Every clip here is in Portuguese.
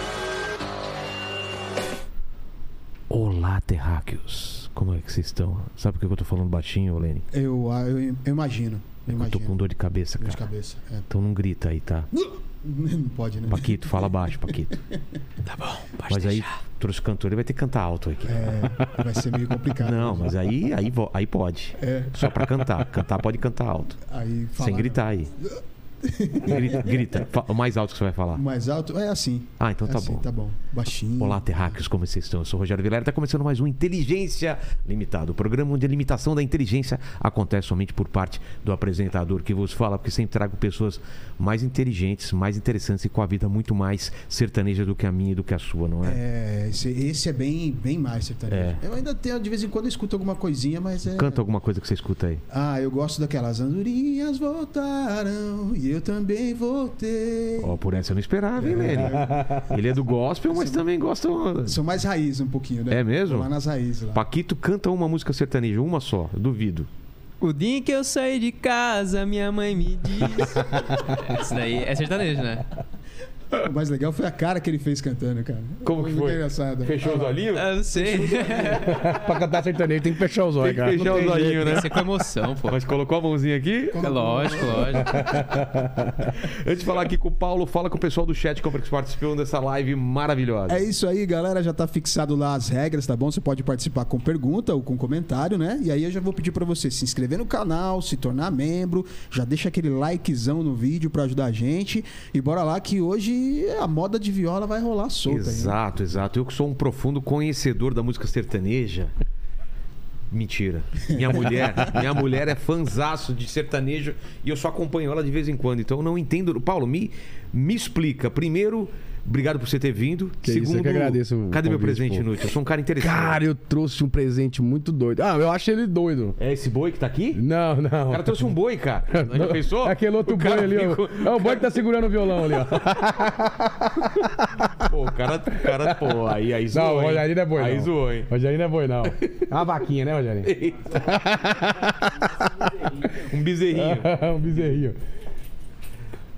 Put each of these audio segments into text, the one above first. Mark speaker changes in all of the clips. Speaker 1: é vocês estão? Sabe por que eu tô falando baixinho, Lene?
Speaker 2: Eu, ah, eu, eu imagino. Eu
Speaker 1: Eu tô
Speaker 2: imagino.
Speaker 1: com dor de cabeça,
Speaker 2: Dor de
Speaker 1: cara.
Speaker 2: cabeça. é.
Speaker 1: Então não grita aí, tá?
Speaker 2: Não pode, né?
Speaker 1: Paquito, fala baixo, Paquito.
Speaker 3: Tá bom, pode
Speaker 1: Mas aí
Speaker 3: deixar.
Speaker 1: trouxe cantor, ele vai ter que cantar alto aqui.
Speaker 2: É, vai ser meio complicado. né?
Speaker 1: Não, mas aí, aí, vo- aí pode.
Speaker 2: É, né?
Speaker 1: Só pra cantar. Cantar pode cantar alto.
Speaker 2: aí falar,
Speaker 1: sem gritar aí. Grita, grita. Fa- O mais alto que você vai falar.
Speaker 2: Mais alto, é assim.
Speaker 1: Ah, então
Speaker 2: é
Speaker 1: tá
Speaker 2: assim,
Speaker 1: bom.
Speaker 2: Tá bom. Baixinho.
Speaker 1: Olá, terráqueos, como vocês estão? Eu sou o Rogério Vilela e está começando mais um Inteligência Limitada, o programa onde a limitação da inteligência acontece somente por parte do apresentador que vos fala, porque sempre trago pessoas mais inteligentes, mais interessantes e com a vida muito mais sertaneja do que a minha e do que a É. sua, não é?
Speaker 2: É, esse, esse é bem, bem mais sertanejo. Eu ainda tenho, de vez em quando, eu escuto alguma coisinha, mas é.
Speaker 1: Canta alguma coisa que você escuta aí.
Speaker 2: Ah, eu gosto daquelas andorinhas voltaram e eu também voltei.
Speaker 1: Ó, por essa eu não esperava, hein, Lene? Ele é do gospel, mas também gosta.
Speaker 2: São mais raiz um pouquinho, né?
Speaker 1: É mesmo?
Speaker 2: Vou Lá nas raízes lá.
Speaker 1: Paquito canta uma música sertaneja, uma só, eu duvido.
Speaker 3: O dia em que eu saí de casa, minha mãe me disse. Isso daí é sertanejo, né?
Speaker 2: O mais legal foi a cara que ele fez cantando, cara.
Speaker 4: Como que
Speaker 2: Muito
Speaker 4: foi?
Speaker 2: engraçado. É.
Speaker 4: Fechou os olhinhos?
Speaker 3: Ah, não sei.
Speaker 4: pra cantar sertanejo tem que fechar os olhos,
Speaker 1: Tem que fechar
Speaker 4: cara. Não
Speaker 1: os
Speaker 4: jeito.
Speaker 1: olhinhos, né?
Speaker 3: Isso é com emoção, pô.
Speaker 1: Mas colocou a mãozinha aqui.
Speaker 3: É lógico, lógico.
Speaker 1: Antes de falar aqui com o Paulo, fala com o pessoal do chat como é que participou dessa live maravilhosa.
Speaker 2: É isso aí, galera. Já tá fixado lá as regras, tá bom? Você pode participar com pergunta ou com comentário, né? E aí eu já vou pedir pra você se inscrever no canal, se tornar membro, já deixa aquele likezão no vídeo pra ajudar a gente. E bora lá que hoje a moda de viola vai rolar solta. hein?
Speaker 1: Exato, exato. Eu que sou um profundo conhecedor da música sertaneja. Mentira. Minha mulher, minha mulher é fanzaço de sertanejo e eu só acompanho ela de vez em quando. Então eu não entendo. Paulo, me, me explica. Primeiro, obrigado por você ter vindo.
Speaker 4: Que isso, eu
Speaker 1: Segundo,
Speaker 4: que agradeço o
Speaker 1: cadê meu
Speaker 4: convite,
Speaker 1: presente
Speaker 4: pô.
Speaker 1: inútil? Eu sou um cara interessante.
Speaker 4: Cara, eu trouxe um presente muito doido. Ah, eu achei ele doido.
Speaker 1: É esse boi que tá aqui?
Speaker 4: Não, não.
Speaker 1: O cara trouxe um boi, cara. Já pensou?
Speaker 4: É Aquele outro
Speaker 1: O
Speaker 4: boi
Speaker 1: cara
Speaker 4: ali,
Speaker 1: ficou-
Speaker 4: ó. É o boi que tá segurando o violão ali, ó.
Speaker 1: Pô, o cara, o cara, pô, aí, aí zoou.
Speaker 4: Não, o
Speaker 1: hein?
Speaker 4: Rogerinho não é boi, não.
Speaker 1: Aí zoou, hein?
Speaker 4: Rogerinho não é boi, não. É uma vaquinha, né, Rogerinho?
Speaker 1: Um bezerrinho.
Speaker 4: um bezerrinho.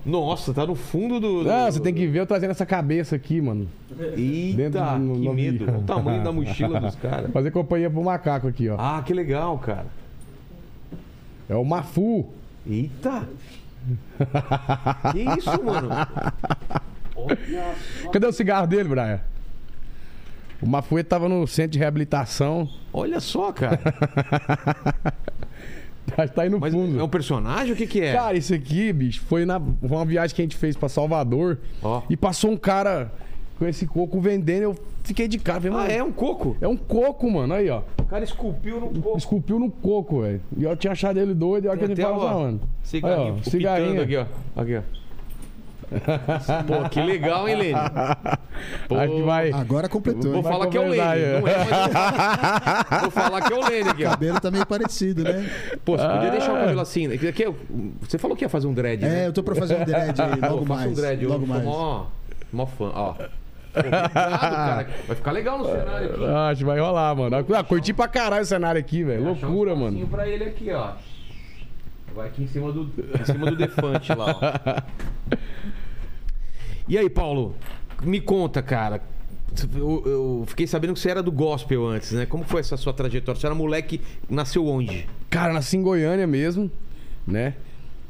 Speaker 1: Nossa, tá no fundo do. do-
Speaker 4: Não, Ah, você tem que ver eu trazendo essa cabeça aqui, mano.
Speaker 1: Eita,
Speaker 4: Dentro do- no-
Speaker 1: que
Speaker 4: no-
Speaker 1: medo. Olha o tamanho da mochila dos caras.
Speaker 4: Fazer companhia pro macaco aqui, ó.
Speaker 1: Ah, que legal, cara.
Speaker 4: É o Mafu.
Speaker 1: Eita! Que isso, mano? Olha.
Speaker 4: Cadê o cigarro dele, Brian? O Mafuê tava no centro de reabilitação.
Speaker 1: Olha só, cara.
Speaker 4: Acho que tá aí no
Speaker 1: Mas
Speaker 4: fundo.
Speaker 1: é um personagem? O que que é?
Speaker 4: Cara, isso aqui, bicho, foi na foi uma viagem que a gente fez pra Salvador.
Speaker 1: Ó.
Speaker 4: E passou um cara com esse coco vendendo. Eu fiquei de cara. Falei,
Speaker 1: ah,
Speaker 4: mano,
Speaker 1: é um coco.
Speaker 4: é um coco, mano. Aí, ó.
Speaker 1: O cara esculpiu no coco.
Speaker 4: Esculpiu no coco, velho. E eu tinha achado ele doido. E a hora que
Speaker 1: Tem
Speaker 4: ele
Speaker 1: até,
Speaker 4: falou,
Speaker 1: ó,
Speaker 4: mano.
Speaker 1: Cigarrinho,
Speaker 4: Aí, ó,
Speaker 1: pitando
Speaker 4: cigarrinho.
Speaker 1: aqui, ó. Aqui, ó. Pô, que legal, hein, Lene? Pô,
Speaker 4: Acho que vai.
Speaker 2: Agora completou.
Speaker 1: Vou
Speaker 2: hein?
Speaker 4: Vai
Speaker 1: falar que é o Lene.
Speaker 4: completar, é.
Speaker 1: Não é, mas eu- Vou falar que é o Lene aqui,
Speaker 2: O
Speaker 1: ó.
Speaker 2: cabelo tá meio parecido, né?
Speaker 1: Pô, você podia deixar o cabelo assim. né? Que- que eu- Você falou que ia fazer um dread, né?
Speaker 2: É, eu tô pra fazer um dread aí,
Speaker 1: Pô,
Speaker 2: logo
Speaker 1: faça
Speaker 2: mais.
Speaker 1: um dread. eu
Speaker 2: logo
Speaker 1: sou
Speaker 2: mais.
Speaker 1: Mó, mó fã, ó. Pô, obrigado, cara. Vai ficar legal no cenário aqui.
Speaker 4: Acho que vai rolar, mano. Ah, curti pra caralho o cenário aqui, velho.
Speaker 1: Achar um
Speaker 4: Loucura,
Speaker 1: espacinho
Speaker 4: mano.
Speaker 1: pra ele aqui, ó. Vai aqui em cima do, em cima do defante lá, ó. E aí, Paulo? Me conta, cara. Eu, eu fiquei sabendo que você era do gospel antes, né? Como foi essa sua trajetória? Você era moleque, nasceu onde?
Speaker 4: Cara, nasci em Goiânia mesmo, né?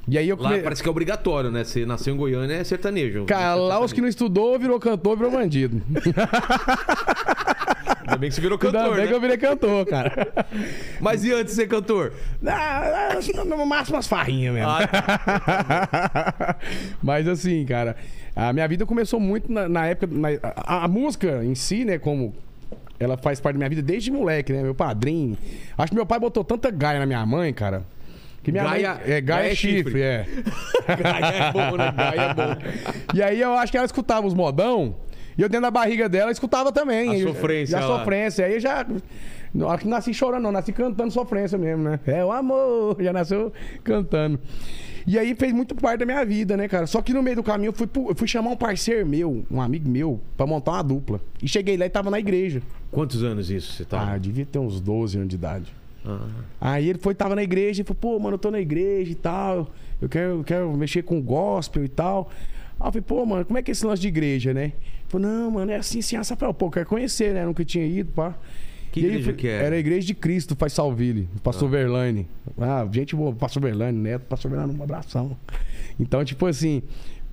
Speaker 4: E aí eu
Speaker 1: Lá
Speaker 4: come-
Speaker 1: parece que é obrigatório, né? Você nasceu em Goiânia, é sertanejo.
Speaker 4: Cara, lá os que não estudou virou cantor, virou bandido.
Speaker 1: Ainda bem que você virou
Speaker 4: Ainda
Speaker 1: cantor,
Speaker 4: bem
Speaker 1: né?
Speaker 4: que eu virei cantor, cara.
Speaker 1: Mas e antes de ser cantor?
Speaker 4: Ah, ah, No máximo as farrinhas mesmo.
Speaker 1: Ah, tá.
Speaker 4: Mas assim, cara, a minha vida começou muito na, na época. na- a, a música em si, né, como ela faz parte da minha vida desde moleque, né? Meu padrinho. Acho que meu pai botou tanta gaia na minha mãe, cara. Que minha
Speaker 1: Gaia-
Speaker 4: mãe. É, gaia,
Speaker 1: gaia é
Speaker 4: é chifre,
Speaker 1: chifre.
Speaker 4: é.
Speaker 1: Gaia é
Speaker 4: Tipo,
Speaker 1: bom, né? Gaia é bom.
Speaker 4: E aí eu acho que ela escutava os modão. E eu dentro da barriga dela escutava também.
Speaker 1: A
Speaker 4: E-
Speaker 1: sofrência
Speaker 4: e A
Speaker 1: lá.
Speaker 4: sofrência. Aí eu já. não, Acho que nasci chorando, não. Nasci cantando sofrência mesmo, né? É o amor. Já nasceu cantando. E aí fez muito parte da minha vida, né, cara? Só que no meio do caminho eu fui, pro- eu fui chamar um parceiro meu, um amigo meu, pra montar uma dupla. E cheguei lá e tava na igreja.
Speaker 1: Quantos anos isso você
Speaker 4: Ah,
Speaker 1: tá?
Speaker 4: eu devia ter uns 12 anos de idade.
Speaker 1: Ah.
Speaker 4: Aí ele foi, tava na igreja e falou, pô, mano, eu tô na igreja e tal. Eu quero, eu quero mexer com gospel e tal. Aí eu falei, pô, mano, como é que é esse lance de igreja, né? Ele falou, não, mano, é assim, assim, essa Pô, eu quero conhecer, né? Nunca tinha ido, pá.
Speaker 1: Que
Speaker 4: E aí
Speaker 1: igreja
Speaker 4: foi-
Speaker 1: que era?
Speaker 4: Era a igreja de Cristo, faz Salville, pastor Verlaine. Ah, gente boa, pastor Verlaine, neto, pastor Verlaine, um abração. Então, tipo assim,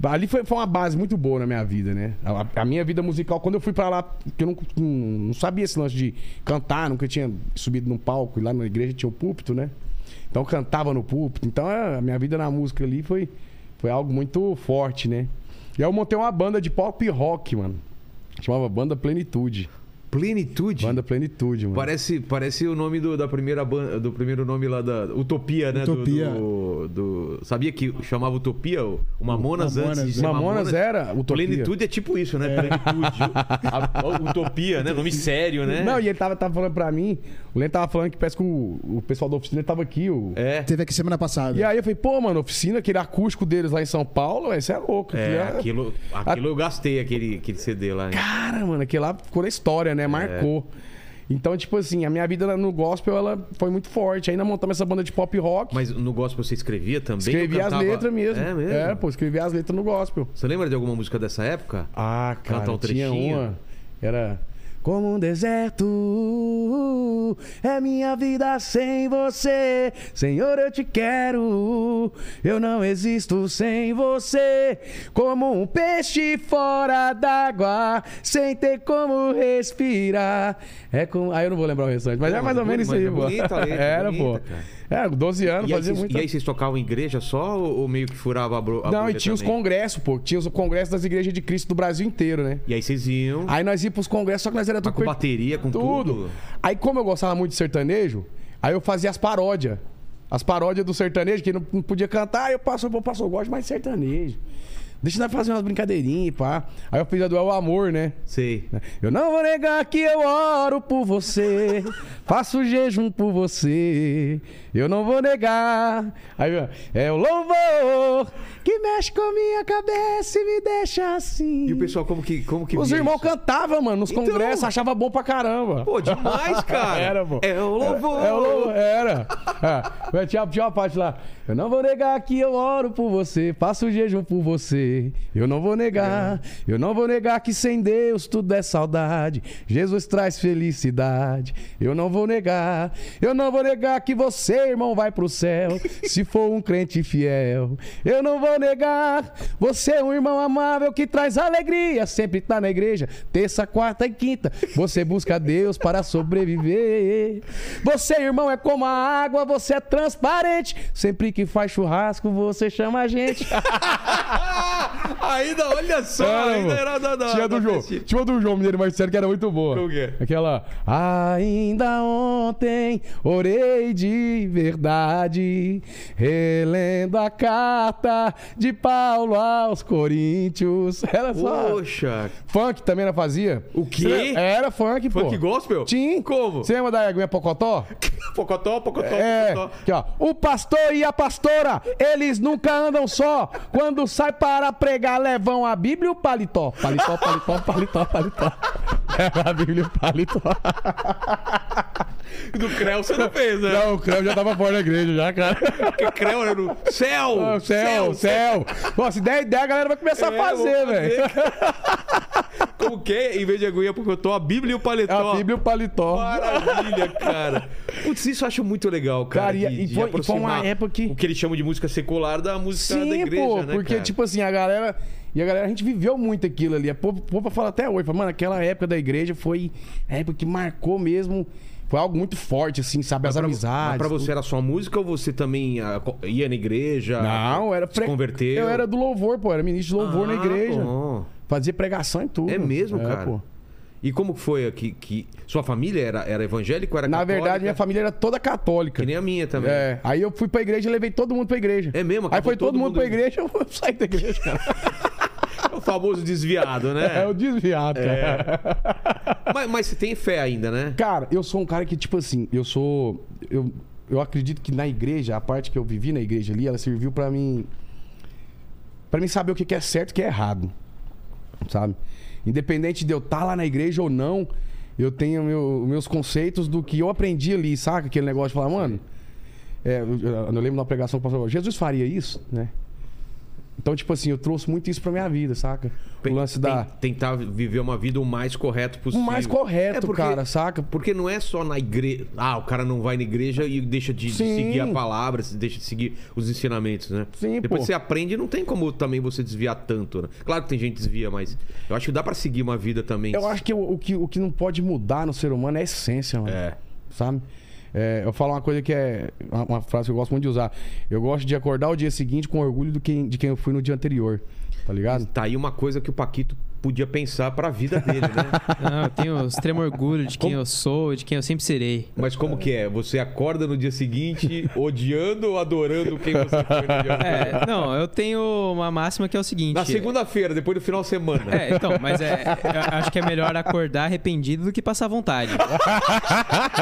Speaker 4: ali foi, foi uma base muito boa na minha vida, né? A, a minha vida musical, quando eu fui pra lá, que eu não, não, não sabia esse lance de cantar, nunca tinha subido num palco, e lá na igreja tinha o púlpito, né? Então eu cantava no púlpito. Então a minha vida na música ali foi, foi algo muito forte, né? E aí eu montei uma banda de pop rock, mano. Chamava Banda Plenitude.
Speaker 1: Plenitude.
Speaker 4: Banda Plenitude, mano.
Speaker 1: Parece, parece o nome do, da primeira ban- do primeiro nome lá da Utopia, né? Do-
Speaker 2: Utopia.
Speaker 1: Do, do- sabia que chamava Utopia o o Mamonas,
Speaker 2: Mamonas,
Speaker 1: antes. de ser
Speaker 4: Mamonas era Utopia.
Speaker 1: Plenitude é tipo isso, né? Plenitude. A- a-
Speaker 3: É,
Speaker 1: utopia, né? Nome sério, né?
Speaker 4: Não, e ele tava, tava falando pra mim, o Lento tava falando que parece que o, o pessoal da oficina tava aqui. O...
Speaker 1: É.
Speaker 2: Teve aqui semana passada.
Speaker 4: E aí eu falei, pô, mano, oficina, aquele acústico deles lá em São Paulo, ué, isso é louco.
Speaker 1: É,
Speaker 4: Aquilo é-
Speaker 1: aquilo, aquilo eu gastei, aquele, aquele CD lá. hein?
Speaker 4: Cara, mano, aquele lá ficou na história, né? Marcou.
Speaker 1: É.
Speaker 4: Então, tipo assim, a minha vida no gospel, ela foi muito forte. Ainda montamos essa banda de pop rock.
Speaker 1: Mas no gospel você escrevia também?
Speaker 4: escrevi
Speaker 1: ou
Speaker 4: as
Speaker 1: cantava-
Speaker 4: letras mesmo.
Speaker 1: É mesmo?
Speaker 4: É, pô, escrevi as letras no gospel.
Speaker 1: Você lembra de alguma música dessa época?
Speaker 4: Ah, cara,
Speaker 1: Canta um
Speaker 4: tinha
Speaker 1: trechinho.
Speaker 4: uma. Era. Como um deserto é minha vida sem você. Senhor, eu te quero. Eu não existo sem você. Como um peixe fora d'água, sem ter como respirar. É com... Aí eu não vou lembrar o restante, mas
Speaker 1: Não,
Speaker 4: é mais ou
Speaker 1: mas é
Speaker 4: menos isso
Speaker 1: bonito, mas
Speaker 4: aí,
Speaker 1: é bonita
Speaker 4: pô.
Speaker 1: a letra,
Speaker 4: Era, pô.
Speaker 1: bonita, cara.
Speaker 4: Era, 12 anos,
Speaker 1: E aí,
Speaker 4: fazia
Speaker 1: vocês,
Speaker 4: muito.
Speaker 1: e aí vocês tocavam em igreja só ou, ou meio que furava a, bro, a
Speaker 4: Não, e
Speaker 1: bolha
Speaker 4: tinha os
Speaker 1: também?
Speaker 4: congressos, pô. Tinha os congressos das igrejas de Cristo do Brasil inteiro, né?
Speaker 1: E aí vocês iam.
Speaker 4: Aí nós íamos pros congressos, só que nós era tudo
Speaker 1: com bateria, com tudo.
Speaker 4: Aí como eu gostava muito de sertanejo, aí eu fazia as paródias. As paródias do sertanejo, que não, não podia cantar, aí eu passo, eu passo, eu gosto mais de sertanejo. Deixa nós fazer umas brincadeirinhas, pá. Aí eu fiz a do É o Amor, né?
Speaker 1: Sei.
Speaker 4: Eu não vou negar que eu oro por você, faço jejum por você, eu não vou negar. Aí, ó, é o louvor que mexe com a minha cabeça e me deixa assim.
Speaker 1: E o pessoal, como que. Como que
Speaker 4: Os
Speaker 1: via
Speaker 4: irmãos
Speaker 1: isso?
Speaker 4: cantavam, mano, nos
Speaker 1: Então.
Speaker 4: congressos, achava bom pra caramba.
Speaker 1: Pô, demais, cara.
Speaker 4: Era, pô.
Speaker 1: É o louvor.
Speaker 4: É o louvor, era. É. Tinha, tinha uma parte lá. Eu não vou negar que eu oro por você, faço jejum por você. Eu não vou negar,
Speaker 1: É.
Speaker 4: eu não vou negar que sem Deus tudo é saudade. Jesus traz felicidade. Eu não vou negar, eu não vou negar que você, irmão, vai pro céu se for um crente fiel. Eu não vou negar, você é um irmão amável que traz alegria, sempre tá na igreja, terça, quarta e quinta. Você busca Deus para sobreviver. Você, irmão, é como a água, você é transparente. Sempre que faz churrasco, você chama a gente.
Speaker 1: Ainda, olha só, ainda era da. da
Speaker 4: Tinha
Speaker 1: da
Speaker 4: do João.
Speaker 1: festinha.
Speaker 4: Tinha do João Mineiro Marcelo que era muito boa.
Speaker 1: Qual que é?
Speaker 4: Aquela. Ainda ontem orei de verdade, relendo a carta de Paulo aos Coríntios. Era só.
Speaker 1: Poxa.
Speaker 4: Funk também ela fazia?
Speaker 1: O quê?
Speaker 4: Cê- Era funk, pô.
Speaker 1: Funk gospel?
Speaker 4: Sim.
Speaker 1: Como?
Speaker 4: Você lembra da Aguinha Pocotó?
Speaker 1: Pocotó, pocotó,
Speaker 4: É,
Speaker 1: pocotó.
Speaker 4: aqui, ó. O pastor e a pastora, eles nunca andam só. Quando sai para pregar, levam a Bíblia e o paletó. Paletó, paletó, paletó, paletó. Leva a Bíblia e o paletó.
Speaker 1: Do Creu você não fez, né?
Speaker 4: Não, o Creu já tava fora da igreja, já, cara.
Speaker 1: Porque Creu era no céu.
Speaker 4: Não, Ah, céu, céu. Ó, se der ideia, a galera vai começar
Speaker 1: É,
Speaker 4: a fazer,
Speaker 1: vou
Speaker 4: velho.
Speaker 1: Como que? é? Em vez de aguinha pocotó, a Bíblia e o paletó.
Speaker 4: É A Bíblia e o paletó.
Speaker 1: Maravilha, cara. Putz, isso eu acho muito legal, cara.
Speaker 4: Cara, e-
Speaker 1: de-
Speaker 4: e
Speaker 1: de
Speaker 4: foi- e foi
Speaker 1: aproximar
Speaker 4: uma época que-
Speaker 1: O que eles chamam de música secular da música da
Speaker 4: Sim,
Speaker 1: igreja,
Speaker 4: pô,
Speaker 1: né,
Speaker 4: porque,
Speaker 1: cara?
Speaker 4: tipo assim, a galera. E a galera, a gente viveu muito aquilo ali. O povo, o povo fala até hoje, fala, mano, aquela época da igreja foi a época que marcou mesmo. Foi algo muito forte, assim, sabe? As
Speaker 1: Pra-
Speaker 4: amizades.
Speaker 1: Mas pra
Speaker 4: tudo.
Speaker 1: você era só música ou você também ah, co- ia na igreja?
Speaker 4: Não, era.
Speaker 1: Se
Speaker 4: pre-
Speaker 1: converteu?
Speaker 4: Eu era do louvor, pô. Era ministro de louvor na
Speaker 1: Ah,
Speaker 4: igreja.
Speaker 1: bom.
Speaker 4: Fazia pregação e tudo.
Speaker 1: É mesmo, cara?
Speaker 4: pô.
Speaker 1: E como que foi aqui? Que... Sua família era, era evangélica ou era
Speaker 4: Na
Speaker 1: É católica?
Speaker 4: verdade, minha família era toda católica.
Speaker 1: Que nem a minha também.
Speaker 4: É, aí eu fui pra igreja e levei todo mundo pra igreja.
Speaker 1: É mesmo?
Speaker 4: Aí
Speaker 1: Acabou
Speaker 4: foi todo,
Speaker 1: todo
Speaker 4: mundo,
Speaker 1: mundo
Speaker 4: pra
Speaker 1: indo.
Speaker 4: igreja, eu saí da igreja, cara.
Speaker 1: O famoso desviado, né?
Speaker 4: É, o desviado, cara.
Speaker 1: mas, mas você tem fé ainda, né?
Speaker 4: Cara, eu sou um cara que, tipo assim, eu sou. Eu, eu acredito que na igreja, a parte que eu vivi na igreja ali, ela serviu pra mim. Pra mim saber o que que é certo e o que é errado. Sabe? Independente de eu estar lá na igreja ou não, eu tenho meu- meus conceitos do que eu aprendi ali, saca? Aquele negócio de falar, mano. é, eu, eu lembro de uma pregação que o pastor falou, Jesus faria isso, né? Então, tipo assim, eu trouxe muito isso pra minha vida, saca? O lance da.
Speaker 1: Tem- Tentar viver uma vida o mais correto
Speaker 4: O
Speaker 1: possível. É
Speaker 4: mais correto, cara, saca?
Speaker 1: Porque não é só na igreja. Ah, o cara não vai na igreja e deixa de, de
Speaker 4: Sim.
Speaker 1: seguir a palavra, se deixa de seguir os ensinamentos, né?
Speaker 4: Sim,
Speaker 1: Depois
Speaker 4: pô.
Speaker 1: que você aprende, não tem como também você desviar tanto, né? Claro que tem gente que desvia, mas eu acho que dá pra seguir uma vida também.
Speaker 4: Eu acho que o, o que o que não pode mudar no ser humano é a essência, mano.
Speaker 1: É.
Speaker 4: Sabe? É, eu falo uma coisa que é uma, uma frase que eu gosto muito de usar. Eu gosto de acordar o dia seguinte com orgulho do quem, de quem eu fui no dia anterior. Tá ligado?
Speaker 1: Tá aí uma coisa que o Paquito podia pensar pra vida dele, né?
Speaker 3: Não, eu tenho extremo orgulho de quem eu sou, de quem eu sempre serei.
Speaker 1: Mas como que é? Você acorda no dia seguinte odiando ou adorando quem você foi no dia anterior?
Speaker 3: É, não, eu tenho uma máxima que é o seguinte.
Speaker 1: Na segunda-feira, depois do final de semana.
Speaker 3: É, então, mas é, eu acho que é melhor acordar arrependido do que passar vontade.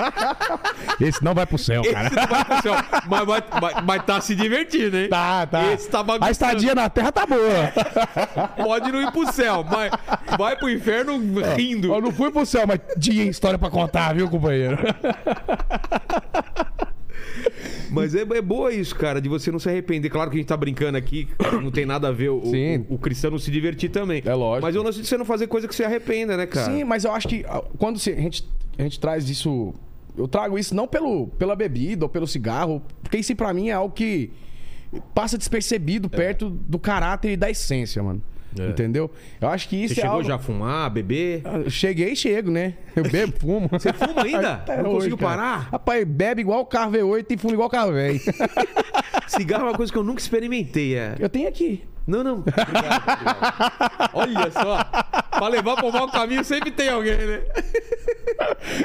Speaker 4: Esse não vai pro céu, cara.
Speaker 1: Esse não vai pro céu, mas, vai- mas- mas tá se divertindo, hein?
Speaker 4: Tá, tá.
Speaker 1: Esse tá bagunçando.
Speaker 4: a estadia na Terra tá boa.
Speaker 1: Pode não ir pro céu, mas vai pro inferno rindo.
Speaker 4: Eu não fui pro céu, mas tinha história pra contar, viu, companheiro?
Speaker 1: Mas é, é boa isso, cara, de você não se arrepender. Claro que a gente tá brincando aqui, não tem nada a ver o,
Speaker 4: Sim.
Speaker 1: o, o cristão não se divertir também.
Speaker 4: É lógico.
Speaker 1: Mas é o lance de você não fazer coisa que você arrependa, né, cara?
Speaker 4: Sim, mas eu acho que ah, quando se- a, gente, a gente traz isso. Eu trago isso não pelo, pela bebida ou pelo cigarro, porque isso pra mim é algo que passa despercebido perto do caráter e da essência, mano.
Speaker 1: É.
Speaker 4: Entendeu? Eu acho que isso
Speaker 1: Você
Speaker 4: é
Speaker 1: chegou
Speaker 4: algo...
Speaker 1: já a fumar, a beber?
Speaker 4: Ah, Cheguei e chego, né? Eu bebo, fumo. Você
Speaker 1: Fuma ainda? não conseguiu parar?
Speaker 4: Rapaz, bebe igual o carro V8 e fuma igual o carro velho.
Speaker 1: Cigarro é uma coisa que eu nunca experimentei, é.
Speaker 4: Eu tenho aqui.
Speaker 1: Não, não. Obrigado, obrigado. Olha só. Pra levar pro mau caminho sempre tem alguém, né?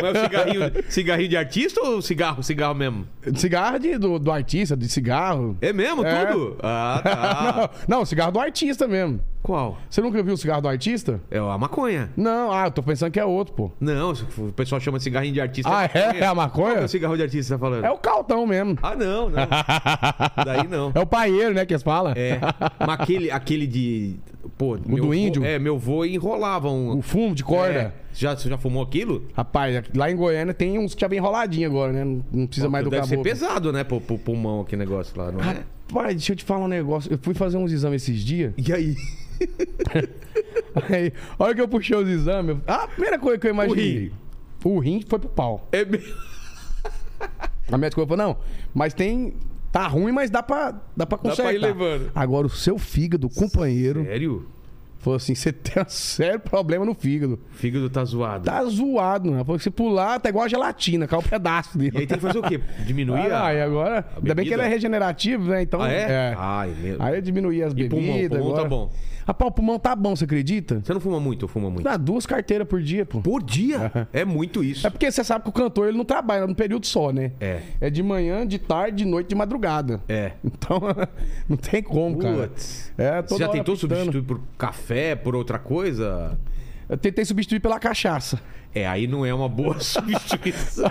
Speaker 1: Mas é o cigarrinho, cigarrinho de artista ou cigarro, cigarro mesmo?
Speaker 4: Cigarro de- do, do artista, de cigarro.
Speaker 1: É mesmo,
Speaker 4: É.
Speaker 1: tudo? Ah, tá.
Speaker 4: Não, não, cigarro do artista mesmo.
Speaker 1: Qual?
Speaker 4: Você nunca viu o cigarro do artista?
Speaker 1: É a maconha.
Speaker 4: Não, ah, eu tô pensando que é outro, pô.
Speaker 1: Não, o pessoal chama cigarrinho de artista.
Speaker 4: Ah, é? É a
Speaker 1: Qual que é
Speaker 4: maconha?
Speaker 1: o cigarro de artista que você tá falando?
Speaker 4: É o caltão mesmo.
Speaker 1: Ah, não, não. Daí não.
Speaker 4: É o paieiro, né, que eles falam?
Speaker 1: É. Mas aquele, aquele de. Pô, o
Speaker 4: do índio?
Speaker 1: É, meu vô enrolava um.
Speaker 4: O fumo de corda.
Speaker 1: É. Já, você já fumou aquilo?
Speaker 4: Rapaz, lá em Goiânia tem uns que já vem enroladinho agora, né? Não não precisa mais do
Speaker 1: Deve ser
Speaker 4: caboclo. Ah,
Speaker 1: pesado, né? Pro, pro pulmão aquele negócio lá, não é?
Speaker 4: Rapaz, deixa eu te falar um negócio. Eu fui fazer uns exames esses dias.
Speaker 1: E aí?
Speaker 4: Aí, a hora que eu puxei os exames, eu- a primeira coisa que eu imaginei. O rim foi pro pau.
Speaker 1: É mesmo?
Speaker 4: A médica falou: não, mas tem. Tá ruim, mas dá pra, dá pra consertar.
Speaker 1: ir levando.
Speaker 4: Agora, o seu fígado, companheiro,
Speaker 1: Sério?
Speaker 4: falou assim: você tem um sério problema no fígado.
Speaker 1: O fígado tá zoado.
Speaker 4: Tá zoado, né? Porque se pular, tá igual a gelatina, cai um pedaço dele.
Speaker 1: E aí tem que fazer o quê? Diminuir
Speaker 4: Ah,
Speaker 1: a.
Speaker 4: e agora. Ainda bem que
Speaker 1: bebida?
Speaker 4: ele é regenerativo, né? Então.
Speaker 1: Ah, é? Ai, meu.
Speaker 4: Aí eu diminuí as
Speaker 1: E
Speaker 4: bebidas.
Speaker 1: pulmão? Pulmão tá
Speaker 4: agora.
Speaker 1: bom.
Speaker 4: Rapaz, o pulmão tá bom, você acredita?
Speaker 1: Você não fuma muito ou fuma muito?
Speaker 4: Dá duas carteiras por dia, pô.
Speaker 1: Por dia? É muito isso.
Speaker 4: É porque você sabe que o cantor ele não trabalha num período só, né?
Speaker 1: É.
Speaker 4: É de manhã, de tarde, de noite, de madrugada.
Speaker 1: É.
Speaker 4: Então, não tem como, cara.
Speaker 1: Putz.
Speaker 4: É,
Speaker 1: Você já
Speaker 4: hora
Speaker 1: tentou
Speaker 4: pitando.
Speaker 1: substituir por café, por outra coisa?
Speaker 4: Eu tentei substituir pela cachaça.
Speaker 1: É, aí não é uma boa substituição.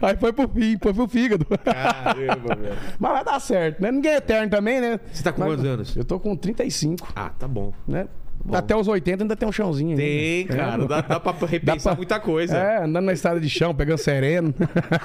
Speaker 4: Aí foi pro, fí- foi pro fígado.
Speaker 1: Caramba, velho.
Speaker 4: Mas vai dar certo, né? Ninguém é eterno também, né?
Speaker 1: Você tá com
Speaker 4: Mas-
Speaker 1: quantos anos?
Speaker 4: Eu tô com 35,
Speaker 1: Ah, tá bom.
Speaker 4: né? Até os 80 ainda tem um chãozinho. ainda.
Speaker 1: Tem, cara. Dá, dá pra repensar
Speaker 4: pra-
Speaker 1: muita coisa.
Speaker 4: É, andando na estrada de chão, pegando sereno.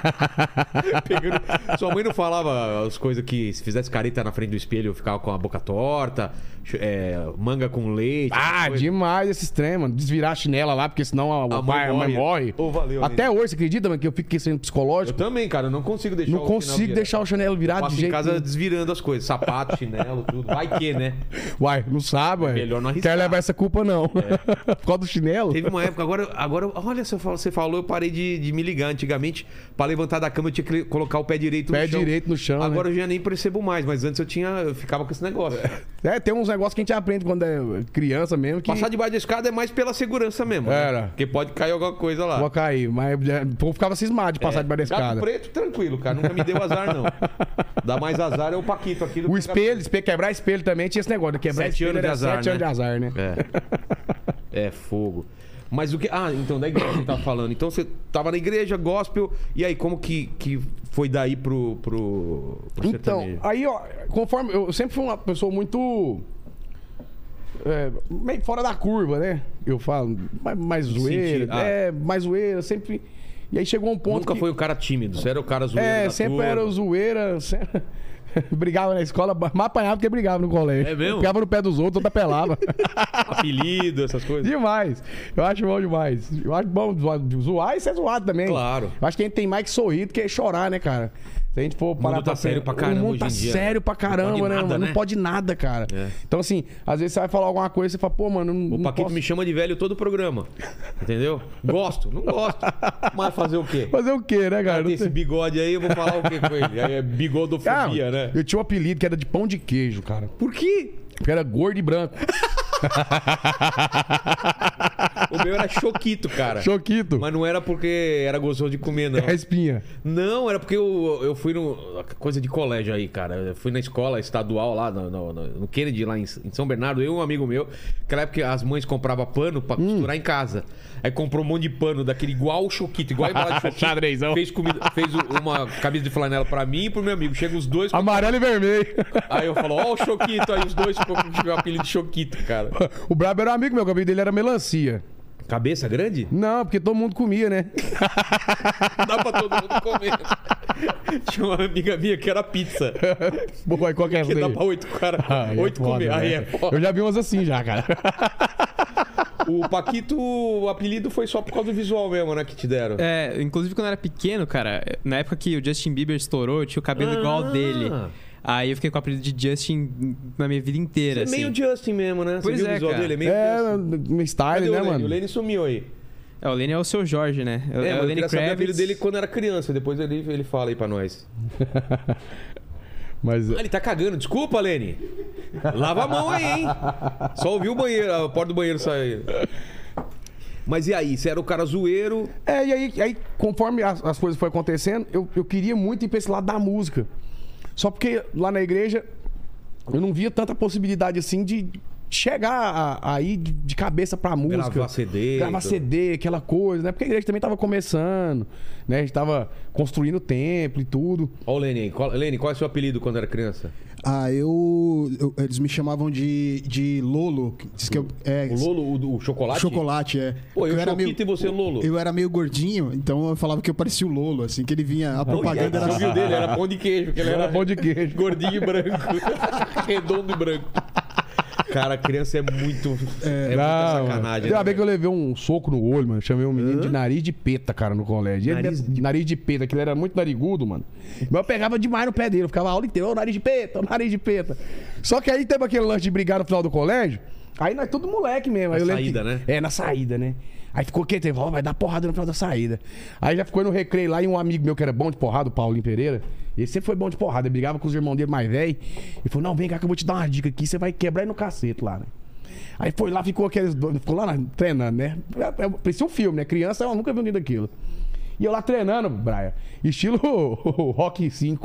Speaker 1: Tá Pegando- Sua mãe não falava as coisas que se fizesse careta na frente do espelho, eu ficava com a boca torta, ch- é, manga com leite.
Speaker 4: ah,
Speaker 1: essas coisas.
Speaker 4: demais esse trem, mano. Desvirar a chinela lá, porque senão a,
Speaker 1: A
Speaker 4: o pai, a mãe
Speaker 1: mãe morre.
Speaker 4: morre.
Speaker 1: Ô, valeu,
Speaker 4: Até hoje, você acredita, mano, que eu fiquei sendo
Speaker 1: Eu
Speaker 4: psicológico?
Speaker 1: também, cara, eu não consigo deixar
Speaker 4: Não
Speaker 1: o chinelo
Speaker 4: consigo
Speaker 1: virado.
Speaker 4: deixar o chinelo virado de
Speaker 1: Passo em
Speaker 4: jeito
Speaker 1: casa
Speaker 4: nenhum.
Speaker 1: desvirando as coisas. Sapato, chinelo, tudo. Vai que, né? É
Speaker 4: Uai, não sabe, ué.
Speaker 1: melhor não arriscar. É.
Speaker 4: Quer levar essa culpa, não. Por causa do chinelo?
Speaker 1: Teve um uma época, agora, agora olha, você falou, você falou, eu parei de, de me ligar. Antigamente, pra levantar da cama, eu tinha que le- colocar o pé direito no
Speaker 4: Pé
Speaker 1: chão.
Speaker 4: direito no chão, né?
Speaker 1: Agora eu já nem percebo mais, mas antes eu tinha. Eu ficava com esse negócio.
Speaker 4: É, tem uns negócios que a gente aprende quando é criança mesmo que
Speaker 1: Passar debaixo da escada é mais pela segurança mesmo. né?
Speaker 4: Era.
Speaker 1: Porque pode cair alguma coisa lá.
Speaker 4: vou cair. Mas é, o povo ficava cismado de passar debaixo da
Speaker 1: Gato
Speaker 4: escada.
Speaker 1: É, preto, tranquilo, cara. Nunca me deu azar, não. Dá mais azar é o Paquito aqui do
Speaker 4: O espelho, espelho, quebrar espelho também tinha esse negócio. de Quebrar
Speaker 1: Sete
Speaker 4: espelho
Speaker 1: anos
Speaker 4: era
Speaker 1: de azar,
Speaker 4: sete
Speaker 1: né?
Speaker 4: anos de azar, né?
Speaker 1: É. É fogo. Mas o que. Ah, então, da igreja que você tava falando. Então você tava na igreja, gospel, e aí como que, que foi daí pro. pro, pro
Speaker 4: Então,
Speaker 1: sertanejo?
Speaker 4: aí, ó, conforme. Eu sempre fui uma pessoa muito. é, meio fora da curva, né? Eu falo. Mais, mais zoeira.
Speaker 1: senti- ah.
Speaker 4: É, mais zoeira, sempre. E aí chegou um ponto.
Speaker 1: Nunca
Speaker 4: que,
Speaker 1: foi o cara tímido, você era o cara zoeiro.
Speaker 4: É,
Speaker 1: da
Speaker 4: sempre
Speaker 1: turma.
Speaker 4: era zoeira. se- brigava na escola, mais apanhava do que brigava no colégio.
Speaker 1: É mesmo?
Speaker 4: Pegava no pé dos outros, outra pelava.
Speaker 1: Apelido, essas coisas.
Speaker 4: demais. Eu acho bom demais. Eu acho bom zoar, zoar e ser zoado também.
Speaker 1: Claro.
Speaker 4: Eu acho que a gente tem mais que sorrir do que chorar, né, cara? Se a gente for parar
Speaker 1: mundo tá sério pra caramba
Speaker 4: O mundo
Speaker 1: hoje
Speaker 4: tá
Speaker 1: em dia,
Speaker 4: sério
Speaker 1: né?
Speaker 4: pra
Speaker 1: Não pode
Speaker 4: caramba, né,
Speaker 1: nada,
Speaker 4: mano?
Speaker 1: né?
Speaker 4: Não pode nada, cara.
Speaker 1: É.
Speaker 4: Então, assim, às vezes você vai falar alguma coisa e você fala, pô, mano, não,
Speaker 1: O
Speaker 4: não
Speaker 1: Paquito
Speaker 4: posso...
Speaker 1: me chama de velho todo o programa. Entendeu? Gosto, não gosto. Mas fazer o quê?
Speaker 4: Fazer o quê, né, cara?
Speaker 1: Cara,
Speaker 4: Não
Speaker 1: tem esse
Speaker 4: tem-
Speaker 1: bigode aí, eu vou falar o quê com ele? Aí é
Speaker 4: Ah,
Speaker 1: bigodofobia, né?
Speaker 4: Eu tinha um apelido que era de pão de queijo, cara.
Speaker 1: Por quê?
Speaker 4: Porque era gordo e branco.
Speaker 1: O meu era choquito, cara.
Speaker 4: Choquito.
Speaker 1: Mas não era porque era gostoso de comer, não.
Speaker 4: É a espinha.
Speaker 1: Não, era porque eu, eu fui no. Coisa de colégio aí, cara. Eu fui na escola estadual lá, no, no- no- no Kennedy, lá em, em São Bernardo, eu e um amigo meu. Naquela época as mães compravam pano pra costurar em casa. Aí comprou um monte de pano daquele igual o Choquito, igual a embalagem de Choquito.
Speaker 4: Xadrezão.
Speaker 1: Fez, comida, fez o- uma camisa de flanela pra mim e pro meu amigo. Chega os dois. com-
Speaker 4: Amarelo e vermelho.
Speaker 1: Aí eu falo, ó o Choquito. Aí os dois ficou com o apelido de Choquito, cara.
Speaker 4: O Brabo era um amigo meu, o cabelo dele era melancia.
Speaker 1: Cabeça grande?
Speaker 4: Não, porque todo mundo comia, né?
Speaker 1: Dá pra todo mundo comer. Tinha uma amiga minha que era pizza.
Speaker 4: Pô, aí qual que é essa
Speaker 1: Que dá
Speaker 4: daí?
Speaker 1: pra oito, cara.
Speaker 4: Aí é
Speaker 1: oito
Speaker 4: foda,
Speaker 1: comer.
Speaker 4: né?
Speaker 1: Aí é foda.
Speaker 4: Eu já vi umas assim já, cara.
Speaker 1: O Paquito, o apelido foi só por causa do visual mesmo, né? Que te deram.
Speaker 3: É, inclusive quando eu era pequeno, cara, na época que o Justin Bieber estourou, eu tinha o cabelo
Speaker 1: Ah.
Speaker 3: igual ao dele. Aí eu fiquei com o apelido de Justin na minha vida inteira.
Speaker 1: É
Speaker 3: assim.
Speaker 1: meio Justin mesmo, né? Você
Speaker 3: Pois
Speaker 1: viu o
Speaker 3: é,
Speaker 1: visual
Speaker 3: cara.
Speaker 1: dele? É meio
Speaker 4: É,
Speaker 1: Justin.
Speaker 4: um
Speaker 1: Cadê
Speaker 4: style,
Speaker 1: o
Speaker 4: né,
Speaker 1: Lenny?
Speaker 4: mano?
Speaker 1: O Lenny sumiu aí.
Speaker 3: É, o Lenny é o seu Jorge, né? É,
Speaker 1: É,
Speaker 3: é
Speaker 1: mas eu
Speaker 3: o Lenny
Speaker 1: queria saber o apelido
Speaker 3: Kravitz.
Speaker 1: dele quando era criança. Depois ele, ele fala aí pra nós.
Speaker 4: Mas
Speaker 1: Ah, ele tá cagando. Desculpa, Lenny. Lava a mão aí, hein? Só ouviu o banheiro, a porta do banheiro sair. Mas e aí? Você era o cara zoeiro?
Speaker 4: É, e aí, aí conforme as, as coisas foram acontecendo, eu, eu queria muito ir pra esse lado da música. Só porque lá na igreja eu não via tanta possibilidade assim de chegar a- aí de, de cabeça pra música.
Speaker 1: Gravar CD,
Speaker 4: Gravar
Speaker 1: então.
Speaker 4: CD, aquela coisa, né? Porque a igreja também tava começando, né? A gente tava construindo o templo e tudo.
Speaker 1: Ó o Lenny aí. Qual, Lenny, qual é o seu apelido quando era criança?
Speaker 2: Ah, eu, eu- Eles me chamavam de, de Lolo. Diz que eu, é,
Speaker 1: O Lolo, o, o chocolate?
Speaker 2: Chocolate, é.
Speaker 1: Pô, eu, Choquito e você, Lolo.
Speaker 2: Eu era meio gordinho, então eu falava que eu parecia o Lolo, assim, que ele vinha. A propaganda
Speaker 1: Você
Speaker 2: era.
Speaker 1: viu dele, era pão Tá de queijo, porque ele era,
Speaker 4: assim. Era pão de queijo.
Speaker 1: gordinho e branco. Redondo e branco. Cara, criança é muito. É, muita
Speaker 4: mano.
Speaker 1: sacanagem.
Speaker 4: Ainda
Speaker 1: né,
Speaker 4: bem que eu
Speaker 1: velho?
Speaker 4: levei um soco no olho, mano. Chamei um menino de nariz de peta, cara, no colégio. E ele- é
Speaker 1: Nariz
Speaker 4: Nariz, de... peta, que ele era muito narigudo, mano. Mas eu pegava demais no pé dele. Eu ficava a aula inteira, ô, nariz de peta, ô, nariz de peta. Só que aí teve aquele lance de brigar no final do colégio. Aí nós tudo moleque mesmo. Na
Speaker 1: saída, né?
Speaker 4: É, na saída, né? Aí ficou quieto, ó, vai dar porrada no final da saída. Aí já ficou no recreio lá e um amigo meu que era bom de porrada, o Paulinho Pereira. Ele sempre foi bom de porrada, ele brigava com os irmãos dele mais velho. E falou: Não, vem cá que eu vou te dar uma dica aqui, você vai quebrar aí no cacete lá, né? Aí foi lá, ficou aqueles dois, ficou lá na- treinando, né? É- é- Parecia um filme, né? Criança, eu nunca vi um dia daquilo. E eu lá treinando, Brian. Estilo Rock 5.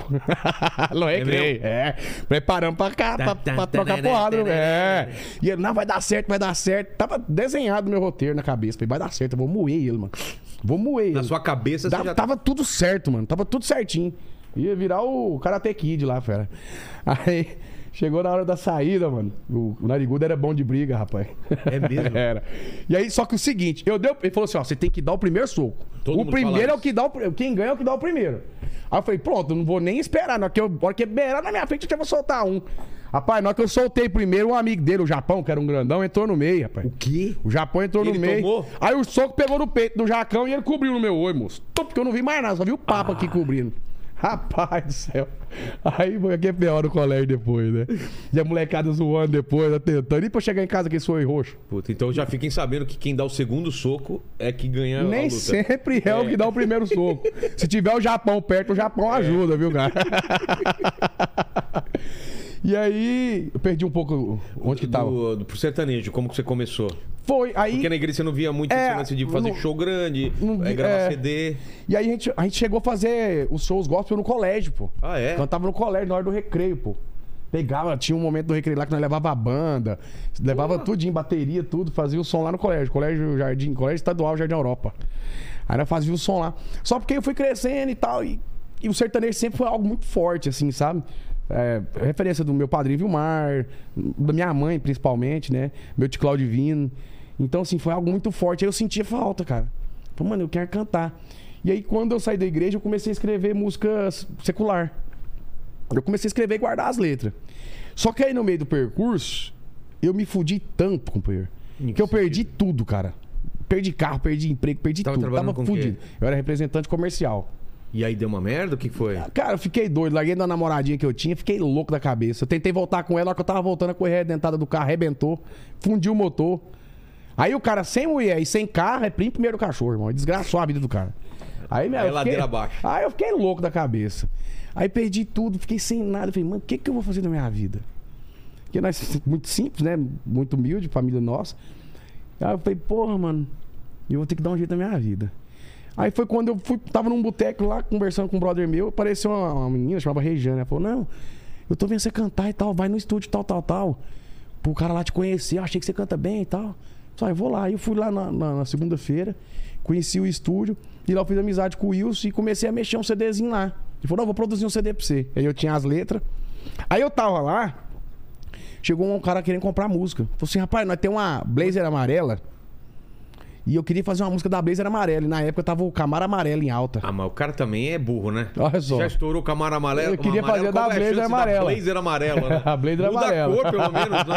Speaker 4: Não é, creio. É. Preparando pra cá, pra,
Speaker 1: tá,
Speaker 4: pra
Speaker 1: tá,
Speaker 4: trocar
Speaker 1: né,
Speaker 4: porrada.
Speaker 1: né,
Speaker 4: né? É. E ele, não, vai dar certo, vai dar certo. Tava desenhado meu roteiro na cabeça. Falei, vai dar certo, eu vou moer ele, mano. Vou moer ele.
Speaker 1: Na sua cabeça,
Speaker 4: Dá- tá-
Speaker 1: você já
Speaker 4: Tava tudo certo, mano. Tava tudo certinho. Ia virar o Karate Kid lá, fera. Aí chegou na hora da saída, mano. O, o narigudo era bom de briga, rapaz.
Speaker 1: É mesmo?
Speaker 4: era. E aí, só que o seguinte, eu dei, o- ele falou assim: ó, você tem que dar o primeiro soco.
Speaker 1: Todo
Speaker 4: o
Speaker 1: mundo fala
Speaker 4: primeiro é o
Speaker 1: isso.
Speaker 4: que dá o. pri- Quem ganha é o que dá o primeiro. Aí eu falei, pronto, eu não vou nem esperar. Na hora que eu, na hora que beirar na minha frente, eu já vou soltar um. Rapaz, na hora que eu soltei primeiro, um amigo dele, o Japão, que era um grandão, entrou no meio, rapaz.
Speaker 1: O quê?
Speaker 4: O Japão entrou
Speaker 1: Ele
Speaker 4: no meio.
Speaker 1: tomou?
Speaker 4: Aí o soco pegou no peito do Jacão e ele cobriu no meu olho, moço. Tum, Porque eu não vi mais nada, só vi o papo
Speaker 1: Ah.
Speaker 4: aqui cobrindo. Rapaz do céu. Aí foi aqui é pior no colégio depois, né? E a molecada zoando depois, né, tentando. E pra eu chegar em casa que sou roxo.
Speaker 1: Puta, então já fiquem sabendo que quem dá o segundo soco é que ganha a
Speaker 4: Nem
Speaker 1: luta.
Speaker 4: sempre é o que dá o primeiro soco. Se tiver o Japão perto, o
Speaker 1: É.
Speaker 4: Japão ajuda, viu, cara? e aí, eu perdi um pouco onde que tava.
Speaker 1: Do, do, pro sertanejo, como que você começou?
Speaker 4: Foi, aí.
Speaker 1: Porque na igreja você não via muito
Speaker 4: É,
Speaker 1: esse lance de fazer
Speaker 4: não-
Speaker 1: show grande,
Speaker 4: não
Speaker 1: é,
Speaker 4: vi-
Speaker 1: gravar
Speaker 4: é.
Speaker 1: CD.
Speaker 4: E aí a gente, a gente chegou a fazer os shows gospel no colégio, pô.
Speaker 1: Ah, é?
Speaker 4: Cantava no colégio, na hora do recreio, pô. Pegava, tinha um momento do recreio lá que nós levava a banda, levava tudinho, bateria, tudo, fazia o som lá no colégio. Colégio Jardim, Colégio Estadual Jardim Europa. Aí nós fazia o som lá. Só porque eu fui crescendo e tal, e, e o sertanejo sempre foi algo muito forte, assim, sabe? É, referência do meu padrinho Vilmar, da minha mãe, principalmente, né? Meu tio Claudio Divino. Então, assim, foi algo muito forte. Aí eu sentia falta, cara. Falei, mano, eu quero cantar. E aí, quando eu saí da igreja, eu comecei a escrever música s- secular. Eu comecei a escrever e guardar as letras. Só que aí no meio do percurso, eu me fudi tanto, companheiro.
Speaker 1: Em
Speaker 4: que eu
Speaker 1: que
Speaker 4: perdi tudo, cara. Perdi carro, perdi emprego, perdi
Speaker 1: Tava
Speaker 4: tudo.
Speaker 1: trabalhando
Speaker 4: Tava
Speaker 1: com o quê?
Speaker 4: fudido. Eu era representante comercial.
Speaker 1: E aí deu uma merda? O que que foi? Ah,
Speaker 4: Cara, eu fiquei doido. Larguei da namoradinha que eu tinha, fiquei louco da cabeça. Eu tentei voltar com ela, na hora que eu tava voltando, a correia dentada do carro arrebentou, fundiu o motor. Aí o cara sem mulher e sem carro é primo primeiro do cachorro, irmão. Desgraçou a vida do cara. Aí, meu,
Speaker 1: Aí
Speaker 4: eu
Speaker 1: ladeira abaixo.
Speaker 4: Aí eu fiquei louco da cabeça. Aí perdi tudo, fiquei sem nada. Eu Falei, mano, o que, que eu vou fazer na minha vida? Porque nós, muito simples, né? Muito humilde, família nossa. Aí eu falei, porra, mano, eu vou ter que dar um jeito na minha vida. Aí foi quando eu fui, tava num boteco lá, conversando com um brother meu, apareceu uma, uma menina, chamava Rejane. Ela falou, não, eu tô vendo você cantar e tal, vai no estúdio tal, tal, tal. Pro cara lá te conhecer, eu achei que você canta bem e tal. Só eu vou lá. Aí eu fui lá na, na- na segunda-feira, conheci o estúdio, e lá eu fiz amizade com o Wilson e comecei a mexer um CDzinho lá. Ele falou, não, vou produzir um CD pra você. Aí eu tinha as letras. Aí eu tava lá, Chegou um cara querendo comprar música. Falou assim, rapaz, nós tem uma blazer amarela. E eu queria fazer uma música da blazer amarela. E na época tava o Camaro Amarelo em alta.
Speaker 1: Ah, mas o cara também é burro, né?
Speaker 4: Olha só.
Speaker 1: Já estourou o camaro amarelo.
Speaker 4: Eu queria
Speaker 1: amarelo,
Speaker 4: fazer
Speaker 1: qual
Speaker 4: da
Speaker 1: é a
Speaker 4: blazer
Speaker 1: chance da
Speaker 4: amarela.
Speaker 1: blazer amarela, né?
Speaker 4: A blazer
Speaker 1: Muda
Speaker 4: amarela.
Speaker 1: a cor, pelo menos, né?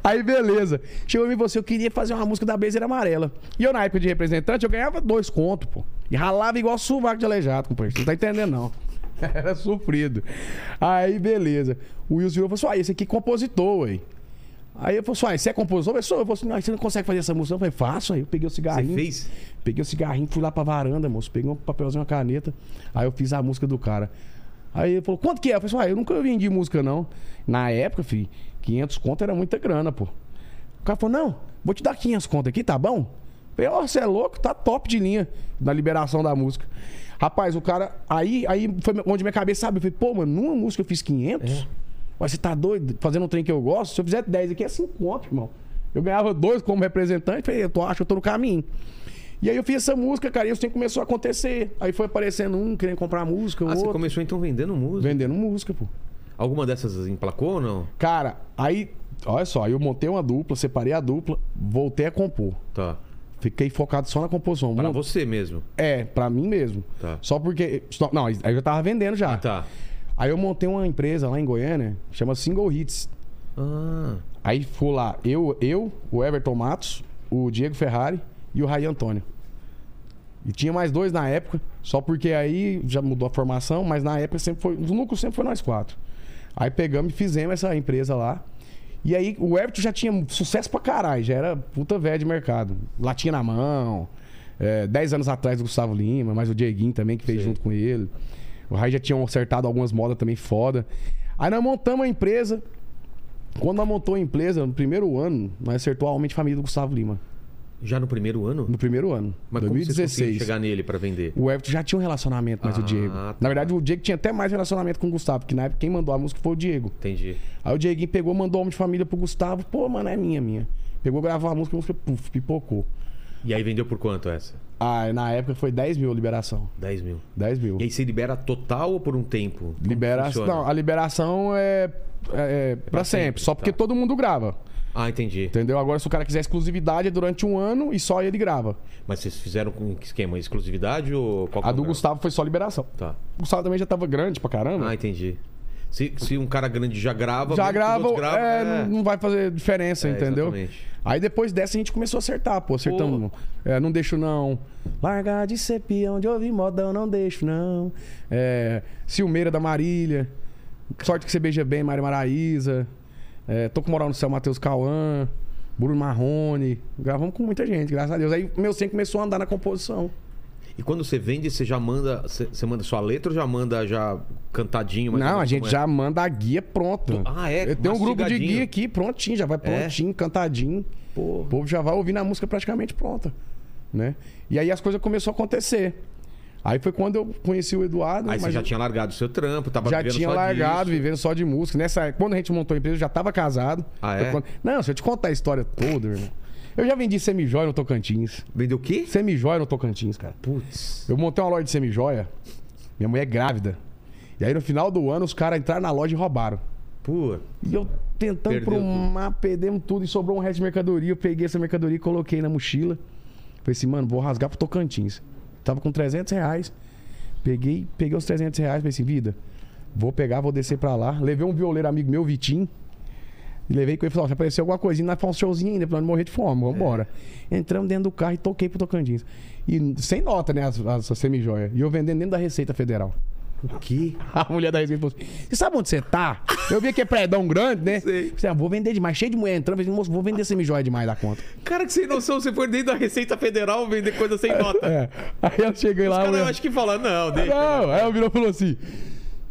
Speaker 4: Aí beleza. Chegou em mim você, eu queria fazer uma música da blazer amarela. E eu na época de representante, eu ganhava dois contos, pô. E ralava igual sovaco de aleijado, companheiro. Você não tá entendendo, não. Era sofrido. Aí beleza. O Wilson virou e falou assim, ah, esse aqui é compositor, ué. Aí eu falei assim, ah, você é compositor? Eu falei, sou. Eu falei assim, "Não, você não consegue fazer essa música? não?" Eu falei, faço. Aí eu peguei o
Speaker 1: Você
Speaker 4: cigarrinho.
Speaker 1: fez?
Speaker 4: Peguei o cigarrinho, fui lá pra varanda, moço. Peguei um papelzinho, uma caneta. Aí eu fiz a música do cara. Aí ele falou, quanto que é? Eu falei, assim, ah, eu nunca vendi música, não. Na época, filho, 500 conto era muita grana, pô. O cara falou, não, vou te dar 500 conto aqui, tá bom? Eu falei, ó, você é louco, tá top de linha na liberação da música. Rapaz, o cara, aí, aí foi onde minha cabeça sabe. Eu falei, pô, mano, numa música eu fiz 500?
Speaker 1: É.
Speaker 4: Mas você tá doido? Fazendo um trem que eu gosto? Se eu fizer 10 aqui é 5 conto, irmão. Eu ganhava dois como representante, falei, eu tô, acho que eu tô no caminho. E aí eu fiz essa música, cara, e isso começou a acontecer. Aí foi aparecendo um querendo comprar música, o
Speaker 1: Ah, você
Speaker 4: outro
Speaker 1: começou então vendendo música.
Speaker 4: vendendo música, pô.
Speaker 1: Alguma dessas emplacou ou não?
Speaker 4: Cara, aí, olha só, eu montei uma dupla, separei a dupla, voltei a compor.
Speaker 1: Tá.
Speaker 4: Fiquei focado só na composição.
Speaker 1: Pra
Speaker 4: Mont-
Speaker 1: você mesmo.
Speaker 4: É, pra mim mesmo.
Speaker 1: Tá.
Speaker 4: Só porque. só- Não, aí eu já tava vendendo já.
Speaker 1: Tá.
Speaker 4: Aí eu montei uma empresa lá em Goiânia, chama Single Hits.
Speaker 1: Ah,
Speaker 4: Aí fui lá, eu, eu, o Everton Matos, o Diego Ferrari e o Ray Antônio. E tinha mais dois na época, só porque aí já mudou a formação, mas na época sempre foi. O lucro sempre foi nós quatro. Aí pegamos e fizemos essa empresa lá. E aí o Everton já tinha sucesso pra caralho, já era puta velha de mercado. Latinha na mão, é, dez anos atrás do Gustavo Lima, mas o Dieguinho também que fez junto com ele. O Ray já tinha acertado algumas modas também foda. Aí nós montamos a empresa, quando nós montou a empresa, no primeiro ano, nós acertou a aumento de família do Gustavo Lima.
Speaker 1: já no primeiro ano?
Speaker 4: No primeiro ano.
Speaker 1: Mas como vocês conseguiram
Speaker 4: 2016.
Speaker 1: chegar nele pra vender?
Speaker 4: O Everton já tinha um relacionamento, mas
Speaker 1: Ah,
Speaker 4: o Diego.
Speaker 1: tá.
Speaker 4: Na verdade, o Diego tinha até mais relacionamento com o Gustavo, porque na época quem mandou a música foi o Diego.
Speaker 1: Entendi.
Speaker 4: Aí o Dieguinho pegou, mandou o homem de família pro Gustavo. Pô, mano, é minha, minha. Pegou, gravou a música, a música, puf, pipocou.
Speaker 1: E aí vendeu por quanto essa?
Speaker 4: Ah, na época foi 10 mil a liberação.
Speaker 1: 10 mil.
Speaker 4: 10 mil.
Speaker 1: E aí você libera total ou por um tempo? Como
Speaker 4: liberação.
Speaker 1: funciona?
Speaker 4: Não, a liberação é, é, é pra, sempre,
Speaker 1: sempre,
Speaker 4: só porque
Speaker 1: tá.
Speaker 4: todo mundo grava.
Speaker 1: Ah, entendi.
Speaker 4: Entendeu? Agora, se o cara quiser exclusividade, é durante um ano e só ele grava.
Speaker 1: Mas vocês fizeram com que esquema? Exclusividade ou qual que
Speaker 4: A
Speaker 1: é o
Speaker 4: do
Speaker 1: grau?
Speaker 4: Gustavo foi só liberação.
Speaker 1: Tá.
Speaker 4: O Gustavo também já tava grande pra caramba.
Speaker 1: Ah, entendi. Se, se um cara grande já grava,
Speaker 4: já
Speaker 1: mesmo que os
Speaker 4: grava,
Speaker 1: outros gravam,
Speaker 4: é,
Speaker 1: é.
Speaker 4: não vai fazer diferença,
Speaker 1: É,
Speaker 4: entendeu?
Speaker 1: exatamente.
Speaker 4: Aí depois dessa a gente começou a acertar, pô. Acertamos. é, não deixo não. Largar de ser peão, de ouvir modão, não deixo não. É, Silmeira da Marília. Sorte que você beija bem, Mário Maraíza. É, Tô com moral no céu, Matheus Cauã. Bruno Marrone. Gravamos com muita gente, graças a Deus. Aí meu sem começou a andar na composição.
Speaker 1: E quando você vende, você já manda. Você você manda sua letra ou já manda já cantadinho? mais ou
Speaker 4: Não, a
Speaker 1: menos
Speaker 4: gente
Speaker 1: como é?
Speaker 4: já manda a guia pronta.
Speaker 1: Ah, é?
Speaker 4: Eu tenho um grupo de
Speaker 1: Mastigadinho.
Speaker 4: guia aqui prontinho, já vai prontinho, cantadinho.
Speaker 1: Pô.
Speaker 4: O povo já vai ouvindo a música praticamente pronta, né? E aí as coisas começaram a acontecer. Aí foi quando eu conheci o Eduardo,
Speaker 1: Aí você
Speaker 4: mas
Speaker 1: já
Speaker 4: eu
Speaker 1: tinha largado o seu trampo, tava
Speaker 4: já
Speaker 1: vivendo
Speaker 4: tinha
Speaker 1: só
Speaker 4: largado,
Speaker 1: disso.
Speaker 4: vivendo só de música. Nessa, época, quando a gente montou a empresa, eu já estava casado.
Speaker 1: Ah,
Speaker 4: Eu
Speaker 1: é?
Speaker 4: con- Não, se eu te contar a história toda, irmão. Eu já vendi semijóia no Tocantins.
Speaker 1: Vendeu o quê?
Speaker 4: Semijóia no Tocantins, cara.
Speaker 1: Putz.
Speaker 4: Eu montei uma loja de semijóia, minha mulher é grávida. E aí no final do ano os caras entraram na loja e roubaram.
Speaker 1: Pô.
Speaker 4: E eu tentando
Speaker 1: Perdeu
Speaker 4: prumar, perdemos tudo e sobrou um resto de mercadoria. Eu peguei essa mercadoria e coloquei na mochila. Falei assim, mano, vou rasgar pro Tocantins. Tava com 300 reais. Peguei, peguei os 300 reais, falei assim, vida, Vou pegar, vou descer pra lá. Levei um violeiro amigo meu, Vitinho. E Levei com ele e falei, ó, se aparecer alguma coisinha, nós faz um showzinho ainda, pra nós não morrer de fome, vambora. Entramos dentro do carro e toquei pro Tocantins. E sem nota, né, as, as, as semijoias. E eu vendendo dentro da Receita Federal.
Speaker 1: O quê?
Speaker 4: A mulher da Receita falou assim: Você sabe onde você tá? Eu vi que é predão grande, né? Falei, ah, vou vender demais, cheio de mulher entrando. Falei, moço, vou vender semijoia demais da conta.
Speaker 5: Cara, que sem
Speaker 1: Então
Speaker 5: noção, você foi dentro da Receita Federal vender coisa sem nota.
Speaker 4: É. Aí eu cheguei
Speaker 5: Os
Speaker 4: lá. a
Speaker 5: caras eu
Speaker 4: mulher-
Speaker 5: acho que falam, não, deixa.
Speaker 4: Não, aí ela virou e falou assim: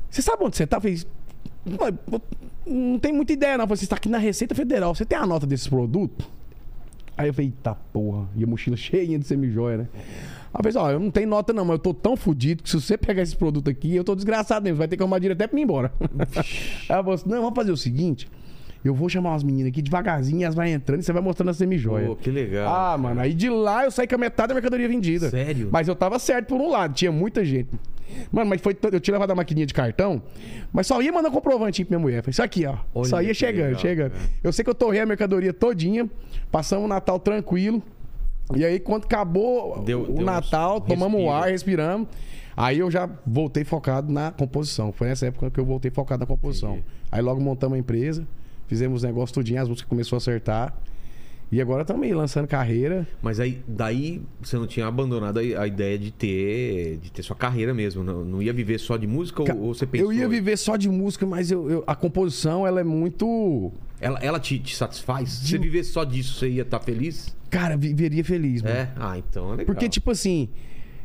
Speaker 4: Você sabe onde você tá? Eu falei, "Mas, pô, não tem muita ideia, não. Eu falei, Você tá aqui na Receita Federal, você tem a nota desses produtos? Aí eu falei, eita porra, e a mochila cheinha de semijoia, né? Aí eu falei, ó, eu não tenho nota não, mas eu tô tão fudido que se você pegar esse produto aqui, eu tô desgraçado mesmo, vai ter que arrumar dinheiro até pra mim ir embora. Aí ela falou assim, não, vamos fazer o seguinte, eu vou chamar umas meninas aqui devagarzinho, elas vão entrando e você vai mostrando a semijoia.
Speaker 1: Pô, que legal.
Speaker 4: Ah, mano, aí de lá eu saí com a metade da mercadoria vendida.
Speaker 1: Sério?
Speaker 4: Mas eu tava certo por um lado, tinha muita gente. Mano, mas foi. todo- Eu tinha levado a maquininha de cartão, mas só ia mandar um comprovante pra minha mulher. Falei, isso aqui, ó.
Speaker 1: Olha
Speaker 4: só
Speaker 1: que
Speaker 4: ia chegando,
Speaker 1: legal,
Speaker 4: chegando.
Speaker 1: cara.
Speaker 4: Eu sei que eu torrei a mercadoria todinha, passamos o Natal tranquilo. E aí, quando acabou
Speaker 1: Deu-
Speaker 4: o
Speaker 1: deu uns
Speaker 4: Natal, tomamos o
Speaker 1: respiro.
Speaker 4: ar, respiramos. Aí eu já voltei focado na composição. Foi nessa época que eu voltei focado na composição. Aí logo montamos a empresa, fizemos o negócio tudinho, as músicas começou a acertar. E agora estamos aí lançando carreira.
Speaker 1: Mas aí, daí você não tinha abandonado a, a ideia de ter, de ter sua carreira mesmo. Não, não ia viver só de música ou, ou você pensou?
Speaker 4: eu ia viver só de música, mas eu- eu- a composição ela é muito.
Speaker 1: Ela, ela te, te satisfaz? Se você viver só disso, você ia estar feliz?
Speaker 4: Cara, viveria feliz, mano.
Speaker 1: É? Ah, então é legal.
Speaker 4: Porque, tipo assim,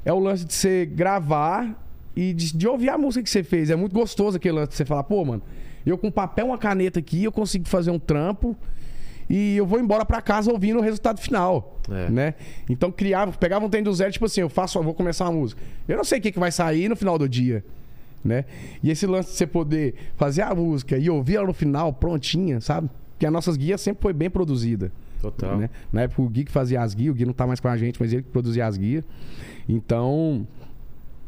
Speaker 4: é o lance de você gravar e de, de ouvir a música que você fez. É muito gostoso aquele lance de você falar, pô, mano, eu com papel e uma caneta aqui, eu consigo fazer um trampo e eu vou embora pra casa ouvindo o resultado final.
Speaker 1: É.
Speaker 4: Né? Então criava, pegava um trem do zero, tipo assim, eu faço, eu vou começar uma música. Eu não sei o que, que vai sair no final do dia. Né? E esse lance de você poder fazer a música e ouvir ela no final, prontinha, sabe? Porque as nossas guias sempre foi bem produzida.
Speaker 1: Total.
Speaker 4: Né? Na época o Gui que fazia as guias, o Gui não tá mais com a gente, mas ele que produzia as guias. Então,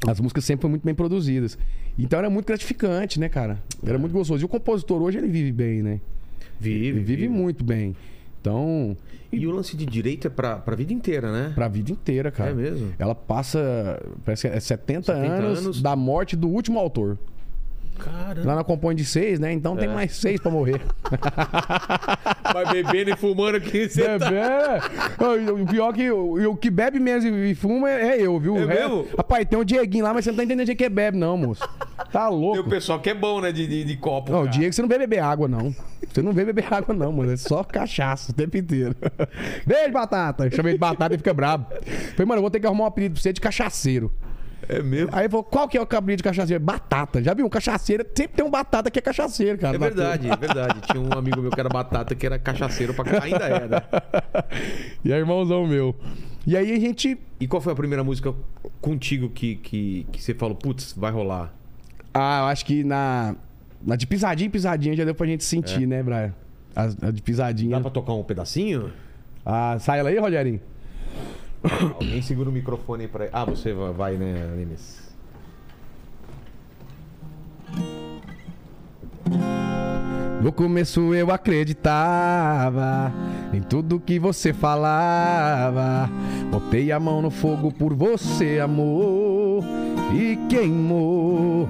Speaker 4: as músicas sempre foram muito bem produzidas. Então era muito gratificante, né, cara? Era muito gostoso. E o compositor hoje ele vive bem, né?
Speaker 1: Vive,
Speaker 4: Ele vive, muito bem. Então,
Speaker 1: E o lance de direito é pra, pra vida inteira, né?
Speaker 4: pra vida inteira, cara.
Speaker 1: É mesmo?
Speaker 4: Ela passa, parece que é 70,
Speaker 1: 70
Speaker 4: anos,
Speaker 1: anos.
Speaker 4: da morte do último autor.
Speaker 1: Caramba. É.
Speaker 4: Lá na compõe de seis, né? Então tem mais seis pra morrer.
Speaker 5: Vai bebendo e fumando que você
Speaker 4: É, é. O pior que o, o que bebe menos e fuma é eu, viu?
Speaker 5: É
Speaker 4: O resto-
Speaker 5: mesmo?
Speaker 4: Rapaz, tem um Dieguinho lá, mas você não tá entendendo o que é bebe, não, moço. Tá
Speaker 5: Tem o
Speaker 4: louco.
Speaker 5: pessoal que é bom, né? De, de, de copo.
Speaker 4: Não, o
Speaker 5: cara.
Speaker 4: Diego, você não vai beber água, não. Você não vai beber água, não, mano. É só cachaça o tempo inteiro. Beijo, batata. Chamei de batata e fica brabo. Falei, mano, eu vou ter que arrumar um apelido pra você de cachaceiro.
Speaker 5: É mesmo.
Speaker 4: Aí ele falou, qual que é o apelido de cachaceiro? Batata. Já viu? Um cachaceiro, sempre tem um batata que é cachaceiro, cara.
Speaker 1: É
Speaker 4: na turma.
Speaker 1: verdade, é verdade. Tinha um amigo meu que era batata, que era cachaceiro pra cá. Ainda era.
Speaker 4: e é irmãozão meu. E aí a gente
Speaker 1: E qual foi a primeira música contigo que, que, que você falou, putz, vai rolar?
Speaker 4: Ah, eu acho que na. Na de pisadinha em pisadinha já deu pra gente sentir, né, Brian? A, a de
Speaker 1: É. Dá
Speaker 4: pisadinha.
Speaker 1: pra tocar um pedacinho?
Speaker 4: Ah, sai ela aí, Rogerinho.
Speaker 1: Alguém segura o microfone aí pra. Ah, você va- vai, né, Lemes?
Speaker 4: No começo eu acreditava em tudo que você falava. Botei a mão no fogo por você, amor, e queimou.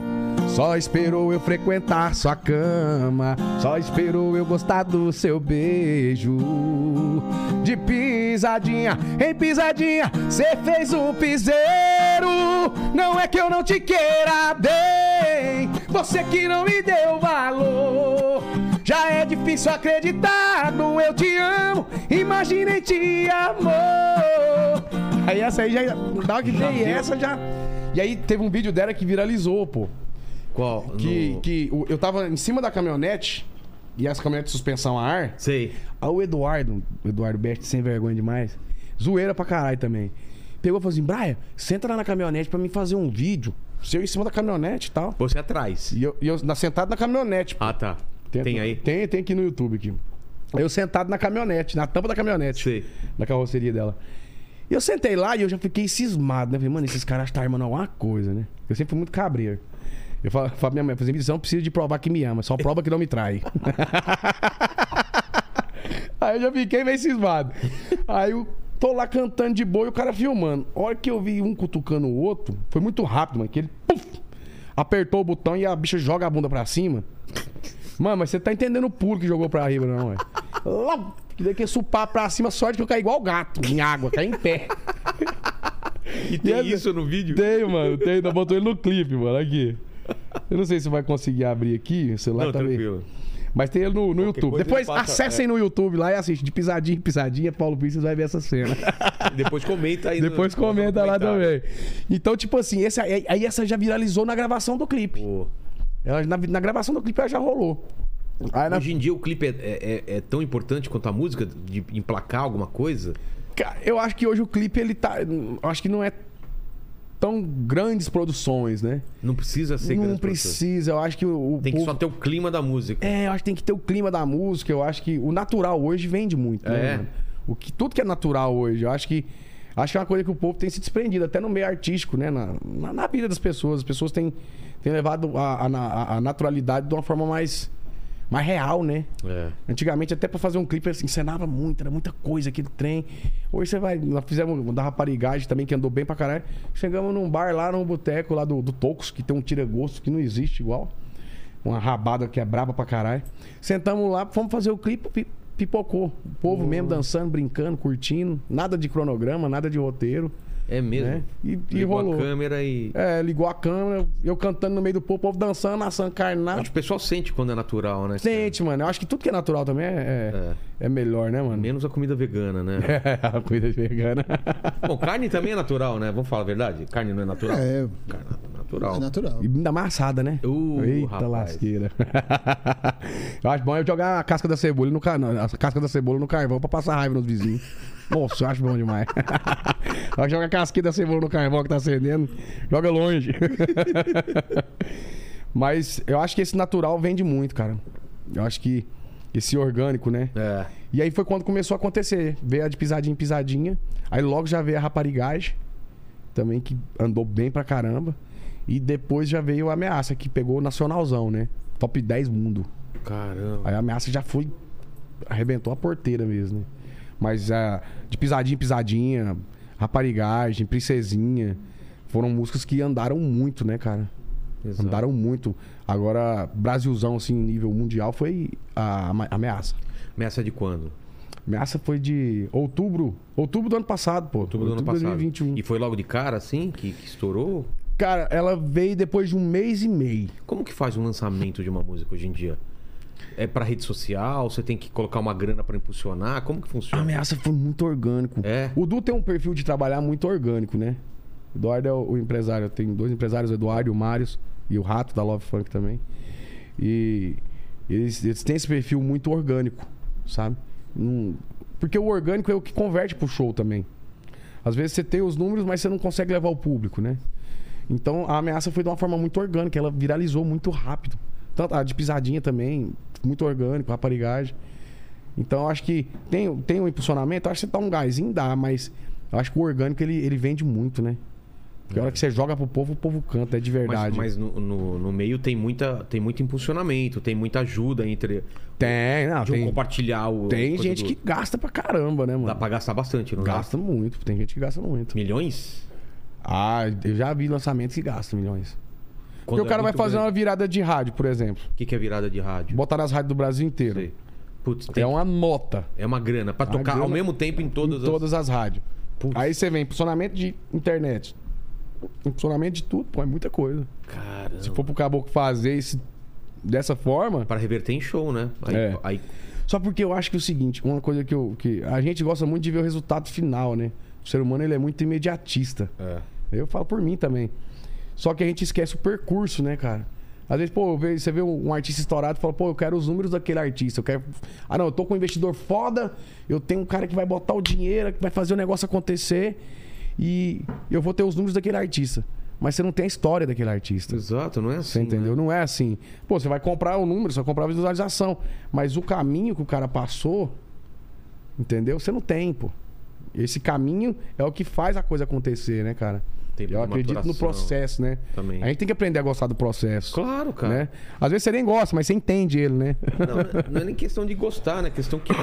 Speaker 4: Só esperou eu frequentar sua cama, só esperou eu gostar do seu beijo. De pisadinha em pisadinha, cê fez um piseiro. Não é que eu não te queira bem, você que não me deu valor. Já é difícil acreditar no eu te amo, imaginei te amor. Aí essa aí já dá que dei essa já. E aí teve um vídeo dela que viralizou, pô.
Speaker 1: Qual?
Speaker 4: Que,
Speaker 1: No-
Speaker 4: que o- eu tava em cima da caminhonete e as caminhonetes de suspensão a ar.
Speaker 1: Sei.
Speaker 4: Aí Ah, o Eduardo, o Eduardo Best, sem vergonha demais, zoeira pra caralho também. Pegou e falou assim: Braia, senta lá na caminhonete pra mim fazer um vídeo. Seu em cima da caminhonete e tal.
Speaker 1: Você atrás.
Speaker 4: E eu, e eu na- sentado na caminhonete. pô.
Speaker 1: Ah, tá. Tem, aí?
Speaker 4: Tem, tem aqui no YouTube aqui. Eu sentado na caminhonete, na tampa da caminhonete.
Speaker 1: Sei.
Speaker 4: Na carroceria dela. E eu sentei lá e eu já fiquei cismado, né? Falei, mano, esses caras estão armando alguma coisa, né? Eu sempre fui muito cabreiro. Eu falo, falo pra minha mãe, fazer missão precisa de provar que me ama, só prova que não me trai. Aí eu já fiquei meio cismado. Aí eu tô lá cantando de boa e o cara filmando. A hora que eu vi um cutucando o outro, foi muito rápido, mano. Que ele. Puf! apertou o botão e a bicha joga a bunda pra cima. Mano, mas você tá entendendo o pulo que jogou pra riba, não, é? Lá, que daqui é supar pra cima, sorte que eu caí igual gato em água, caí em pé.
Speaker 5: E tem isso no vídeo?
Speaker 4: Tenho, mano, tenho. Ainda botou ele no clipe, mano, aqui. Eu não sei se vai conseguir abrir aqui, o celular
Speaker 5: Não,
Speaker 4: tá meio-
Speaker 5: tranquilo.
Speaker 4: Mas tem ele no, no YouTube.
Speaker 5: coisa
Speaker 4: Depois
Speaker 5: ele passa- é.
Speaker 4: acessem no YouTube lá e assistem. De pisadinha em pisadinha, Paulo Pires, vocês vão ver essa cena.
Speaker 5: Depois comenta aí. no-
Speaker 4: Depois
Speaker 5: bota no
Speaker 4: comenta lá
Speaker 5: comentário.
Speaker 4: também. Então, tipo assim, esse, aí aí essa já viralizou na gravação do clipe.
Speaker 5: Pô.
Speaker 4: Ela- na, na gravação do clipe ela já rolou. Aí na-
Speaker 1: Hoje em dia o clipe é, é- é- é tão importante quanto a música de emplacar alguma coisa.
Speaker 4: Cara, eu acho que hoje o clipe, ele tá. eu Acho que não é tão grandes produções, né?
Speaker 1: Não precisa ser
Speaker 4: não
Speaker 1: grande produção.
Speaker 4: precisa. Eu acho que o, o
Speaker 1: Tem que
Speaker 4: povo-
Speaker 1: só ter o clima da música.
Speaker 4: É, eu acho que tem que ter o clima da música. Eu acho que o natural hoje vende muito. né,
Speaker 1: É.
Speaker 4: mano? O que, tudo que é natural hoje. Eu acho que. Acho que é uma coisa que o povo tem se desprendido, até no meio artístico, né? Na, na, na vida das pessoas. As pessoas têm, têm levado a, a, a- a naturalidade de uma forma mais, mais real, né?
Speaker 1: É.
Speaker 4: Antigamente, até pra fazer um clipe, assim, encenava muito, era muita coisa aquele trem. Hoje você vai. Nós fizemos da raparigagem também, que andou bem pra caralho. Chegamos num bar lá, num boteco lá do, do Tocos, que tem um tira-gosto que não existe igual. Uma rabada que é braba pra caralho. Sentamos lá, fomos fazer o clipe, pi- pipocou. O povo mesmo dançando, brincando, curtindo. Nada de cronograma, nada de roteiro.
Speaker 1: É mesmo.
Speaker 4: Né? E- e
Speaker 1: Ligou
Speaker 4: rolou.
Speaker 1: a câmera e.
Speaker 4: É, ligou a câmera, eu cantando no meio do povo, o povo dançando, assando carnada.
Speaker 1: Onde o pessoal sente quando é natural, né?
Speaker 4: Sente, mano. Eu acho que tudo que é natural também é, é- é melhor, né, mano?
Speaker 1: Menos a comida vegana, né?
Speaker 4: a comida vegana.
Speaker 1: Bom, carne também é natural, né? Vamos falar a verdade? Carne não é natural?
Speaker 2: É,
Speaker 1: Carne não é natural.
Speaker 2: é natural.
Speaker 4: E ainda amassada, né?
Speaker 1: Uh,
Speaker 4: Eita
Speaker 1: rapaz.
Speaker 4: lasqueira. eu acho bom eu jogar a casca da cebola no carvão, a casca da cebola no carvão pra passar raiva nos vizinhos. Nossa, eu acho bom demais. Vai jogar a casquinha da cebola no carvão que tá acendendo, joga longe. Mas eu acho que esse natural vende muito, cara. Eu acho que esse orgânico, né?
Speaker 1: É.
Speaker 4: E aí foi quando começou a acontecer. Veio a de pisadinha em pisadinha. Aí logo já veio a raparigagem. Também que andou bem pra caramba. E depois já veio a ameaça, que pegou o nacionalzão, né? Top 10 mundo.
Speaker 1: Caramba.
Speaker 4: Aí a ameaça já foi. Arrebentou a porteira mesmo, né? Mas ah, de pisadinha em pisadinha, raparigagem, princesinha. Foram músicas que andaram muito, né, cara?
Speaker 1: Exato.
Speaker 4: Andaram muito. Agora, Brasilzão, assim, nível mundial, foi a ama- ameaça.
Speaker 1: Ameaça de quando?
Speaker 4: Ameaça foi de outubro. Outubro do ano passado, pô.
Speaker 1: Outubro do ano passado.
Speaker 4: de 2021.
Speaker 1: E foi logo de cara, assim, que, que estourou?
Speaker 4: Cara, ela veio depois de um mês e meio.
Speaker 1: Como que faz um lançamento de uma música hoje em dia? É pra rede social? Você tem que colocar uma grana pra impulsionar? Como que
Speaker 4: A
Speaker 1: funciona?
Speaker 4: ameaça foi muito orgânico.
Speaker 1: É.
Speaker 4: O Du tem um perfil de trabalhar muito orgânico, né? O Eduardo é o o empresário. Tem dois empresários, o Eduardo e o Marius. E o Rato da Love Funk também. E eles, eles têm esse perfil muito orgânico, sabe? Não- porque o orgânico é o que converte pro show também. Às vezes você tem os números, mas você não consegue levar o público, né? Então a ameaça foi de uma forma muito orgânica, ela viralizou muito rápido. Tanto a de pisadinha também, muito orgânico, raparigagem. Então eu acho que tem, tem um impulsionamento, eu acho que você dá um gásinho, dá, mas eu acho que o orgânico ele, ele vende muito, né? Porque a hora que você joga pro povo, o povo canta, é de
Speaker 1: Mas,
Speaker 4: verdade.
Speaker 1: mas no, no- no meio tem, muita, tem muito impulsionamento, tem muita ajuda entre
Speaker 4: Tem, não,
Speaker 1: de um
Speaker 4: Ah, tem,
Speaker 1: compartilhar o.
Speaker 4: tem
Speaker 1: coisa
Speaker 4: gente
Speaker 1: do-
Speaker 4: que gasta pra caramba, né, mano?
Speaker 1: Dá pra gastar bastante, não dá?
Speaker 4: Gasta muito, tem gente que gasta muito.
Speaker 1: Milhões?
Speaker 4: Ah, eu já vi lançamentos que gastam milhões.
Speaker 1: Quando
Speaker 4: Porque o cara
Speaker 1: é
Speaker 4: vai
Speaker 1: muito
Speaker 4: fazer
Speaker 1: grande.
Speaker 4: uma virada de rádio, por exemplo.
Speaker 1: O que, que é virada de rádio?
Speaker 4: Botar nas rádios do Brasil inteiro.
Speaker 1: Sei. Putz, tem-
Speaker 4: É uma nota
Speaker 1: é uma grana. Pra
Speaker 4: Uma
Speaker 1: tocar ao
Speaker 4: grana-
Speaker 1: mesmo tempo em
Speaker 4: em
Speaker 1: todas, as.
Speaker 4: todas as rádios.
Speaker 1: Putz.
Speaker 4: Aí você vem impulsionamento de internet. Impulsionamento de tudo, pô, é muita coisa.
Speaker 1: Caramba.
Speaker 4: Se for pro caboclo fazer isso dessa forma.
Speaker 1: Pra reverter em show, né? Aí,
Speaker 4: É.
Speaker 1: aí-
Speaker 4: Só porque eu acho que é o seguinte, uma coisa que, eu, que a gente gosta muito de ver o resultado final, né? O ser humano ele é muito imediatista. Eu falo por mim também. Só que a gente esquece o percurso, né, cara? Às vezes, pô, eu vejo- você vê um um artista estourado e fala, pô, eu quero os números daquele artista. Eu quero. Ah, não, eu tô com um investidor foda, eu tenho um cara que vai botar o dinheiro, que vai fazer o negócio acontecer. E eu vou ter os números daquele artista. Mas você não tem a história daquele artista.
Speaker 1: Exato, não é assim.
Speaker 4: Você entendeu?
Speaker 1: né?
Speaker 4: Não é assim. Pô, você vai comprar o número, você vai comprar a visualização. Mas o caminho que o cara passou, entendeu? Você não tem, pô. Esse caminho é o que faz a coisa acontecer, né, cara?
Speaker 1: Tempo
Speaker 4: Eu
Speaker 1: de
Speaker 4: acredito no
Speaker 1: maturação
Speaker 4: processo, né?
Speaker 1: também.
Speaker 4: A gente tem que aprender a gostar do processo.
Speaker 1: Claro, cara.
Speaker 4: Né? Às vezes você nem gosta, mas você entende ele, né?
Speaker 1: É Não, não é nem questão de gostar, né? É questão que,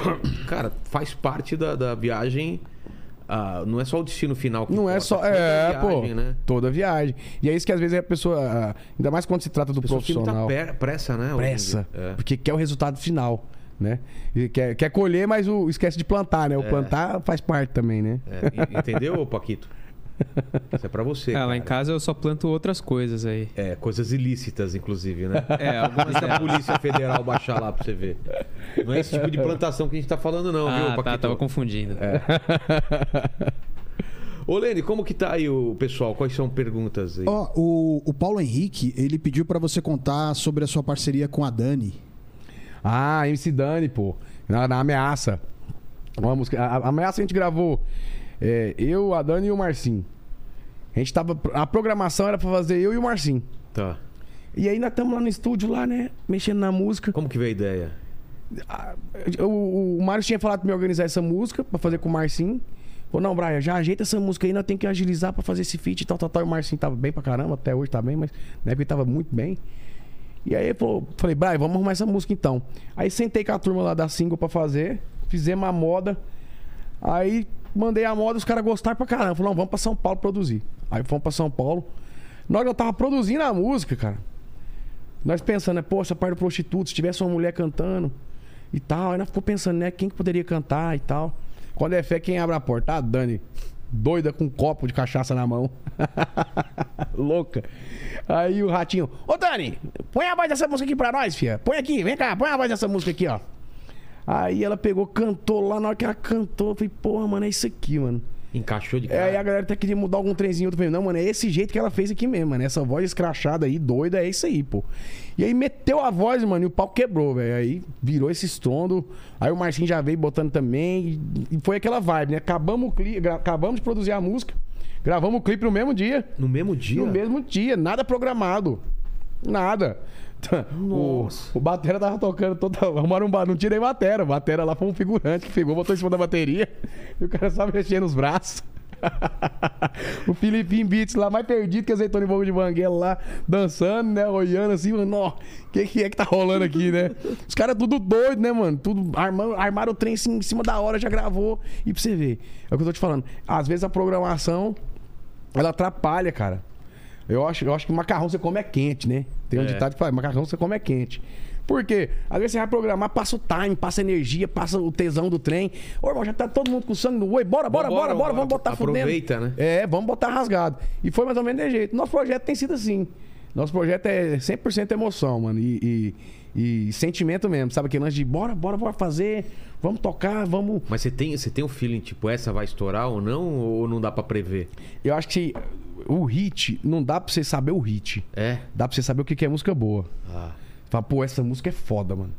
Speaker 1: cara, faz parte da, da viagem a- a- não é só o destino final que
Speaker 4: Não é
Speaker 1: importa,
Speaker 4: só.
Speaker 1: toda
Speaker 4: É,
Speaker 1: a viagem,
Speaker 4: pô.
Speaker 1: Né?
Speaker 4: Toda viagem. E é isso que às vezes a pessoa. ah, Ainda mais quando se trata do
Speaker 1: A pessoa tem muita tá
Speaker 4: profissional.
Speaker 1: per- pressa, né? hoje em dia.
Speaker 4: pressa.
Speaker 1: É.
Speaker 4: Porque quer o resultado final, né? E quer, quer colher, mas o, esquece de plantar, né? O plantar faz parte também, né?
Speaker 1: É, e- entendeu, ô Paquito? Isso é pra você.
Speaker 3: Ah, lá em
Speaker 1: cara.
Speaker 3: casa eu só planto outras coisas aí.
Speaker 1: É, coisas ilícitas, inclusive, né?
Speaker 3: É, algumas
Speaker 1: Deixa a Polícia Federal baixar lá pra você ver. Não é esse tipo de plantação que a gente tá falando, não, viu,
Speaker 3: Ah,
Speaker 1: Paquito?
Speaker 3: tá, tava confundindo.
Speaker 1: É. Ô, Lene, como que tá aí o pessoal? Quais são perguntas aí?
Speaker 2: Ó, o, o Paulo Henrique, ele pediu pra você contar sobre a sua parceria com a Dani.
Speaker 4: Ah, MC Dani, pô. Na, na ameaça. Uma música- a, a ameaça a gente gravou. é, eu, a Dani e o Marcinho. A gente tava. A programação era pra fazer eu e o Marcinho.
Speaker 1: Tá.
Speaker 4: E aí nós estamos lá no estúdio, lá, né? Mexendo na música.
Speaker 1: Como que veio a ideia?
Speaker 4: Ah, eu- o, o Mário tinha falado pra me organizar essa música, pra fazer com o Marcinho. Falou, não, Brian, já ajeita essa música aí, nós temos que agilizar pra fazer esse feat e tal, tal, tal. E o Marcinho tava bem pra caramba, até hoje tá bem, mas na época ele tava muito bem. E aí eu falou- falei, Brian, vamos arrumar essa música então. Aí sentei com a turma lá da single pra fazer, fizemos a moda. Aí mandei a moda, os caras gostaram pra caramba. Falaram, não, vamos pra São Paulo produzir. Aí fomos pra São Paulo. Na hora que eu tava produzindo a música, cara, nós pensando, né, poxa, parte do prostituto, se tivesse uma mulher cantando e tal. Aí nós ficou pensando, né, quem que poderia cantar e tal. Quando é fé, quem abre a porta? A Dani. Doida com um copo de cachaça na mão. Louca. Aí o ratinho, ô Dani, põe a voz dessa música aqui pra nós, fia. Põe aqui, vem cá, põe a voz dessa música aqui, ó. Aí ela pegou, cantou lá, na hora que ela cantou, eu falei, porra, mano, é isso aqui, mano.
Speaker 1: Encaixou de
Speaker 4: É,
Speaker 1: cara?
Speaker 4: aí a galera até queria mudar algum trenzinho, outro falei, não, mano, é esse jeito que ela fez aqui mesmo, mano. Essa voz escrachada aí, doida, é isso aí, pô. E aí meteu a voz, mano, e o pau quebrou, velho. Aí virou esse estrondo. Aí o Marcinho já veio botando também. E e foi aquela vibe, né? Acabamos, o cli- gra- acabamos de produzir a música, gravamos o clipe no mesmo dia.
Speaker 1: No mesmo dia?
Speaker 4: No mesmo dia, nada programado. Nada.
Speaker 1: Nossa.
Speaker 4: O, o Batera tava tocando toda. Arrumaram um ba- não tirei Batera. Batera lá foi um figurante que pegou, botou em cima da bateria. E o cara só mexendo os braços. o Filipinho Beats lá, mais perdido que azeitona em boca de banguela lá, dançando, né? Olhando assim, mano, ó, o que, que é que tá rolando aqui, né? Os caras tudo doido, né, mano? Tudo armando, armaram o trem assim, em cima da hora, já gravou. E pra você ver, é o que eu tô te falando. Às vezes a programação ela atrapalha, cara. Eu acho, eu acho que macarrão você come é quente, né? Tem um ditado que fala, macarrão você come é quente. Por quê? Às vezes você vai programar, passa o time, passa a energia, passa o tesão do trem. Ô, irmão, já tá todo mundo com sangue no oi, bora, bora, bora,
Speaker 1: Vambora,
Speaker 4: bora, vamos
Speaker 1: vambora.
Speaker 4: botar fudendo.
Speaker 1: Aproveita, né?
Speaker 4: É, vamos botar rasgado. E foi mais ou menos desse jeito. Nosso projeto tem sido assim. Nosso projeto é 100% emoção, mano. E, e- e sentimento mesmo, sabe? Aquele lance de bora, bora, bora fazer, vamos tocar, vamos...
Speaker 1: Mas você tem, você tem um feeling, tipo, essa vai estourar ou não? Ou não dá pra prever?
Speaker 4: Eu acho que o hit, não dá pra você saber o hit.
Speaker 1: É?
Speaker 4: Dá pra você saber o que que é música boa.
Speaker 1: Ah.
Speaker 4: Fala, pô, essa música é foda, mano.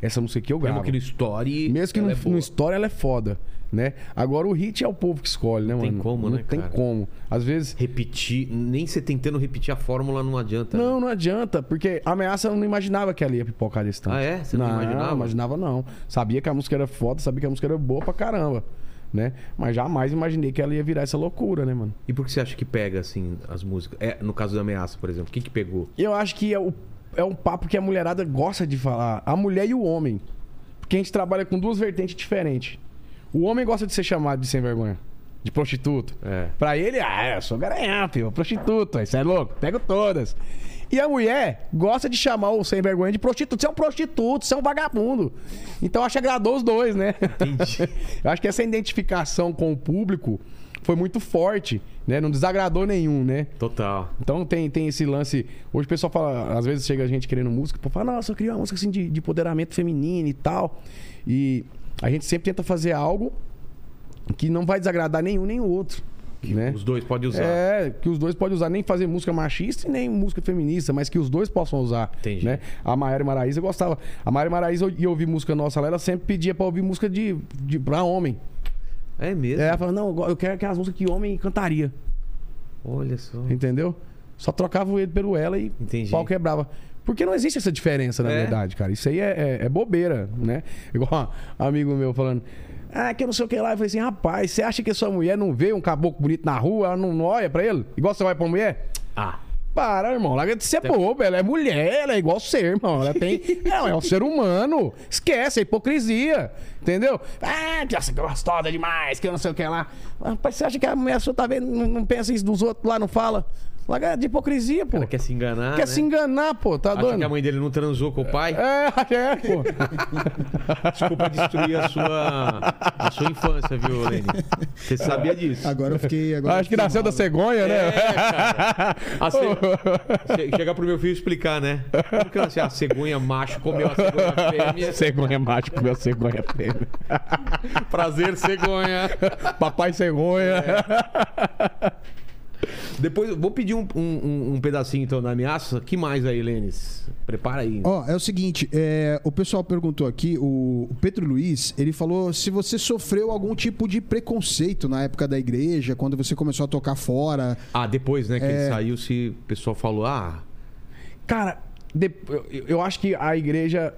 Speaker 4: Essa música aqui eu gravo.
Speaker 1: Mesmo que não estoure.
Speaker 4: Mesmo que
Speaker 1: ela
Speaker 4: no,
Speaker 1: é
Speaker 4: no
Speaker 1: boa.
Speaker 4: história ela é foda, né? Agora o hit é o povo que escolhe, né,
Speaker 1: Não tem
Speaker 4: mano?
Speaker 1: como,
Speaker 4: não
Speaker 1: né,
Speaker 4: tem
Speaker 1: cara?
Speaker 4: como. Às vezes.
Speaker 1: Repetir, nem você tentando repetir a fórmula não adianta. né?
Speaker 4: Não, não adianta, porque a ameaça eu não imaginava que ela ia pipocar desse tanto.
Speaker 1: Ah, é? Você não imaginava?
Speaker 4: Não, imaginava não. Sabia que a música era foda, sabia que a música era boa pra caramba, né? Mas jamais imaginei que ela ia virar essa loucura, né, mano?
Speaker 1: E por que você acha que pega, assim, as músicas? É, no caso da ameaça, por exemplo, o que que pegou?
Speaker 4: Eu acho que é, o, é um papo que a mulherada gosta de falar. A mulher e o homem. Porque a gente trabalha com duas vertentes diferentes. O homem gosta de ser chamado de sem vergonha. De prostituto.
Speaker 1: É.
Speaker 4: Pra ele, ah, eu sou garanhão, filho. Prostituto, isso é louco. Pego todas. E a mulher gosta de chamar o sem vergonha de prostituto. Você é um prostituto, você é um vagabundo. Então acho que agradou os dois, né?
Speaker 1: Entendi.
Speaker 4: eu acho que essa identificação com o público foi muito forte, né? Não desagradou nenhum, né?
Speaker 1: Total.
Speaker 4: Então tem, tem esse lance. Hoje o pessoal fala, às vezes chega a gente querendo música, pô, fala, nossa, eu queria uma música assim de, de empoderamento feminino e tal. E a gente sempre tenta fazer algo que não vai desagradar nenhum nem o outro. né?
Speaker 1: Os dois podem usar.
Speaker 4: É, que os dois podem usar, nem fazer música machista e nem música feminista, mas que os dois possam usar.
Speaker 1: Entendi.
Speaker 4: Né? A Maiara Maraíza gostava. A Maiara Maraíza ia ouvir música nossa lá, ela sempre pedia pra ouvir música de, de pra homem.
Speaker 1: É mesmo?
Speaker 4: É, ela falava, não, eu go- eu quero aquelas músicas que homem cantaria.
Speaker 1: Olha só.
Speaker 4: Entendeu? Só trocava o ele pelo ela e
Speaker 1: Entendi.
Speaker 4: o pau quebrava. Porque não existe essa diferença, na
Speaker 1: É.
Speaker 4: verdade, cara. Isso aí é, é- é bobeira, né? Igual um amigo meu falando. Ah, que eu não sei o que lá. Eu falei assim, rapaz, você acha que sua mulher não vê um caboclo bonito na rua, ela não não olha pra ele? Igual você olha pra mulher?
Speaker 1: Ah,
Speaker 4: Para, irmão. Larga de ser bobo. Ela é mulher, ela é igual você, irmão. Ela tem. Não, é um ser humano. Esquece a hipocrisia. é Entendeu? Ah, ah, que essa gostosa demais, que eu não sei o que lá. Rapaz, você acha que a mulher sua tá vendo, não, não pensa isso dos outros lá, não fala? Larga de hipocrisia, pô.
Speaker 1: Ela quer se enganar.
Speaker 4: Quer
Speaker 1: né?
Speaker 4: se enganar, pô, tá
Speaker 1: Acha
Speaker 4: doido?
Speaker 1: que é a mãe dele não transou com o pai?
Speaker 4: É, é, pô.
Speaker 1: Desculpa destruir a sua, a sua infância, viu, Lene? Você sabia disso.
Speaker 2: Agora eu fiquei.
Speaker 1: Ah,
Speaker 2: Agora
Speaker 4: Acho que nasceu da cegonha, né?
Speaker 1: É, A ce- Ah, che- Chegar pro meu filho explicar, né? Como que nasceu? a cegonha macho comeu a cegonha fêmea?
Speaker 4: Cegonha é mágico, meu cegonha é fêmea.
Speaker 1: Prazer, cegonha.
Speaker 4: Papai
Speaker 1: É.
Speaker 4: cegonha.
Speaker 1: Depois, vou pedir um, um- um- um pedacinho então da ameaça. que mais aí, Lênis? Prepara aí.
Speaker 2: Ó, é o seguinte, é, o pessoal perguntou aqui, o, o Pedro Luiz, ele falou se você sofreu algum tipo de preconceito na época da igreja, quando você começou a tocar fora.
Speaker 1: Ah, depois, né, que ele
Speaker 2: É.
Speaker 1: saiu, se o pessoal falou, ah,
Speaker 4: Cara, de- eu, eu acho que a igreja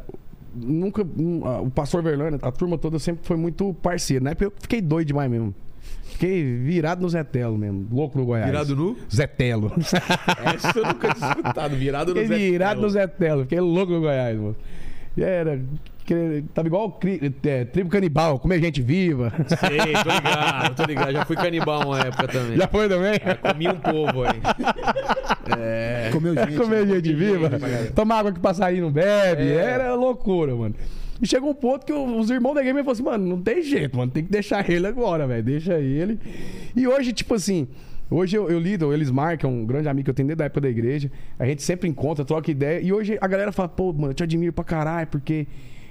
Speaker 4: nunca. nu- a- O pastor Verlano, a turma toda sempre foi muito parceiro, né? Porque Eu fiquei doido demais mesmo. Fiquei virado no Zetelo mesmo, louco no Goiás.
Speaker 1: virado nu?
Speaker 4: Zetelo.
Speaker 1: Essa eu nunca tinha escutado, virado
Speaker 4: Fiquei
Speaker 1: nu.
Speaker 4: virado no Zetelo, fiquei louco no Goiás, mano. E era. que- Tava igual o cri- é, tribo canibal, comer gente viva.
Speaker 1: Sei, tô ligado, tô ligado. Já fui canibal uma época também.
Speaker 4: Já foi também?
Speaker 1: Comi um povo aí.
Speaker 2: Comeu gente. né?
Speaker 4: comer gente né? É. viva, tomar água que passarinho não bebe, era loucura, mano. E chegou um ponto que os irmãos da Gamer falaram assim, mano, não tem jeito, mano, tem que deixar ele agora, velho, deixa ele. E hoje, tipo assim, hoje eu, eu lido, eles marcam, um grande amigo que eu tenho desde a época da igreja, a gente sempre encontra, troca ideia, e hoje a galera fala, pô, mano, eu te admiro pra caralho, porque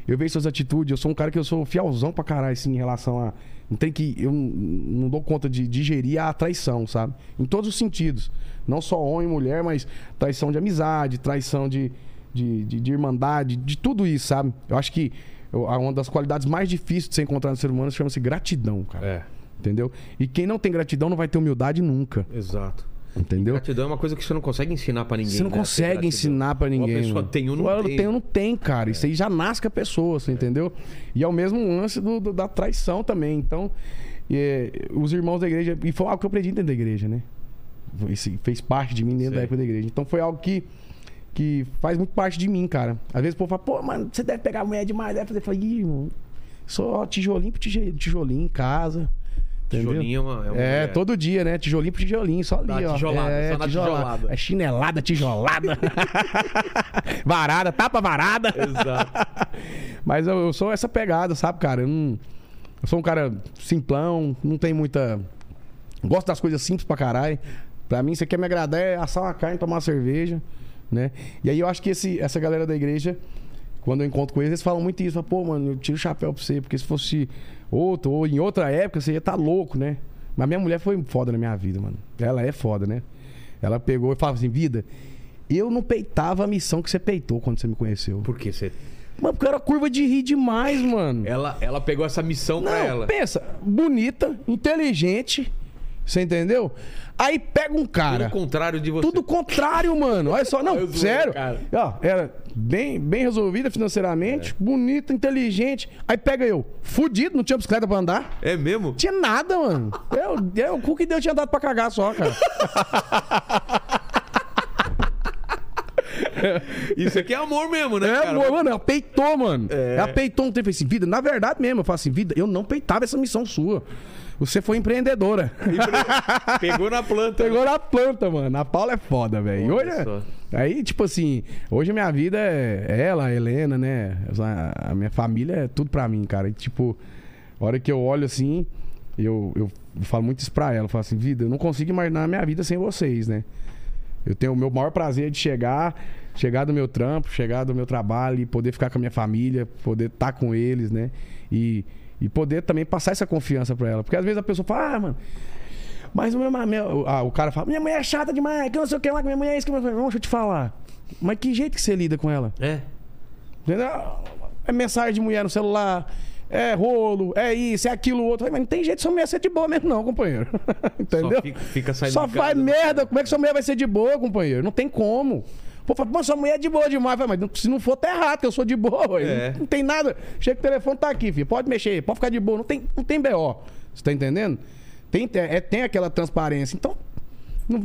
Speaker 4: eu vejo suas atitudes, eu sou um cara que eu sou fielzão pra caralho, assim, em relação a... Não tem que... Eu não- não dou conta de digerir a traição, sabe? Em todos os sentidos. Não só homem e mulher, mas traição de amizade, traição de, de, de, de irmandade, de tudo isso, sabe? Eu acho que eu- a- uma das qualidades mais difíceis de se encontrar no ser humano chama-se gratidão, cara.
Speaker 1: É.
Speaker 4: Entendeu? E quem não tem gratidão não vai ter humildade nunca,
Speaker 1: Exato.
Speaker 4: entendeu?
Speaker 1: Gratidão é uma coisa que você não consegue ensinar pra ninguém.
Speaker 4: Você não
Speaker 1: né?
Speaker 4: consegue
Speaker 1: Gratidão.
Speaker 4: ensinar pra ninguém.
Speaker 1: Uma pessoa
Speaker 4: mano.
Speaker 1: tem ou não
Speaker 4: Ou ela
Speaker 1: tem. É.
Speaker 4: ou não tem, cara. Isso aí já nasce com a pessoa, você entendeu? E é o mesmo lance do, do- da traição também. Então, é, os irmãos da igreja. E foi algo que eu aprendi dentro da igreja, né? Isso fez parte de mim dentro
Speaker 1: Sei.
Speaker 4: da época da igreja. Então foi algo que. Que faz muito parte de mim, cara. Às vezes o povo fala, pô, mano, você deve pegar a mulher demais. Deve fazer. Eu falo, Ih, irmão, só tijolinho por tijoli- tijolinho em casa. Entendeu?
Speaker 1: Tijolinho é uma... uma
Speaker 4: É,
Speaker 1: mulher.
Speaker 4: todo dia, né? Tijolinho pro tijolinho, só ali,
Speaker 1: Dá
Speaker 4: ó.
Speaker 1: tijolada,
Speaker 4: é,
Speaker 1: só na tijolada.
Speaker 4: É chinelada, tijolada. varada, tapa varada.
Speaker 1: Exato.
Speaker 4: Mas eu, eu sou essa pegada, sabe, cara? Eu, não- eu sou um cara simplão, não tem muita. Gosto das coisas simples pra caralho. Pra mim, você quer me agradar é assar uma carne, tomar uma cerveja, né? E aí eu acho que esse, essa galera da igreja, quando eu encontro com eles, eles falam muito isso. Falam, Pô, mano, eu tiro o chapéu pra você, porque se fosse outro ou em outra época, você ia estar louco, né? Mas minha mulher foi foda na minha vida, mano. Ela é foda, né? Ela pegou e falava assim: vida, eu não peitava a missão que você peitou quando você me conheceu.
Speaker 1: Por que você...
Speaker 4: Mano, porque eu era curva de rir demais, mano.
Speaker 1: Ela, ela pegou essa missão
Speaker 4: Não,
Speaker 1: pra ela.
Speaker 4: pensa, bonita, inteligente, você entendeu? Aí pega um cara.
Speaker 1: Pelo contrário de você.
Speaker 4: Tudo contrário, mano. Olha só, não,
Speaker 1: Eu zoei,
Speaker 4: sério.
Speaker 1: cara. É.
Speaker 4: Ó, era bem, bem resolvida financeiramente, bonita, inteligente. Aí pega eu, fudido, não tinha bicicleta pra andar.
Speaker 1: É mesmo?
Speaker 4: Tinha nada, mano. Eu, eu, o cu que Deus tinha dado pra cagar só, cara.
Speaker 1: Isso aqui é amor mesmo, né,
Speaker 4: É,
Speaker 1: cara?
Speaker 4: amor, mano, ela peitou, mano.
Speaker 1: É.
Speaker 4: Ela peitou um tempo falei assim, vida. Na verdade mesmo, eu falo assim, vida, eu não peitava essa missão sua. Você foi empreendedora.
Speaker 1: Pegou na planta.
Speaker 4: Pegou na planta, mano. A Paula é foda, velho. E
Speaker 1: Olha
Speaker 4: Olha.
Speaker 1: só.
Speaker 4: Aí, tipo assim, hoje a minha vida é ela, a Helena, né? A a minha família é tudo pra mim, cara. E, tipo, a hora que eu olho assim, eu, eu falo muito isso pra ela. Eu falo assim, vida, eu não consigo imaginar a minha vida sem vocês, né? Eu tenho o meu maior prazer de chegar, chegar do meu trampo, chegar do meu trabalho e poder ficar com a minha família, poder estar com eles, né? E, e poder também passar essa confiança pra ela. Porque às vezes a pessoa fala, ah, mano, mas o meu ma- meu- ah, o cara fala, minha mulher é chata demais, que eu não sei o que lá, que minha mulher é isso, que minha mulher... Não, deixa eu te falar. Mas que jeito que você lida com ela?
Speaker 1: É.
Speaker 4: Entendeu? É mensagem de mulher no celular, é rolo, é isso, é aquilo, outro. Mas não tem jeito sua mulher ser de boa mesmo, não, companheiro. Entendeu?
Speaker 1: Só fica, fica saindo
Speaker 4: Só
Speaker 1: de casa.
Speaker 4: faz merda. Como é que sua mulher vai ser de boa, companheiro? Não tem como. Pô, fala, pô, sua mulher é de boa demais. Fala, Mas se não for, tá errado, que eu sou de boa. ué.
Speaker 1: É.
Speaker 4: Não, não tem nada. Chega que o telefone, tá aqui, filho. Pode mexer, aí, pode ficar de boa. Não tem, não tem BO. Você tá entendendo? Tem, é, é- tem aquela transparência. Então, não-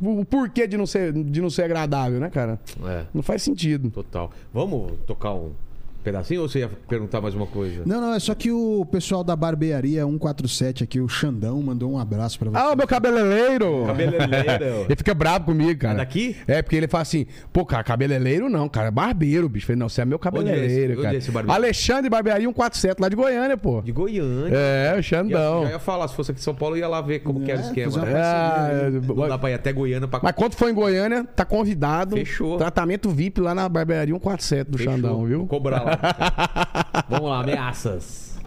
Speaker 4: não- o porquê de não, ser, de não ser agradável, né, cara?
Speaker 1: É.
Speaker 4: Não faz sentido.
Speaker 1: Total. Vamos tocar um, pedacinho ou você ia perguntar mais uma coisa?
Speaker 2: Não, não, é só que o pessoal da barbearia 147 aqui, o Xandão, mandou um abraço pra você.
Speaker 4: Ah, o meu cabeleireiro!
Speaker 1: Tá Cabeleireiro.
Speaker 4: ele fica bravo comigo, cara.
Speaker 1: É daqui?
Speaker 4: É, porque ele fala assim, pô, cara, cabeleireiro não, cara, barbeiro, bicho. Eu Falei, não, você é meu
Speaker 1: é esse?
Speaker 4: cabeleireiro,
Speaker 1: Onde
Speaker 4: cara.
Speaker 1: é esse barbeiro?
Speaker 4: Alexandre Barbearia 147, lá de Goiânia, pô.
Speaker 1: De Goiânia.
Speaker 4: É, o
Speaker 1: Ia-
Speaker 4: Xandão.
Speaker 1: Já ia falar, se fosse aqui em São Paulo, eu ia lá ver como que era o
Speaker 2: É,
Speaker 1: esquema.
Speaker 2: fazer uma
Speaker 1: né?
Speaker 4: Ah,
Speaker 1: Não dá pra ir até Goiânia pra...
Speaker 4: mas quando for em Goiânia, tá convidado.
Speaker 1: Fechou.
Speaker 4: Tratamento VIP lá na barbearia 147 do
Speaker 1: Fechou.
Speaker 4: Xandão, viu?
Speaker 1: Vou cobrar lá. Vamos lá, ameaças.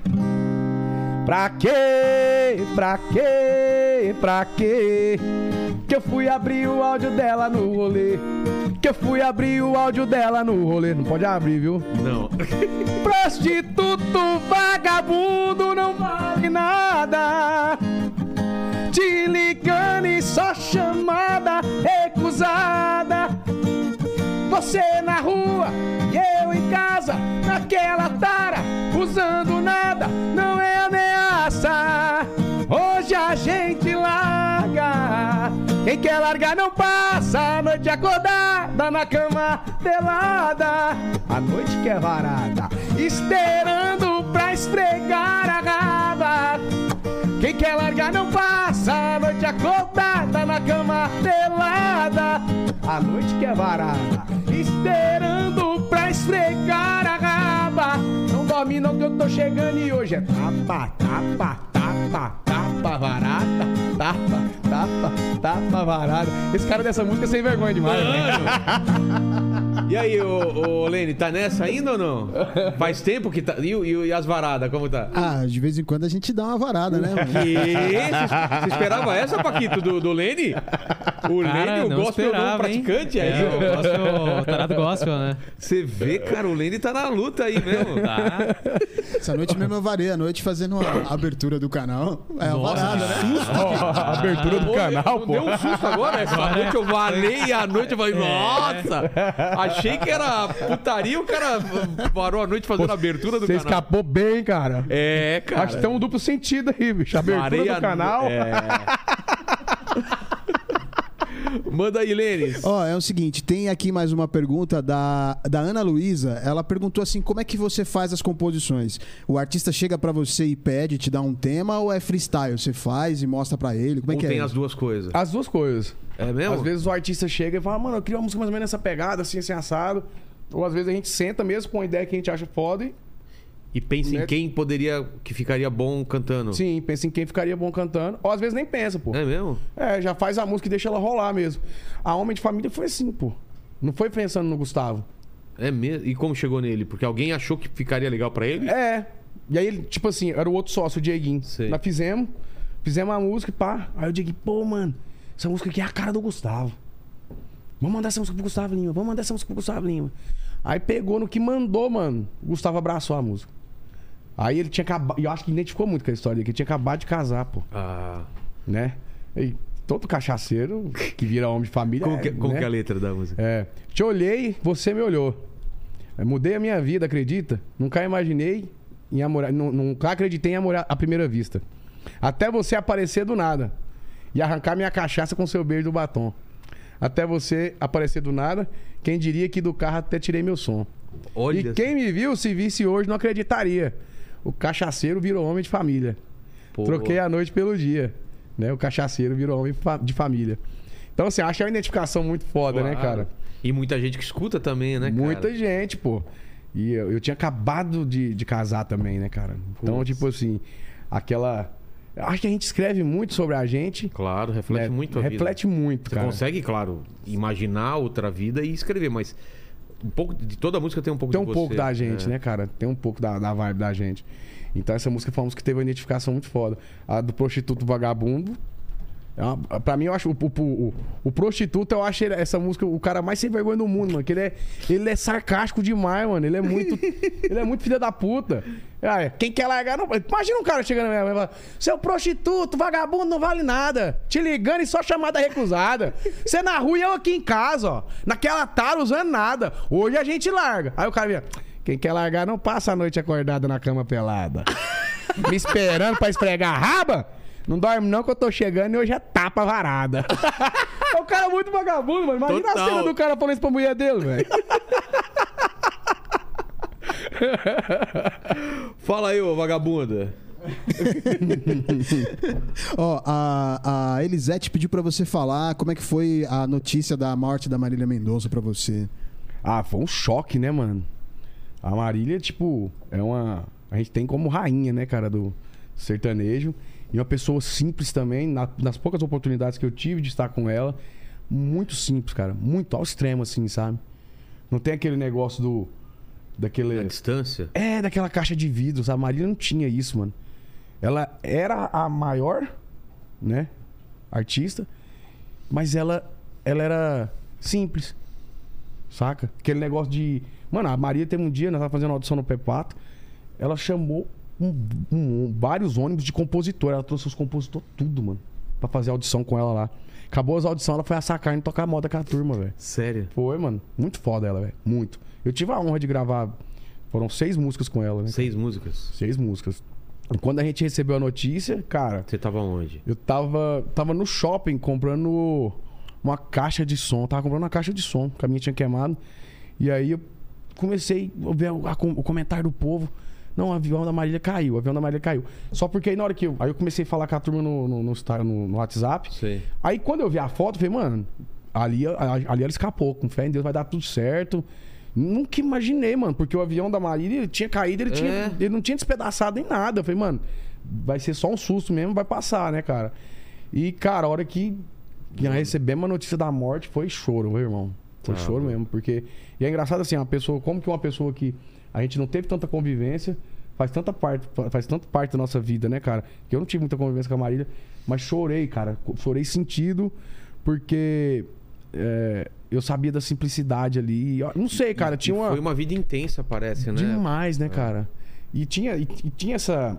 Speaker 4: Pra quê? Pra quê? Pra quê? Que eu fui abrir o áudio dela no rolê. Que eu fui abrir o áudio dela no rolê. Não pode abrir, viu?
Speaker 1: Não.
Speaker 4: Prostituto vagabundo não vale nada. Te ligando e só chamada recusada. Você na rua e eu em casa, naquela tara, usando nada, não é ameaça. Hoje a gente larga. Quem quer largar não passa. A noite acordada na cama pelada. A noite que é varada, esperando pra esfregar a raba. Quem quer largar não passa, a noite acordada na cama pelada. A noite que é varada, esperando pra esfregar a raba. Não dorme não que eu tô chegando e hoje é tapa, tapa, tapa, tapa varada, tapa, tapa, tapa varada. Esse cara dessa música é sem vergonha demais. né?
Speaker 1: E aí, ô, ô Lene, tá nessa ainda ou não? Faz tempo que tá. E, o- e o- e as varadas, como tá?
Speaker 2: Ah, de vez em quando a gente dá uma varada, né? mano?
Speaker 1: Que? Você esperava essa, Paquito, do, do Lene? O Lene,
Speaker 3: Cara,
Speaker 1: o
Speaker 3: não
Speaker 1: gospel do
Speaker 3: esperava, hein?
Speaker 1: praticante aí.
Speaker 3: É, o
Speaker 1: ó.
Speaker 3: gospel, o tarado gospel, né?
Speaker 1: Você vê, cara, o Lene tá na luta aí mesmo.
Speaker 3: Tá.
Speaker 2: Essa noite mesmo eu varei a noite fazendo a abertura do canal. É uma
Speaker 3: Nossa,
Speaker 2: varada, né?
Speaker 4: A abertura do
Speaker 1: Pô,
Speaker 4: canal,
Speaker 1: não
Speaker 4: pô.
Speaker 1: Deu um susto agora, É. essa noite eu varei a noite, eu falei, nossa! Achei que era putaria, o cara varou a noite fazendo a abertura do
Speaker 4: Você
Speaker 1: canal.
Speaker 4: escapou bem, cara.
Speaker 1: É, cara.
Speaker 4: Acho que tem um duplo sentido aí, bicho. A Abertura
Speaker 1: Varei a
Speaker 4: do
Speaker 1: no-
Speaker 4: canal.
Speaker 1: é. Manda aí, Lênis.
Speaker 2: Ó, é o seguinte, tem aqui mais uma pergunta da, da Ana Luísa. Ela perguntou assim, como é que você faz as composições? O artista chega pra você e pede, te dá um tema ou é freestyle? Você faz e mostra pra ele? Como é
Speaker 1: Ou
Speaker 2: que
Speaker 1: tem
Speaker 2: é?
Speaker 1: as duas coisas?
Speaker 4: As duas coisas.
Speaker 1: É mesmo?
Speaker 4: Ah, Às vezes o artista chega e fala, mano, eu queria uma música mais ou menos nessa pegada, assim, assim, assado. Ou às vezes a gente senta mesmo com uma ideia que a gente acha foda. e-
Speaker 1: E pensa em
Speaker 4: Né?
Speaker 1: quem poderia, que ficaria bom cantando.
Speaker 4: Sim, pensa em quem ficaria bom cantando. Ou às vezes nem pensa, pô.
Speaker 1: Hum. É mesmo?
Speaker 4: É, já faz a música e deixa ela rolar mesmo. A Homem de Família foi assim, pô. Não foi pensando no Gustavo.
Speaker 1: É mesmo? E como chegou nele? Porque alguém achou que ficaria legal pra ele?
Speaker 4: É. E aí, ele, tipo assim, era o outro sócio, o Dieguinho.
Speaker 1: Sei.
Speaker 4: Nós fizemos, fizemos a música e pá. Aí o Dieguinho, pô, mano, essa música aqui é a cara do Gustavo. Vamos mandar essa música pro Gustavo Lima, vamos mandar essa música pro Gustavo Lima. Aí pegou no que mandou, mano. O Gustavo abraçou a música. Aí ele tinha acabado. Eu acho que identificou muito com a história, que ele tinha acabado de casar, pô.
Speaker 1: Ah.
Speaker 4: Né? E todo cachaceiro que vira homem de família.
Speaker 1: Como, que, como
Speaker 4: né?
Speaker 1: que é a letra da música?
Speaker 4: É. Te olhei, você me olhou. É, Mudei a minha vida, acredita? Nunca imaginei em amorar. nu- Nunca acreditei em amorar à primeira vista. Até você aparecer do nada. E arrancar minha cachaça com seu beijo do batom. Até você aparecer do nada, quem diria que do carro até tirei meu som.
Speaker 1: Olha.
Speaker 4: e quem me viu, se visse hoje, não acreditaria. O cachaceiro virou homem de família.
Speaker 1: Pô.
Speaker 4: Troquei a noite pelo dia. Né? O cachaceiro virou homem fa- de família. Então, assim, acho que é uma identificação muito foda, né,
Speaker 1: Claro.
Speaker 4: cara?
Speaker 1: E muita gente que escuta também, né, cara?
Speaker 4: Muita gente, pô. E eu, eu tinha acabado de, de casar também, né, cara? Então,
Speaker 1: Putz.
Speaker 4: tipo assim, aquela. Acho que a gente escreve muito sobre a gente.
Speaker 1: Claro, reflete
Speaker 4: né?
Speaker 1: muito a vida.
Speaker 4: Reflete muito,
Speaker 1: Você
Speaker 4: cara.
Speaker 1: consegue, claro, imaginar outra vida e escrever, mas um pouco de toda música tem um pouco
Speaker 4: Tem um
Speaker 1: de você.
Speaker 4: pouco da gente,
Speaker 1: É.
Speaker 4: né, cara? Tem um pouco da, da vibe da gente. Então, essa música foi uma música que teve uma identificação muito foda. A do Prostituto Vagabundo. É uma- pra mim, eu acho. O, o- o- o Prostituto, eu acho ele- essa música o cara mais sem vergonha do mundo, mano. Que ele é, ele é sarcástico demais, mano. Ele é muito. ele é muito filho da puta. Ah, é, Quem quer largar não. Imagina um cara chegando na minha mãe e falando: Seu prostituto, vagabundo, não vale nada. Te ligando e só chamada recusada. Você na rua e eu aqui em casa, ó. Naquela tara usando nada. Hoje a gente larga. Aí o cara vira. Quem quer largar não passa a noite acordada na cama pelada. Me esperando pra esfregar a raba? Não dorme não que eu tô chegando e hoje é tapa varada. é um cara muito vagabundo, mano. Imagina
Speaker 1: Total.
Speaker 4: a cena do cara falando isso pra mulher dele, velho.
Speaker 5: Fala aí, ô vagabunda.
Speaker 2: Ó, a, a Elisete pediu pra você falar como é que foi a notícia da morte da Marília Mendonça pra você.
Speaker 4: Ah, foi um choque, né, mano? A Marília, tipo, é uma. A gente tem como rainha, né, cara, do sertanejo. E uma pessoa simples também, na- nas poucas oportunidades que eu tive de estar com ela. Muito simples, cara. Muito ao extremo, assim, sabe? Não tem aquele negócio do.
Speaker 5: A
Speaker 4: Daquele.
Speaker 5: distância?
Speaker 4: É, daquela caixa de vidro, sabe? A Marília não tinha isso, mano. Ela era a maior, né? Artista. Mas ela, ela era simples. Saca? Aquele negócio de. Mano, a Maria teve um dia, nós tava fazendo uma audição no Pepato. Ela chamou um- um- vários ônibus de compositor. Ela trouxe os compositores tudo, mano. Pra fazer audição com ela lá. Acabou as audições, ela foi a sacar e tocar moda com a turma, velho.
Speaker 5: Sério?
Speaker 4: Foi, mano. Muito foda ela, velho. Muito. Eu tive a honra de gravar. Foram seis músicas com ela, né?
Speaker 5: Seis músicas.
Speaker 4: Seis músicas. E quando a gente recebeu a notícia, cara,
Speaker 5: Você tava onde?
Speaker 4: eu tava, tava no shopping comprando uma caixa de som. Tava comprando uma caixa de som, que a minha tinha queimado. E aí eu comecei a ver o, a com- o comentário do povo. Não, o avião da Marília caiu, o avião da Marília caiu. Só porque aí na hora que eu. Aí eu comecei a falar com a turma no, no, no, Insta- no- no WhatsApp.
Speaker 5: Sei.
Speaker 4: Aí quando eu vi a foto, eu falei, mano, ali, a- ali ela escapou, com fé em Deus vai dar tudo certo. Nunca imaginei, mano, porque o avião da Marília ele tinha caído, ele, tinha, ele não tinha despedaçado nem nada. Eu falei, mano, vai ser só um susto mesmo, vai passar, né, cara? E, cara, a hora que que nós recebemos a notícia da morte foi choro, meu irmão. Foi choro mesmo, porque. E é engraçado assim, uma pessoa, como que uma pessoa que a gente não teve tanta convivência, faz tanta parte, faz tanto parte da nossa vida, né, cara? Que eu não tive muita convivência com a Marília, mas chorei, cara. Chorei sentido, porque é, eu sabia da simplicidade ali. Eu Não sei, cara, tinha uma.
Speaker 5: Foi uma vida intensa, parece, né?
Speaker 4: Demais, né, cara? E tinha, e, e tinha essa.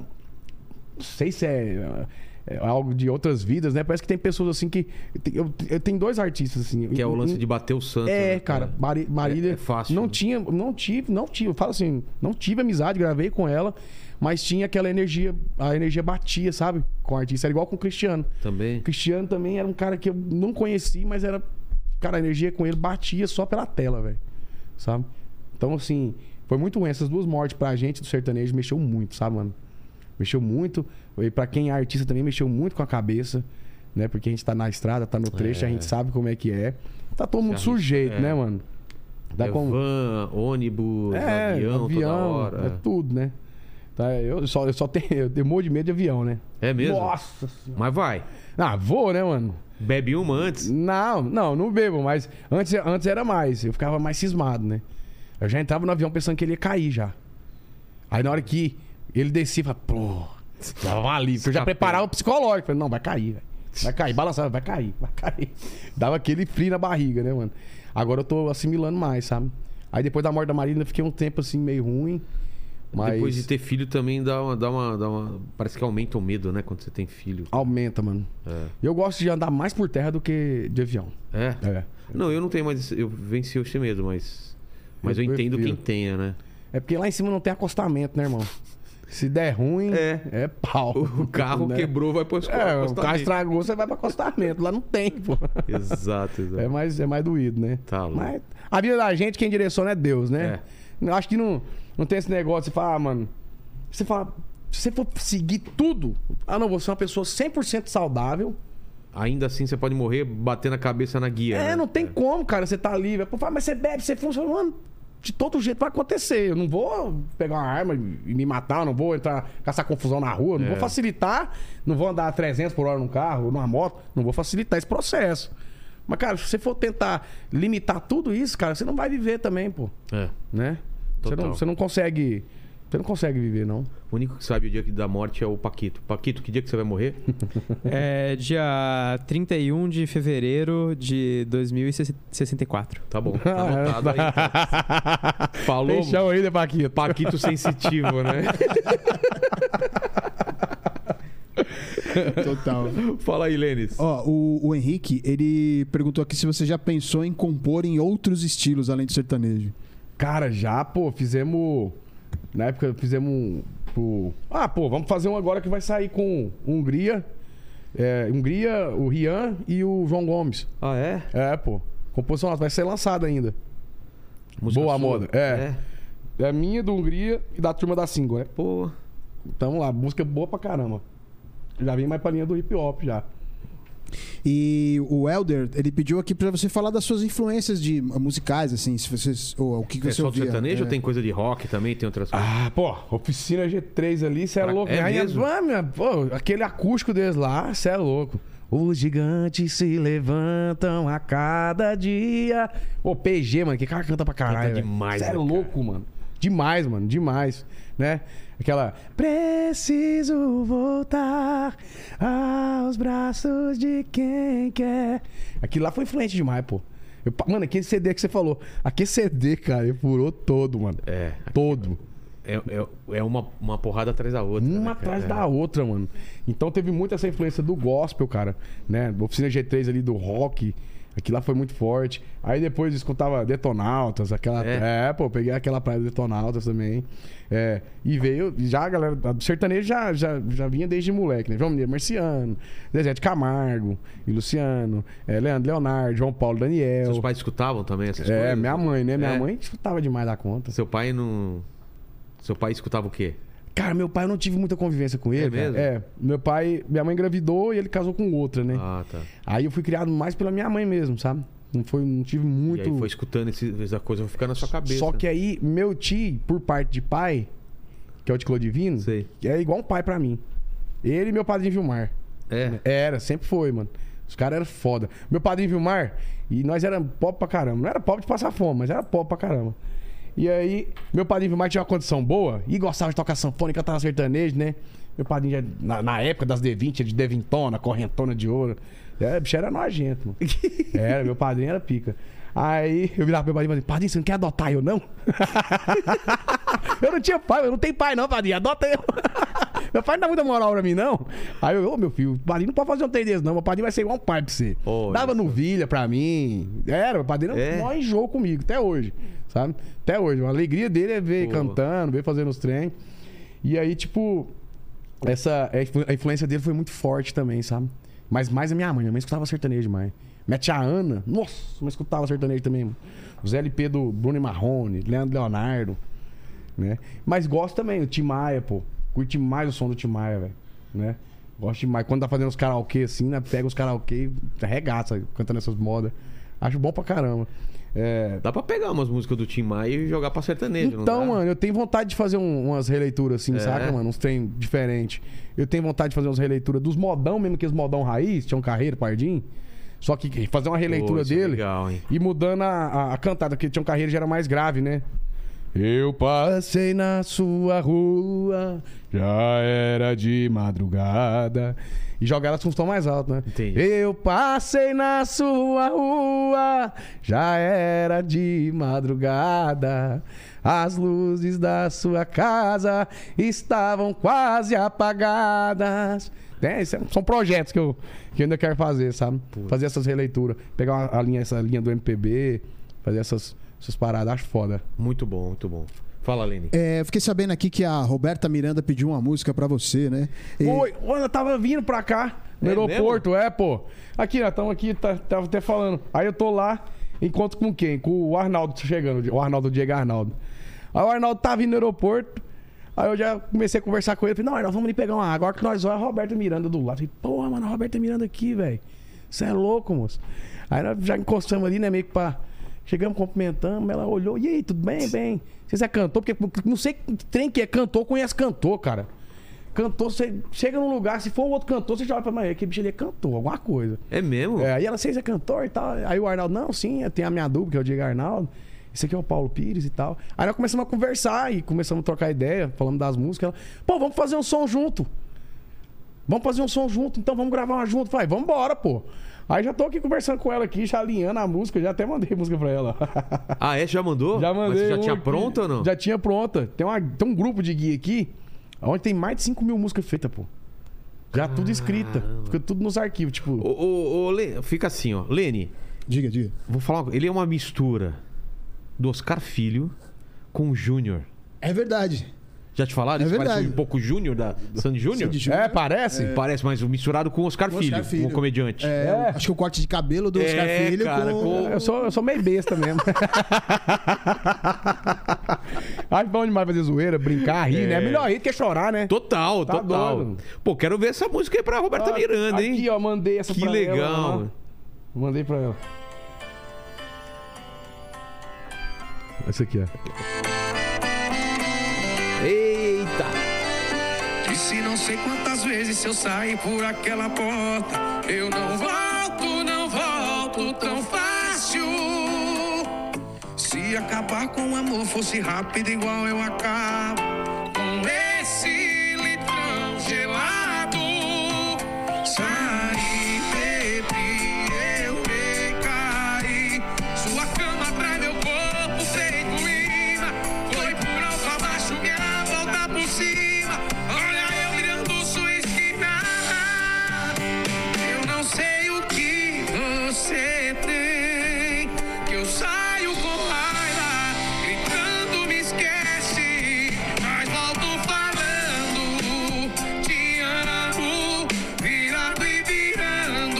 Speaker 4: Não sei se é, é algo de outras vidas, né? Parece que tem pessoas assim que. Eu, eu tenho dois artistas, assim.
Speaker 5: Que é o lance
Speaker 4: Um-
Speaker 5: de bater o santo.
Speaker 4: é,
Speaker 5: né,
Speaker 4: cara, Mari- Marília.
Speaker 5: É- é fácil,
Speaker 4: Não
Speaker 5: né?
Speaker 4: tinha, não tive, não tive. Eu falo assim, não tive amizade, gravei com ela, mas tinha aquela energia, a energia batia, sabe? Com o artista. Era igual com o Cristiano.
Speaker 5: Também.
Speaker 4: O Cristiano também era um cara que eu não conheci, mas era. Cara, a energia com ele batia só pela tela, velho. Sabe? Então, assim, foi muito ruim. Essas duas mortes pra gente do sertanejo mexeu muito, sabe, mano? Mexeu muito. E pra quem é artista também mexeu muito com a cabeça, né? Porque a gente tá na estrada, tá no trecho, a gente sabe como é que é. Tá todo mundo
Speaker 5: arrisca,
Speaker 4: sujeito,
Speaker 5: é.
Speaker 4: né, mano? Dá
Speaker 5: É
Speaker 4: com-
Speaker 5: van, ônibus, avião, toda hora.
Speaker 4: é tudo, né? Tá, eu só, eu só tenho, eu tenho um monte de medo de avião, né?
Speaker 5: É mesmo?
Speaker 4: Nossa! Senhora.
Speaker 5: Mas vai.
Speaker 4: Ah, vou, né, mano?
Speaker 5: Bebe uma antes.
Speaker 4: Não, não, não bebo, mas antes, antes era mais. Eu ficava mais cismado, né? Eu já entrava no avião pensando que ele ia cair já. Aí na hora que ele descia, eu falava, pô, tava ali. Porque eu já
Speaker 5: Escapou.
Speaker 4: preparava o psicológico. Falei, não, vai cair, velho. Vai cair, balançava, vai cair, vai cair. Dava aquele frio na barriga, né, mano? Agora eu tô assimilando mais, sabe? Aí depois da morte da Marina, eu fiquei um tempo assim, meio ruim. Mas
Speaker 5: Depois de ter filho também dá uma, dá, uma, dá uma. Parece que aumenta o medo, né? Quando você tem filho.
Speaker 4: aumenta, mano. Eu gosto de andar mais por terra do que de avião.
Speaker 5: É?
Speaker 4: É.
Speaker 5: Não, eu não tenho mais. esse- Eu venci esse medo, mas. Mas eu,
Speaker 4: Eu
Speaker 5: entendo
Speaker 4: prefiro.
Speaker 5: quem tenha, né?
Speaker 4: É porque lá em cima não tem acostamento, né, irmão? Se der ruim,
Speaker 5: É.
Speaker 4: é, pau.
Speaker 5: O carro
Speaker 4: Né?
Speaker 5: quebrou, vai pro escola.
Speaker 4: É, o carro estragou, você vai pra acostamento. Lá não tem, pô.
Speaker 5: Exato, exato.
Speaker 4: É mais, é mais doído, né?
Speaker 5: Tá louco.
Speaker 4: Mas a vida da gente, quem direciona é Deus, né? Eu Acho que não, não tem esse negócio de falar, ah, mano. Você fala, se você for seguir tudo, ah, não, você é uma pessoa 100% saudável.
Speaker 5: Ainda assim você pode morrer batendo a cabeça na guia.
Speaker 4: É,
Speaker 5: né?
Speaker 4: não tem como, cara. Você tá livre. Pô, fala, mas você bebe, você fuma. Mano, de todo jeito vai acontecer. Eu não vou pegar uma arma e me matar, eu não vou entrar, caçar confusão na rua, eu
Speaker 5: É.
Speaker 4: não vou facilitar, não vou andar a 300 por hora num carro, numa moto, não vou facilitar esse processo. Mas, cara, se você for tentar limitar tudo isso, cara, você não vai viver também, pô.
Speaker 5: É.
Speaker 4: Né? Você
Speaker 5: Total.
Speaker 4: não, você não consegue. Você não consegue viver, não.
Speaker 5: O único que sabe o dia que- da morte é o Paquito. Paquito, que dia que você vai morrer?
Speaker 3: É dia 31 de fevereiro de 2064.
Speaker 5: Tá bom. Tá
Speaker 4: Ah, é,
Speaker 5: anotado aí. então. Falou.
Speaker 4: Fechou aí, né, Paquito?
Speaker 5: Paquito sensitivo, né?
Speaker 2: Total.
Speaker 5: Fala aí, Lênis.
Speaker 2: Ó, o, o Henrique, ele perguntou aqui se você já pensou em compor em outros estilos além do sertanejo.
Speaker 4: Cara, já, pô, fizemos. Na época fizemos um. pro- Ah, pô, vamos fazer um agora que vai sair com Hungria. É, Hungria, o Rian e o João Gomes.
Speaker 5: Ah, é?
Speaker 4: É, pô. Composição nossa, vai ser lançada ainda.
Speaker 5: Música sua.
Speaker 4: Boa moda. É. É minha, do Hungria e da turma da single, né?
Speaker 5: É
Speaker 4: Pô. Tamo lá, música boa pra caramba. Já vem mais pra linha do hip hop já.
Speaker 2: E o Elder, ele pediu aqui pra você falar das suas influências de musicais, assim, se vocês. Ou, o que, que
Speaker 5: É
Speaker 2: você
Speaker 5: só do
Speaker 2: ouvia.
Speaker 5: sertanejo
Speaker 2: É.
Speaker 5: ou tem coisa de rock também? Tem outras coisas?
Speaker 4: Ah, pô, oficina G3 ali, cê é
Speaker 5: Pra-
Speaker 4: louco.
Speaker 5: é
Speaker 4: Aí,
Speaker 5: mesmo?
Speaker 4: ah, minha, pô, aquele acústico deles lá, cê é louco. Os gigantes se levantam a cada dia. Ô, PG, mano, que cara canta pra caralho. velho.
Speaker 5: demais,
Speaker 4: Cê é
Speaker 5: né, cara?
Speaker 4: louco, mano. Demais, mano, demais. Né? Aquela. Preciso voltar aos braços de quem quer. Aquilo lá foi influente demais, pô. Eu pa- mano, aquele CD que você falou. Aquele CD, cara, ele furou todo, mano.
Speaker 5: É.
Speaker 4: Todo.
Speaker 5: É, é, é uma, uma porrada atrás da outra. né,
Speaker 4: Uma
Speaker 5: cara?
Speaker 4: atrás
Speaker 5: É.
Speaker 4: da outra, mano. Então teve muito essa influência do gospel, cara, né? Oficina G3 ali do rock. Aquilo lá foi muito forte. Aí depois eu escutava Detonautas, aquela. É,
Speaker 5: É?
Speaker 4: pô, peguei aquela praia do Detonautas também. É, e veio, já a galera do sertanejo já, já, já vinha desde moleque, né? João Mineiro Marciano, Zezé de Camargo, e Luciano, é, Leandro Leonardo, João Paulo Daniel.
Speaker 5: Seus pais escutavam também essas coisas?
Speaker 4: É, minha mãe, né? Minha
Speaker 5: É.
Speaker 4: mãe escutava demais da conta.
Speaker 5: Seu pai não. Seu pai escutava o quê?
Speaker 4: Cara, meu pai eu não tive muita convivência com ele.
Speaker 5: É
Speaker 4: cara.
Speaker 5: mesmo?
Speaker 4: É. Meu pai, minha mãe engravidou e ele casou com outra, né?
Speaker 5: Ah, tá.
Speaker 4: Aí eu fui criado mais pela minha mãe mesmo, sabe? Não foi, não tive
Speaker 5: E
Speaker 4: muito.
Speaker 5: aí foi escutando esse, essa coisa, vai ficar na sua cabeça.
Speaker 4: Só que aí meu tio, por parte de pai, que é o de Clodivino,
Speaker 5: Sei.
Speaker 4: é igual um pai pra mim. Ele e meu padrinho Vilmar.
Speaker 5: É.
Speaker 4: Era, sempre foi, mano. Os caras eram foda. Meu padrinho Vilmar, e nós éramos pobre pra caramba. Não era pobre de passar fome, mas era pobre pra caramba. E aí, meu padrinho Vilmar tinha uma condição boa e gostava de tocar sanfona e cantar sertanejo, né? Meu padrinho, já, na, na época das D20, era de devintona, correntona de ouro. É, bicho era nojento, mano. Era, meu padrinho era pica. Aí eu virava pro meu padrinho e falei, padrinho, você não quer adotar eu, não? eu não tinha pai, eu não tenho pai, não, padrinho, adota eu. meu pai não dá muita moral pra mim, não. Aí eu, ô meu filho, o padrinho não pode fazer um trem desse, não. Meu padrinho vai ser igual um pai pra você.
Speaker 5: Olha
Speaker 4: Dava novilha pra mim. Era, meu padrinho
Speaker 5: É?
Speaker 4: é. um maior enjoo comigo, até hoje. Sabe? Até hoje. A alegria dele é ver
Speaker 5: Pô.
Speaker 4: cantando, ver fazendo os trem. E aí, tipo, essa a influ- a influência dele foi muito forte também, sabe? Mas mais a minha mãe. Minha mãe escutava sertanejo demais. Minha tia Ana, nossa, mas escutava sertanejo também. mano. Os LP do Bruno e Marrone, Leandro Leonardo, né? Mas gosto também, o Tim Maia, pô. Curti mais o som do Tim Maia, velho, né? Gosto demais. Quando tá fazendo os karaokê assim, né? Pega os karaokê e arregaça cantando essas modas. Acho bom pra caramba. É,
Speaker 5: Dá pra pegar umas músicas do Tim Maia e jogar pra sertanejo, não
Speaker 4: então,
Speaker 5: dá?
Speaker 4: mano, eu tenho vontade de fazer um- umas releituras assim,
Speaker 5: É.
Speaker 4: saca, mano? Uns trem diferente. Eu tenho vontade de fazer umas releituras dos modão mesmo, que os modão raiz, tinha um carreiro, Pardim. Só que fazer uma releitura
Speaker 5: isso é
Speaker 4: dele
Speaker 5: legal, hein?
Speaker 4: e mudando a, a- a cantada, porque tinha um carreiro já era mais grave, né? Eu passei na sua rua, já era de madrugada. E jogaram com um tom mais alto, né?
Speaker 5: Entendi.
Speaker 4: Eu passei na sua rua, já era de madrugada. As luzes da sua casa estavam quase apagadas. Né? Isso é- são projetos que eu, que eu ainda quero fazer, sabe? Fazer essas releituras. Pegar uma- a linha, essa linha do MPB, fazer essas, essas paradas. Acho foda.
Speaker 5: Muito bom, muito bom. Fala, Lene.
Speaker 2: É, eu fiquei sabendo aqui que a Roberta Miranda pediu uma música pra você, né? E-
Speaker 4: Oi, olha, eu tava vindo pra cá, no
Speaker 5: É
Speaker 4: aeroporto, é, pô. Aqui, nós estamos aqui, tá- tava até falando. Aí eu tô lá, encontro com quem? Com o Arnaldo tá chegando, o Arnaldo, o Diego Arnaldo. Aí o Arnaldo tá vindo no aeroporto, aí eu já comecei a conversar com ele. Falei, não, Arnaldo, vamos ali pegar uma água. Agora que nós olha a Roberta Miranda do lado. Falei, porra, mano, a Roberta Miranda aqui, velho. Você é louco, moço. Aí nós já encostamos ali, né, meio que pra... Chegamos, cumprimentamos, ela olhou, e aí, tudo bem, bem? Você é cantor? Porque não sei que trem que é cantor, conhece cantor, cara. Cantor, você chega num lugar, se for um outro cantor, você já olha pra mãe, aquele bicho ali é cantor, alguma coisa.
Speaker 5: É
Speaker 1: Hum.
Speaker 5: mesmo?
Speaker 4: É, aí ela, vocês é cantor e tal. Aí o Arnaldo, não, sim, tem a minha dupla, que é o Diego Arnaldo. Esse aqui é o Paulo Pires e tal. Aí nós começamos a conversar e começamos a trocar ideia, falando das músicas. Ela, pô, vamos fazer um som junto. Vamos fazer um som junto, então vamos gravar uma junto. Vai, vamos embora, pô. Aí já tô aqui conversando com ela aqui, já alinhando a música, já até mandei música pra ela.
Speaker 5: Ah, é? Já mandou?
Speaker 4: Já
Speaker 5: Mas
Speaker 4: mandei.
Speaker 5: você já
Speaker 4: um
Speaker 5: tinha
Speaker 4: aqui.
Speaker 5: pronta ou não?
Speaker 4: Já tinha pronta. Tem, uma- tem um grupo de guia aqui, onde tem mais de 5 mil músicas feitas, pô. Já tudo escrita. Fica tudo nos arquivos,
Speaker 5: Ô,
Speaker 4: tipo.
Speaker 5: ô, ô, Lene, fica assim, ó. Lene,
Speaker 2: Diga, diga.
Speaker 5: vou falar. uma coisa. Ele é uma mistura do Oscar Filho com o Júnior.
Speaker 2: É verdade.
Speaker 1: Já te falaram?
Speaker 2: É
Speaker 1: Isso parece um
Speaker 2: verdade.
Speaker 1: pouco Júnior da Sandy Júnior?
Speaker 2: Sandy Júnior.
Speaker 4: É, parece?
Speaker 1: Parece, mas misturado com o Oscar,
Speaker 2: Oscar
Speaker 1: Filho,
Speaker 2: Filho.
Speaker 1: um comediante.
Speaker 2: É, Acho que o corte de cabelo do Oscar
Speaker 1: É,
Speaker 2: Filho
Speaker 1: cara, com-
Speaker 4: Eu sou, eu sou meio besta mesmo. Acho bom demais fazer zoeira, brincar, rir, né? É melhor rir do que chorar, né?
Speaker 1: Total,
Speaker 4: Tá
Speaker 1: total.
Speaker 4: doido.
Speaker 1: Pô, quero ver essa música aí pra Roberta
Speaker 4: Ah,
Speaker 1: Miranda, hein?
Speaker 4: Aqui, ó, mandei essa
Speaker 1: que
Speaker 4: pra ela,
Speaker 1: legal.
Speaker 4: ó. Mandei pra ela. Essa aqui, ó.
Speaker 1: Eita!
Speaker 6: Disse não sei quantas vezes se eu sair por aquela porta. Eu não volto, não volto tão fácil. Se acabar com o amor fosse rápido, igual eu acabo. Com esse litrão gelado, saí, bebi, eu me caí. Sua cama atrás, meu corpo feito imã. Foi por alto abaixo, minha volta por cima. Olha, eu virando sua esquina. Eu não sei o que você tem. Que eu saio com raiva, gritando, me esquece. Mas volto falando, te amo. Virando e virando,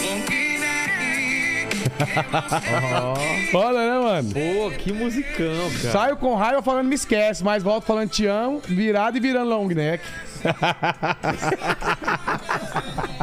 Speaker 6: com que nem. Eu não sei o que
Speaker 4: Olha, né, mano?
Speaker 1: Pô, que musicão, cara.
Speaker 4: Saio com raiva falando me esquece, mas volto falando te amo, virado e virando long neck.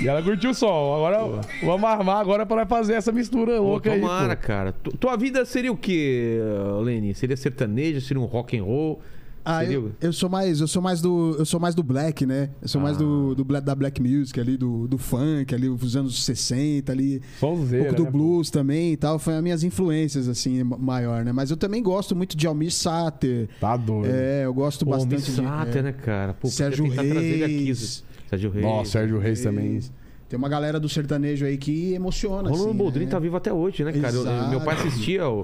Speaker 4: e ela curtiu o som. Agora vamos armar agora pra fazer essa mistura
Speaker 1: Pô,
Speaker 4: louca
Speaker 1: tomara,
Speaker 4: aí. pô.
Speaker 1: cara. Tu- Tua vida seria o quê, Lenny? Seria sertaneja? Seria um rock and roll?
Speaker 2: Ah,
Speaker 1: seria...
Speaker 2: eu, eu sou mais, eu sou mais do, eu sou mais do black, né? Eu sou mais do, do bla- da black music ali, do, do funk ali, os anos 60 ali, um
Speaker 4: Sonzeira,
Speaker 2: pouco do
Speaker 4: né, pô?
Speaker 2: blues também e tal, foi as minhas influências assim ma- maior, né? Mas eu também gosto muito de Almir Sater.
Speaker 4: Tá doido.
Speaker 2: É, eu gosto
Speaker 1: Pô,
Speaker 2: bastante de
Speaker 1: Missata,
Speaker 2: é.
Speaker 1: né, cara? Pô,
Speaker 2: Sérgio
Speaker 1: podia tentar trazer ele aqui.
Speaker 2: Reis.
Speaker 1: Sérgio Reis.
Speaker 4: Nossa, Sérgio Reis também.
Speaker 2: É, Tem uma galera do sertanejo aí que emociona
Speaker 1: Rolando
Speaker 2: assim.
Speaker 1: Boldrin
Speaker 2: né?
Speaker 1: tá vivo até hoje, né, cara? Eu- eu- meu pai
Speaker 2: Exato.
Speaker 1: assistia o,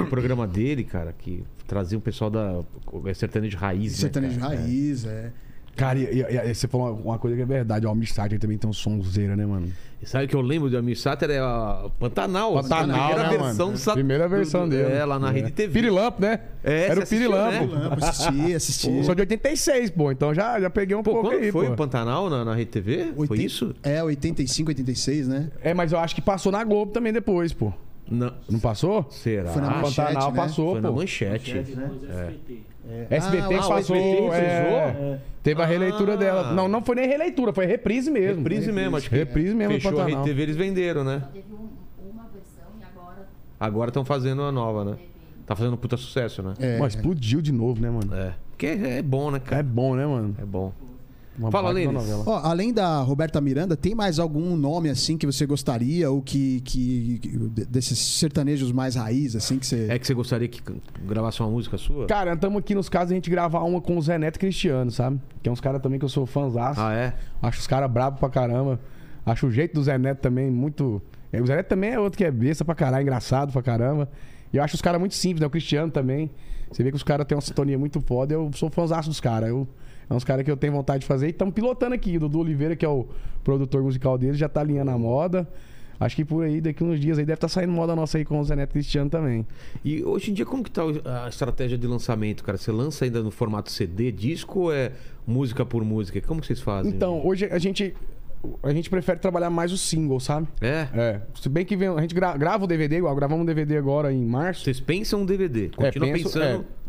Speaker 1: o programa dele, cara, que trazia o pessoal da é sertanejo raiz,
Speaker 2: Sertanejo
Speaker 1: né, cara?
Speaker 2: raiz, é.
Speaker 4: Cara, e, e- e você falou uma coisa que é verdade, ó. O Mistake também tem um sonzeira, né, mano?
Speaker 1: E sabe o que eu lembro do Amir Sater? É a Pantanal.
Speaker 4: Pantanal,
Speaker 1: primeira
Speaker 4: né,
Speaker 1: versão
Speaker 4: mano?
Speaker 1: sa-
Speaker 4: Primeira versão
Speaker 1: do- do-
Speaker 4: dele.
Speaker 1: É, lá na Rede TV.
Speaker 4: Pirilampo, né?
Speaker 1: É,
Speaker 4: Era
Speaker 1: você
Speaker 4: o
Speaker 1: assistiu,
Speaker 4: Pirilampo.
Speaker 2: Lampo, assisti, assisti.
Speaker 4: Sou de 86, pô. Então já, já peguei um
Speaker 1: Pô,
Speaker 4: pouco
Speaker 1: quando
Speaker 4: aí,
Speaker 1: foi
Speaker 4: pô.
Speaker 1: o Pantanal na, na Rede TV? Foi
Speaker 2: Oitenta-
Speaker 1: isso?
Speaker 2: É, 85, 86, né?
Speaker 4: É, mas eu acho que passou na Globo também depois, pô.
Speaker 1: Não.
Speaker 4: Não passou?
Speaker 1: Será?
Speaker 2: Foi na
Speaker 1: Ah,
Speaker 2: Manchete,
Speaker 4: Pantanal
Speaker 2: né?
Speaker 4: passou,
Speaker 1: Foi na
Speaker 4: pô. né?
Speaker 1: manchete.
Speaker 2: Ah,
Speaker 4: SBT que
Speaker 2: o
Speaker 4: passou.
Speaker 1: SBT que
Speaker 4: é, Teve a releitura
Speaker 1: Ah.
Speaker 4: dela. Não, não foi nem releitura, foi reprise mesmo.
Speaker 1: Reprise mesmo, acho que.
Speaker 4: Reprise mesmo do
Speaker 1: Fechou a Rede
Speaker 4: Pantanal.
Speaker 1: TV, eles venderam, né?
Speaker 7: Teve um- uma versão e agora
Speaker 1: Agora estão fazendo a nova, né? Tá fazendo um puta sucesso, né?
Speaker 2: É.
Speaker 4: Mano, explodiu de novo, né, mano?
Speaker 1: É. Porque é é bom, né,
Speaker 4: É
Speaker 1: cara?
Speaker 4: bom, né, mano?
Speaker 1: É bom.
Speaker 4: Uma
Speaker 1: Fala,
Speaker 4: baita
Speaker 1: Lênis.
Speaker 4: novela.
Speaker 2: Ó, além da Roberta Miranda, tem mais algum nome assim que você gostaria ou que, que, que- desses sertanejos mais raiz assim que você
Speaker 1: É que você gostaria que c- gravasse uma música sua?
Speaker 4: Cara, estamos aqui nos casos a gente gravar uma com o Zé Neto e Cristiano, sabe? Que é uns caras também que eu sou fãzaço.
Speaker 1: Ah, é?
Speaker 4: Acho os caras bravos pra caramba. Acho o jeito do Zé Neto também muito. É, O Zé Neto também é outro que é besta pra caralho, engraçado pra caramba. E eu acho os caras muito simples, né? O Cristiano também. Você vê que os caras têm uma sintonia muito foda. Eu sou fãzaço dos caras. Eu... É uns caras que eu tenho vontade de fazer. E estamos pilotando aqui. O Dudu Oliveira, que é o produtor musical deles, já tá alinhando a moda. Acho que por aí, daqui uns dias aí, deve estar saindo moda nossa aí com o Zé Neto e Cristiano também.
Speaker 1: E hoje em dia, como que tá o- a estratégia de lançamento, cara? Você lança ainda no formato CD, disco ou é música por música? Como que vocês fazem?
Speaker 4: Então, hoje a gente. A gente prefere trabalhar mais o single, sabe?
Speaker 1: É?
Speaker 4: É. Se bem que vem, a gente gra- grava o DVD igual, gravamos um DVD agora em março.
Speaker 1: Vocês pensam um DVD. Continua
Speaker 4: É, penso-
Speaker 1: pensando.
Speaker 4: é.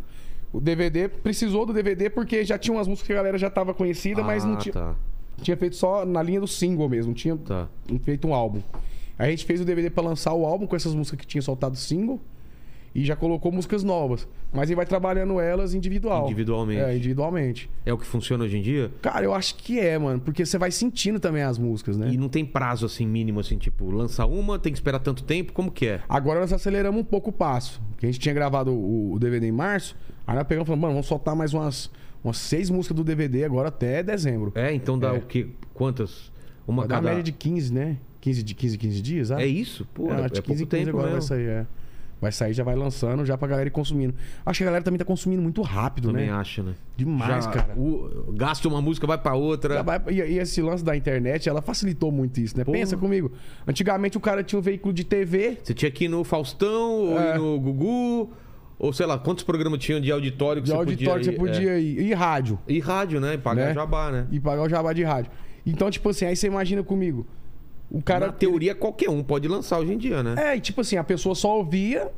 Speaker 4: O DVD precisou do DVD porque já tinha umas músicas que a galera já tava conhecida, mas não
Speaker 1: Ah,
Speaker 4: tinha,
Speaker 1: Tá,
Speaker 4: tinha feito só na linha do single mesmo, não tinha
Speaker 1: tá.
Speaker 4: feito um álbum. A gente fez o DVD pra lançar o álbum com essas músicas que tinha soltado single e já colocou músicas novas, mas ele vai trabalhando elas individual.
Speaker 1: Individualmente.
Speaker 4: É, individualmente.
Speaker 1: É o que funciona hoje em dia?
Speaker 4: Cara, eu acho que é, mano, porque você vai sentindo também as músicas, né?
Speaker 1: E não tem prazo assim mínimo, assim, tipo, lança uma, tem que esperar tanto tempo, como que é?
Speaker 4: Agora nós aceleramos um pouco o passo. Porque a gente tinha gravado o, o DVD em março. Aí nós pegamos e falamos, mano, vamos soltar mais umas, umas seis músicas do DVD agora até dezembro.
Speaker 1: É, então dá
Speaker 4: É.
Speaker 1: o quê? Quantas? Uma
Speaker 4: Dá
Speaker 1: cada...
Speaker 4: uma média de 15, né? 15 de 15, 15 dias, sabe? Ah,
Speaker 1: É isso? Pô, é,
Speaker 4: Tá? acho
Speaker 1: é
Speaker 4: que
Speaker 1: pouco tempo
Speaker 4: agora vai
Speaker 1: mesmo.
Speaker 4: sair, é. Vai sair, já vai lançando, já pra galera ir consumindo. Acho que a galera também tá consumindo muito rápido,
Speaker 1: Também
Speaker 4: né?
Speaker 1: acha, né?
Speaker 4: Demais,
Speaker 1: Já
Speaker 4: cara.
Speaker 1: o- gasta uma música, vai pra outra.
Speaker 4: Já vai- E, e esse lance da internet, ela facilitou muito isso, né?
Speaker 1: Porra.
Speaker 4: Pensa comigo. Antigamente o cara tinha um veículo de TV,
Speaker 1: Você tinha que ir no Faustão, ou
Speaker 4: É.
Speaker 1: ir no Gugu, Ou sei lá, quantos programas tinham de auditório que
Speaker 4: De
Speaker 1: você
Speaker 4: auditório que
Speaker 1: podia
Speaker 4: você
Speaker 1: ir?
Speaker 4: podia ir. E rádio.
Speaker 1: É. E rádio, né? E pagar
Speaker 4: né?
Speaker 1: jabá, né?
Speaker 4: E pagar o jabá de rádio. Então, tipo assim, aí você imagina comigo. O cara.
Speaker 1: Na teoria, qualquer um pode lançar hoje em dia, né?
Speaker 4: É, e tipo assim, a pessoa só ouvia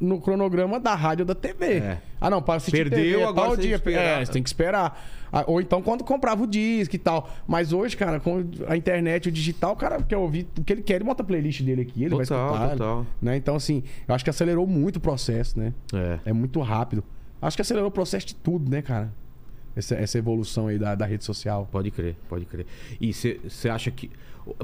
Speaker 4: no cronograma da rádio ou da TV.
Speaker 1: É.
Speaker 4: Ah, não, para assistir
Speaker 1: Perdeu,
Speaker 4: TV, é
Speaker 1: agora
Speaker 4: tal
Speaker 1: você tem
Speaker 4: dia.
Speaker 1: que esperar.
Speaker 4: É, você tem que esperar. Ah, Ou então quando comprava o disco e tal. Mas hoje, cara, com a internet, o digital, o cara quer ouvir o que ele quer, ele monta a playlist dele aqui, ele vai
Speaker 1: Total,
Speaker 4: escutar.
Speaker 1: total.
Speaker 4: Né? Então, assim, eu acho que acelerou muito o processo, né?
Speaker 1: É.
Speaker 4: É muito rápido. Acho que acelerou o processo de tudo, né, cara? Essa, essa evolução aí da, da rede social.
Speaker 1: Pode crer, pode crer. E você acha que.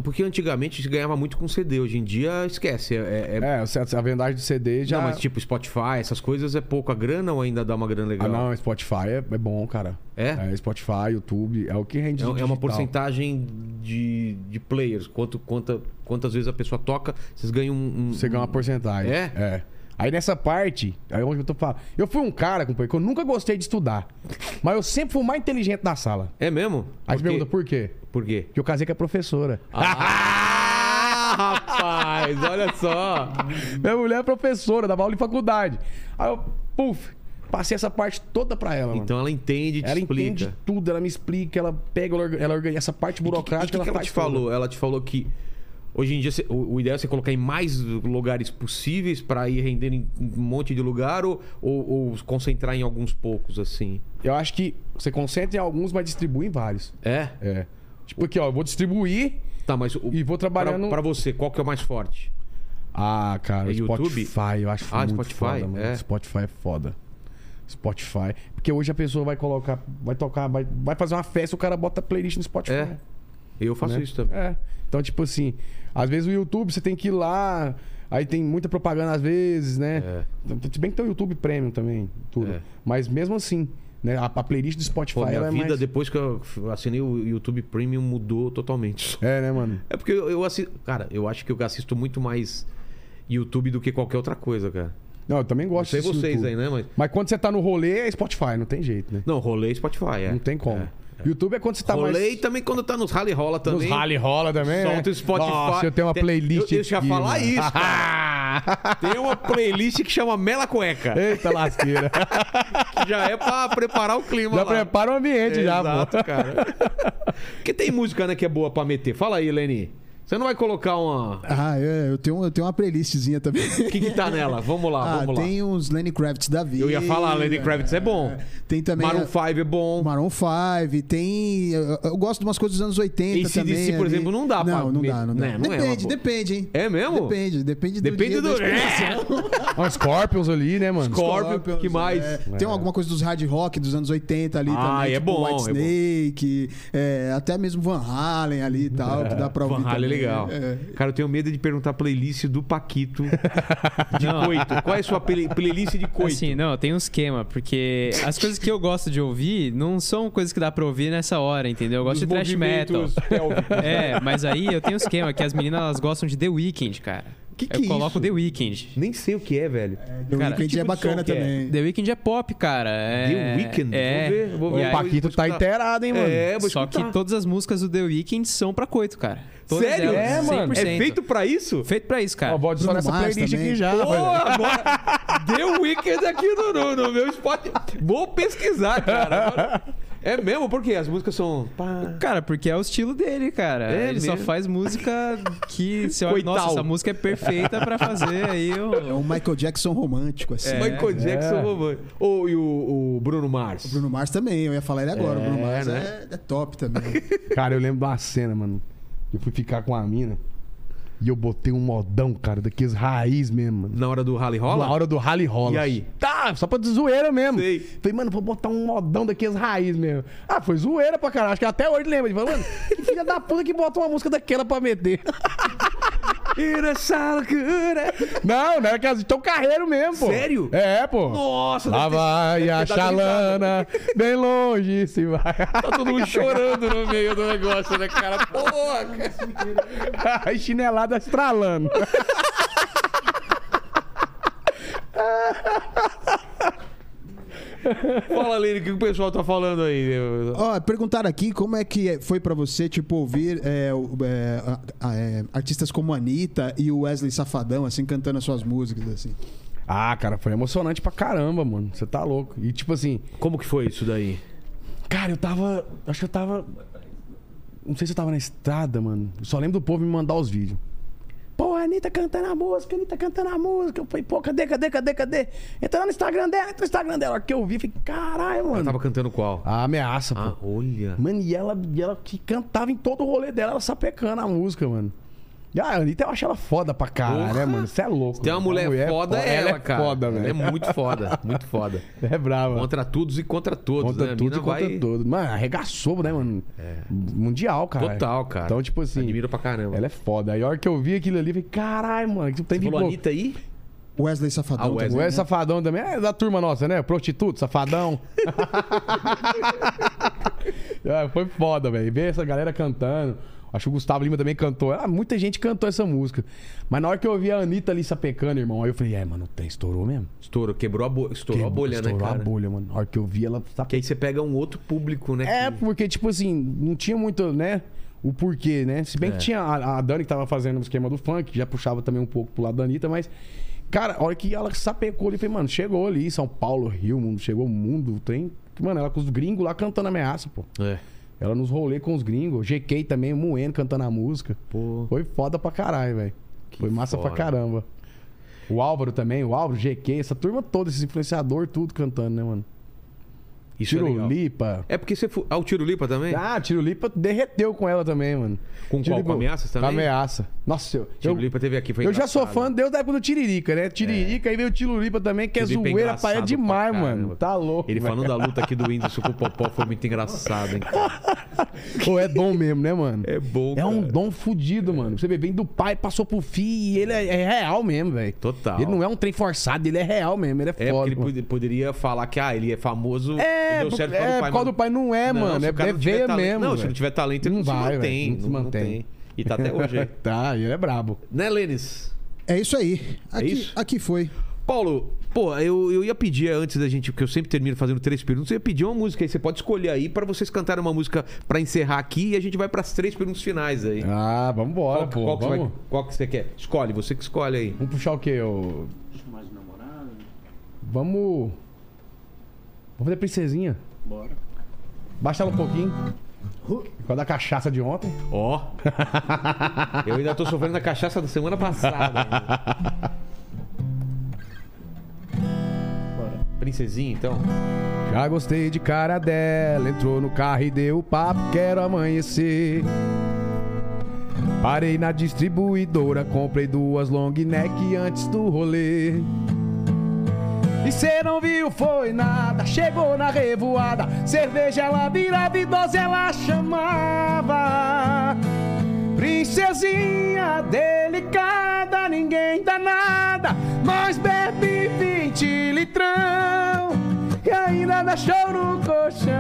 Speaker 1: Porque antigamente se ganhava muito com CD, hoje em dia esquece. É, é-
Speaker 4: É, a vendagem do CD já.
Speaker 1: Não, mas tipo Spotify, essas coisas é pouco. A grana ou ainda dá uma grana legal?
Speaker 4: Ah, não, Spotify é, é bom, cara.
Speaker 1: É?
Speaker 4: Spotify, YouTube, é o que rende.
Speaker 1: É- É,
Speaker 4: digital.
Speaker 1: uma porcentagem de, de players. Quanto, quanta, quantas vezes a pessoa toca, vocês ganham um. um-
Speaker 4: Você ganha uma porcentagem.
Speaker 1: É?
Speaker 4: É. Aí nessa parte, aí onde eu tô falando. Eu fui um cara, companheiro, que eu nunca gostei de estudar. mas eu sempre fui o mais inteligente da sala.
Speaker 1: É mesmo? Por
Speaker 4: Aí você
Speaker 1: quê?
Speaker 4: pergunta por quê?
Speaker 1: Por quê?
Speaker 4: Porque eu casei com a professora.
Speaker 1: Ah, rapaz, olha só.
Speaker 4: Minha mulher é professora, dava aula em faculdade. Aí eu, puf, passei essa parte toda pra ela, mano.
Speaker 1: Então ela entende, te
Speaker 4: ela
Speaker 1: explica.
Speaker 4: entende tudo, ela me explica, ela pega, ela orga- ela organiza essa parte
Speaker 1: O que,
Speaker 4: burocrática.
Speaker 1: que ela
Speaker 4: faz
Speaker 1: te
Speaker 4: toda.
Speaker 1: falou? Ela te falou que hoje em dia cê- o, o ideal é você colocar em mais lugares possíveis pra ir rendendo em um monte de lugar ou, ou, ou se concentrar em alguns poucos, assim.
Speaker 4: Eu acho que você concentra em alguns, mas distribui em vários.
Speaker 1: É?
Speaker 4: É. Tipo aqui, ó, eu vou distribuir.
Speaker 1: Tá, mas o,
Speaker 4: E vou trabalhar
Speaker 1: pra,
Speaker 4: no-
Speaker 1: pra você, qual que é o mais forte?
Speaker 4: Ah, cara,
Speaker 1: É YouTube?
Speaker 4: Spotify, eu acho
Speaker 1: Ah,
Speaker 4: muito
Speaker 1: Spotify,
Speaker 4: foda, mano.
Speaker 1: é.
Speaker 4: Spotify é foda. Spotify. Porque hoje a pessoa vai colocar, vai tocar, vai, vai fazer uma festa, o cara bota playlist no Spotify.
Speaker 1: É. Eu faço
Speaker 4: né?
Speaker 1: isso também.
Speaker 4: É. Então, tipo assim, às vezes o YouTube você tem que ir lá, aí tem muita propaganda às vezes, né?
Speaker 1: É.
Speaker 4: Então, Se bem que tem o YouTube Premium também, tudo.
Speaker 1: É.
Speaker 4: Mas mesmo assim, né? A, a playlist do Spotify
Speaker 1: Pô, minha
Speaker 4: ela é
Speaker 1: vida,
Speaker 4: mais...
Speaker 1: depois que eu assinei o YouTube Premium, mudou totalmente.
Speaker 4: É, né, mano?
Speaker 1: É porque eu, eu assisto. Cara, eu acho que eu assisto muito mais YouTube do que qualquer outra coisa, cara.
Speaker 4: Não, eu também
Speaker 1: Não
Speaker 4: gosto
Speaker 1: sei
Speaker 4: desse
Speaker 1: vocês
Speaker 4: YouTube.
Speaker 1: aí, né? Mas.
Speaker 4: Mas quando você tá no rolê, é Spotify, não tem jeito, né?
Speaker 1: Não, rolê é Spotify, é.
Speaker 4: Não tem como.
Speaker 1: É.
Speaker 4: YouTube é quando você tá
Speaker 1: rolê
Speaker 4: mais...
Speaker 1: e também quando tá nos rally rola também. É.
Speaker 4: Nos rally rola também.
Speaker 1: Solta
Speaker 4: né?
Speaker 1: o Spotify.
Speaker 4: Nossa, eu tenho uma
Speaker 1: Tem-
Speaker 4: playlist.
Speaker 1: Eu- deixa eu
Speaker 4: aqui,
Speaker 1: falar
Speaker 4: mano.
Speaker 1: isso, cara. Tem uma playlist que chama Mela Cueca.
Speaker 4: Eita lasqueira.
Speaker 1: Que já é pra preparar o clima
Speaker 4: já
Speaker 1: lá.
Speaker 4: prepara o
Speaker 3: É,
Speaker 4: ambiente já,
Speaker 1: Exato,
Speaker 4: pô.
Speaker 1: cara. Porque tem música, né, que é boa pra meter. Fala aí, Leni. Você não vai colocar uma...
Speaker 2: Ah, é, eu tenho, eu tenho uma playlistzinha também.
Speaker 1: O que que tá nela? Vamos lá,
Speaker 2: Ah,
Speaker 1: vamos lá.
Speaker 2: tem uns Lenny Kravitz da vida.
Speaker 1: Eu ia falar, Lenny Kravitz é bom.
Speaker 2: Tem também
Speaker 1: Maroon
Speaker 2: a-
Speaker 1: 5 é bom.
Speaker 2: Maroon 5, tem. Eu, eu gosto de umas coisas dos anos 80
Speaker 1: AC/DC,
Speaker 2: também.
Speaker 1: por
Speaker 2: ali.
Speaker 1: exemplo, não dá pra
Speaker 2: Não, não
Speaker 1: me-
Speaker 2: dá, não dá.
Speaker 1: né, não é uma
Speaker 2: depende,
Speaker 1: boa.
Speaker 2: depende, hein?
Speaker 1: É mesmo?
Speaker 2: Depende, depende do
Speaker 1: Depende
Speaker 2: dia,
Speaker 1: do... É.
Speaker 2: da experiência.
Speaker 4: Ó, Scorpions ali, né, mano?
Speaker 1: Scorpions. Scorpions, que mais?
Speaker 2: é. Tem alguma coisa dos hard rock dos anos 80 ali
Speaker 1: Ah,
Speaker 2: também.
Speaker 1: é
Speaker 2: tipo
Speaker 1: bom,
Speaker 2: White
Speaker 1: é bom.
Speaker 2: Snake, é, até mesmo Van Halen ali e tal, que dá pra ouvir.
Speaker 1: Van Halen é
Speaker 2: também.
Speaker 1: legal.
Speaker 2: É.
Speaker 1: Cara, eu tenho medo de perguntar a playlist do Paquito de coito. Qual é a sua play- playlist de coito?
Speaker 3: Assim, não, tem um esquema, porque as coisas que eu gosto de ouvir não são coisas que dá pra ouvir nessa hora, entendeu? Eu gosto de
Speaker 1: Dos
Speaker 3: thrash metal.
Speaker 1: movimentos pélvicos.
Speaker 3: É, mas aí eu tenho um esquema que as meninas elas gostam de The Weeknd, cara.
Speaker 1: Que que
Speaker 3: eu
Speaker 1: é
Speaker 3: coloco
Speaker 1: isso?
Speaker 3: The Weeknd.
Speaker 1: Nem sei o que é, velho.
Speaker 2: The
Speaker 3: Cara,
Speaker 2: Weeknd
Speaker 1: que tipo
Speaker 2: é
Speaker 1: de
Speaker 2: bacana
Speaker 1: som que é?
Speaker 2: também.
Speaker 3: The Weeknd é pop, cara. É,
Speaker 1: The Weeknd?
Speaker 3: É.
Speaker 1: Vou ver, vou
Speaker 3: E
Speaker 1: ver.
Speaker 3: aí-
Speaker 4: O Paquito
Speaker 1: Vou
Speaker 4: tá
Speaker 1: escutar.
Speaker 4: inteirado, hein, mano?
Speaker 1: É, vou
Speaker 3: Só
Speaker 1: escutar.
Speaker 3: que todas as músicas do The Weeknd são pra coito, cara. Todas
Speaker 1: Sério?
Speaker 3: elas,
Speaker 1: é, mano.
Speaker 3: 100%.
Speaker 1: É feito pra isso?
Speaker 3: Feito pra isso, cara.
Speaker 4: Ó, bota só
Speaker 2: Bruno
Speaker 4: nessa
Speaker 2: Mars
Speaker 4: playlist
Speaker 2: também.
Speaker 4: aqui já.
Speaker 1: Pô,
Speaker 4: velho.
Speaker 1: agora deu Weekend aqui no, no, no meu spot. Vou pesquisar, cara. Agora- É mesmo? Porque as músicas são. pá.
Speaker 3: Cara, porque é o estilo dele, cara.
Speaker 1: É
Speaker 3: ele só
Speaker 1: mesmo.
Speaker 3: faz música que você olha, nossa,
Speaker 1: Coital.
Speaker 3: essa música é perfeita pra fazer aí
Speaker 2: É
Speaker 3: o
Speaker 2: um Michael Jackson romântico, assim.
Speaker 3: É.
Speaker 1: Michael Jackson, vovô. Ou e o, o Bruno Mars?
Speaker 2: Bruno Mars também, eu ia falar ele agora. o Bruno Mars
Speaker 1: né?
Speaker 2: é, é top também.
Speaker 4: Cara, eu lembro de uma cena, mano. Eu fui ficar com a mina e eu botei um modão, cara, daqueles raiz mesmo, mano.
Speaker 1: Na hora do Rally
Speaker 4: Na
Speaker 1: Rola?
Speaker 4: hora do rally rola.
Speaker 1: E aí?
Speaker 4: Tá, só pra de zoeira mesmo.
Speaker 1: Sei.
Speaker 4: Falei, mano, vou botar um modão daqueles raiz mesmo. Ah, foi zoeira pra caralho. Acho que até hoje lembra. Ele falou, mano, que filha da puta que botou uma música daquela pra meter.
Speaker 1: Era essa loucura.
Speaker 4: Não, não era aquelas. Então carreiro mesmo, pô.
Speaker 1: Sério?
Speaker 4: É, pô.
Speaker 1: Nossa,
Speaker 4: Lá
Speaker 1: deve ter-
Speaker 4: vai
Speaker 1: deve
Speaker 4: a
Speaker 1: ter dado
Speaker 4: chalana, bem longe se vai.
Speaker 1: Tá todo mundo chorando no meio do negócio, né, cara? Porra, cara.
Speaker 4: Aí chinelada estralando.
Speaker 1: Fala, Lene, o que o pessoal tá falando aí?
Speaker 2: Ó, perguntaram aqui como é que é- foi pra você, tipo, ouvir é, o- é, a- a- é, artistas como a Anitta e o Wesley Safadão, assim, cantando as suas músicas, assim.
Speaker 4: Ah, cara, foi emocionante pra caramba, mano. Você tá louco. E tipo assim,
Speaker 1: Como que foi isso daí?
Speaker 4: Cara, eu tava. Acho que eu tava. Não sei se eu tava na estrada, mano. Eu só lembro do povo me mandar os vídeos. Pô, a Anitta cantando a música, a Anitta cantando a música. Eu falei, pô, cadê, cadê, cadê, cadê? Entra lá no Instagram dela, entra no Instagram dela. A hora que eu vi, eu falei, caralho,
Speaker 1: Ela
Speaker 4: mano.
Speaker 1: tava cantando qual?
Speaker 4: A ameaça, pô.
Speaker 1: Ah, olha.
Speaker 4: Mano, e ela, e ela que cantava em todo o rolê dela, ela sapecando a música, mano. E a Anitta, eu acho ela foda pra caralho, né, mano? Você é louco.
Speaker 1: Tem uma
Speaker 4: mano.
Speaker 1: mulher,
Speaker 4: A
Speaker 1: foda,
Speaker 4: fo-
Speaker 1: é ela, cara.
Speaker 4: foda,
Speaker 1: Ela
Speaker 4: velho.
Speaker 1: É muito foda, muito foda.
Speaker 4: É brava.
Speaker 1: Contra todos e contra todos,
Speaker 4: Conta
Speaker 1: né? A
Speaker 4: tudo
Speaker 1: mina
Speaker 4: e conta
Speaker 1: vai- É.
Speaker 4: tudo. Mano, arregaçou, né, mano? Mundial, cara.
Speaker 1: Total, cara.
Speaker 4: Então, tipo assim.
Speaker 1: Admiro pra caramba.
Speaker 4: Ela é foda. Aí a hora que eu vi aquilo ali, eu falei, caralho, mano, que tem
Speaker 1: Falou Anitta aí?
Speaker 2: Wesley Safadão.
Speaker 1: Ah, Wesley.
Speaker 4: O é safadão também. É da turma nossa, né? Prostituto, safadão. É, foi foda, velho. Ver essa galera cantando. Acho que o Gustavo Lima também cantou. Ah, muita gente cantou essa música. Mas na hora que eu vi a Anitta ali sapecando, irmão, aí eu falei, é, mano, tem, estourou mesmo.
Speaker 1: Estourou, quebrou a, bo... Estourou a bolha,
Speaker 4: estourou
Speaker 1: né, cara?
Speaker 4: a bolha, mano. Na hora que eu vi ela sapecando.
Speaker 1: Que aí você pega um outro público, né?
Speaker 4: É,
Speaker 1: que-
Speaker 4: porque, tipo assim, não tinha muito, né? O porquê, né? Se
Speaker 1: É.
Speaker 4: bem que tinha a, a Dani que tava fazendo o esquema do funk, já puxava também um pouco pro lado da Anitta, mas. Cara, a hora que ela sapecou ali, falei, mano, chegou ali, São Paulo, Rio, mundo, chegou o mundo, tem. Mano, ela com os gringos lá cantando ameaça, pô.
Speaker 1: É.
Speaker 4: Ela nos rolê com os gringos, GK também, moendo, cantando a música.
Speaker 1: Pô.
Speaker 4: Foi foda pra caralho, velho. Foi massa
Speaker 1: foda.
Speaker 4: pra caramba. O Álvaro também, o Álvaro, GK, essa turma toda, esses influenciador, tudo cantando, né, mano?
Speaker 1: Isso é legal.
Speaker 4: Tirolipa.
Speaker 1: É porque você. Fu... Ah, o Tiro Lipa também?
Speaker 4: Ah, Tiro Lipa derreteu com ela também, mano.
Speaker 1: Com qual?
Speaker 4: Tirolipa-
Speaker 1: Com ameaças também?
Speaker 4: Com ameaça. Nossa, eu.
Speaker 1: Tiro
Speaker 4: eu-
Speaker 1: Lipa teve aqui, foi
Speaker 4: eu já sou
Speaker 1: engraçado.
Speaker 4: fã desde a época do Tiririca, né? Tiririca, aí veio o Tirolipa também, que é
Speaker 1: Tiro Lipa
Speaker 4: zoeira
Speaker 1: engraçado
Speaker 4: paia demais,
Speaker 1: pra caramba.
Speaker 4: mano. Tá louco.
Speaker 1: Ele
Speaker 4: velho.
Speaker 1: falando da luta aqui do Whindersson com o Popó foi muito engraçado, hein? cara?
Speaker 4: Pô, é dom mesmo, né, mano?
Speaker 1: É bom,
Speaker 4: É um
Speaker 1: cara.
Speaker 4: dom fudido, mano. Você vê, vem do pai, passou pro filho, e ele é, é real mesmo, velho.
Speaker 1: Total.
Speaker 4: Ele não é um trem forçado, ele é real mesmo, ele é,
Speaker 1: É,
Speaker 4: foda.
Speaker 1: porque ele
Speaker 4: mano.
Speaker 1: pod- poderia falar que, ah, ele é famoso,
Speaker 4: É,
Speaker 1: ele deu certo por causa
Speaker 4: é,
Speaker 1: do
Speaker 4: por
Speaker 1: pai.
Speaker 4: causa do
Speaker 1: mas-
Speaker 4: pai não é, mano.
Speaker 1: se
Speaker 4: É,
Speaker 1: o cara
Speaker 4: é
Speaker 1: não tiver
Speaker 4: veia
Speaker 1: talento-
Speaker 4: mesmo.
Speaker 1: Não, se
Speaker 4: velho.
Speaker 1: não tiver talento, ele não, se
Speaker 4: vai, velho,
Speaker 1: mantém.
Speaker 4: Não se
Speaker 1: não
Speaker 4: mantém.
Speaker 1: E tá até hoje aí.
Speaker 4: tá, e ele é brabo.
Speaker 1: Né, Lênis?
Speaker 2: É isso aí. Aqui,
Speaker 1: isso?
Speaker 2: aqui foi.
Speaker 1: Paulo, pô, eu, eu ia pedir antes da gente, porque eu sempre termino fazendo três perguntas, eu ia pedir uma música aí. Você pode escolher aí pra vocês cantarem uma música pra encerrar aqui e a gente vai pras três perguntas finais aí.
Speaker 4: Ah, vambora,
Speaker 1: qual,
Speaker 4: pô.
Speaker 1: qual que
Speaker 4: vamos.
Speaker 1: vai- qual que você quer? Escolhe, você que escolhe aí.
Speaker 4: Vamos puxar o quê? O... Vamos. Vamos fazer princesinha. Bora. Baixa ela um pouquinho. Com a da cachaça de ontem.
Speaker 1: Ó. eu ainda tô sofrendo da cachaça da semana passada. ainda. Princesinha, então.
Speaker 4: Já gostei de cara dela, entrou no carro e deu o papo, quero amanhecer. Parei na distribuidora, comprei duas long neck antes do rolê. E cê não viu, foi nada, chegou na revoada, cerveja ela virada e dose ela chamava. Princesinha delicada, ninguém dá nada, mas bebe 20 litrão e ainda dá show no colchão.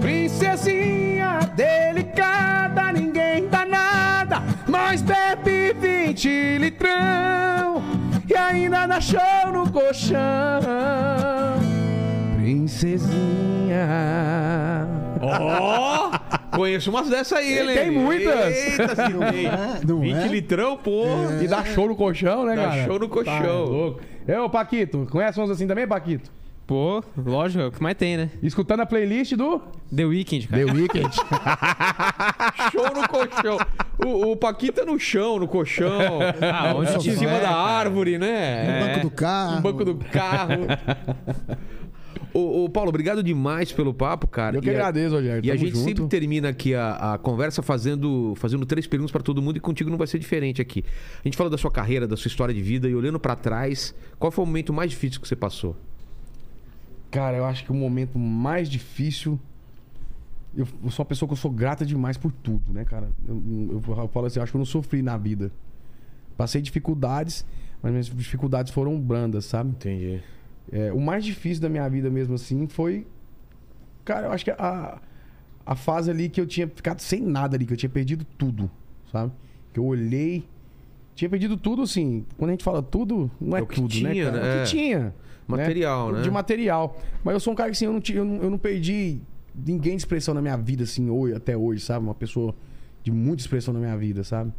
Speaker 4: Princesinha delicada, ninguém dá nada, mas bebe 20 litrão e ainda dá show no colchão. Princesinha.
Speaker 1: Ó! Conheço umas dessas aí, Lênis.
Speaker 4: Tem muitas.
Speaker 1: Eita, se tem.
Speaker 2: Não
Speaker 1: 20
Speaker 2: é?
Speaker 1: litrão, pô.
Speaker 4: E dá show no colchão, né,
Speaker 1: É. Dá
Speaker 4: cara?
Speaker 1: show no colchão.
Speaker 4: Tá louco. Eu, Paquito, conhece uns assim também, Paquito?
Speaker 3: Pô, lógico, é o que mais tem, né?
Speaker 4: Escutando a playlist do
Speaker 3: The Weeknd, cara.
Speaker 4: Weeknd.
Speaker 1: Show no colchão. O, o Paquita no chão, no colchão.
Speaker 3: Ah, onde
Speaker 1: Em
Speaker 3: tiver,
Speaker 1: cima da
Speaker 3: cara.
Speaker 1: árvore, né?
Speaker 2: No banco do carro.
Speaker 1: No banco do carro. Ô, ô, Paulo, obrigado demais pelo papo, cara.
Speaker 4: Eu que
Speaker 1: E a-
Speaker 4: agradeço, Rogério.
Speaker 1: E a
Speaker 4: Tamo
Speaker 1: gente
Speaker 4: junto.
Speaker 1: sempre termina aqui a, a conversa fazendo, fazendo três perguntas pra todo mundo e contigo não vai ser diferente aqui. A gente fala da sua carreira, da sua história de vida e olhando pra trás, qual foi o momento mais difícil que você passou?
Speaker 4: Cara, eu acho que o momento mais difícil. Eu eu sou uma pessoa que eu sou grata demais por tudo, né, cara? Eu, eu- eu falo assim, eu acho que eu não sofri na vida. Passei dificuldades, mas minhas dificuldades foram brandas, sabe?
Speaker 1: Entendi.
Speaker 4: É, o mais difícil da minha vida mesmo assim foi. Cara, eu acho que a, a fase ali que eu tinha ficado sem nada ali, que eu tinha perdido tudo, sabe? Que eu olhei. Tinha perdido tudo, assim. Quando a gente fala tudo, não é,
Speaker 1: É o que
Speaker 4: tudo,
Speaker 1: tinha,
Speaker 4: né? Cara?
Speaker 1: né?
Speaker 4: O que tinha.
Speaker 1: Material, né?
Speaker 4: De material. Mas eu sou um cara que, assim, eu não, ti- eu não, eu não perdi ninguém de expressão na minha vida, assim, hoje, até hoje, sabe? Uma pessoa de muita expressão na minha vida, sabe?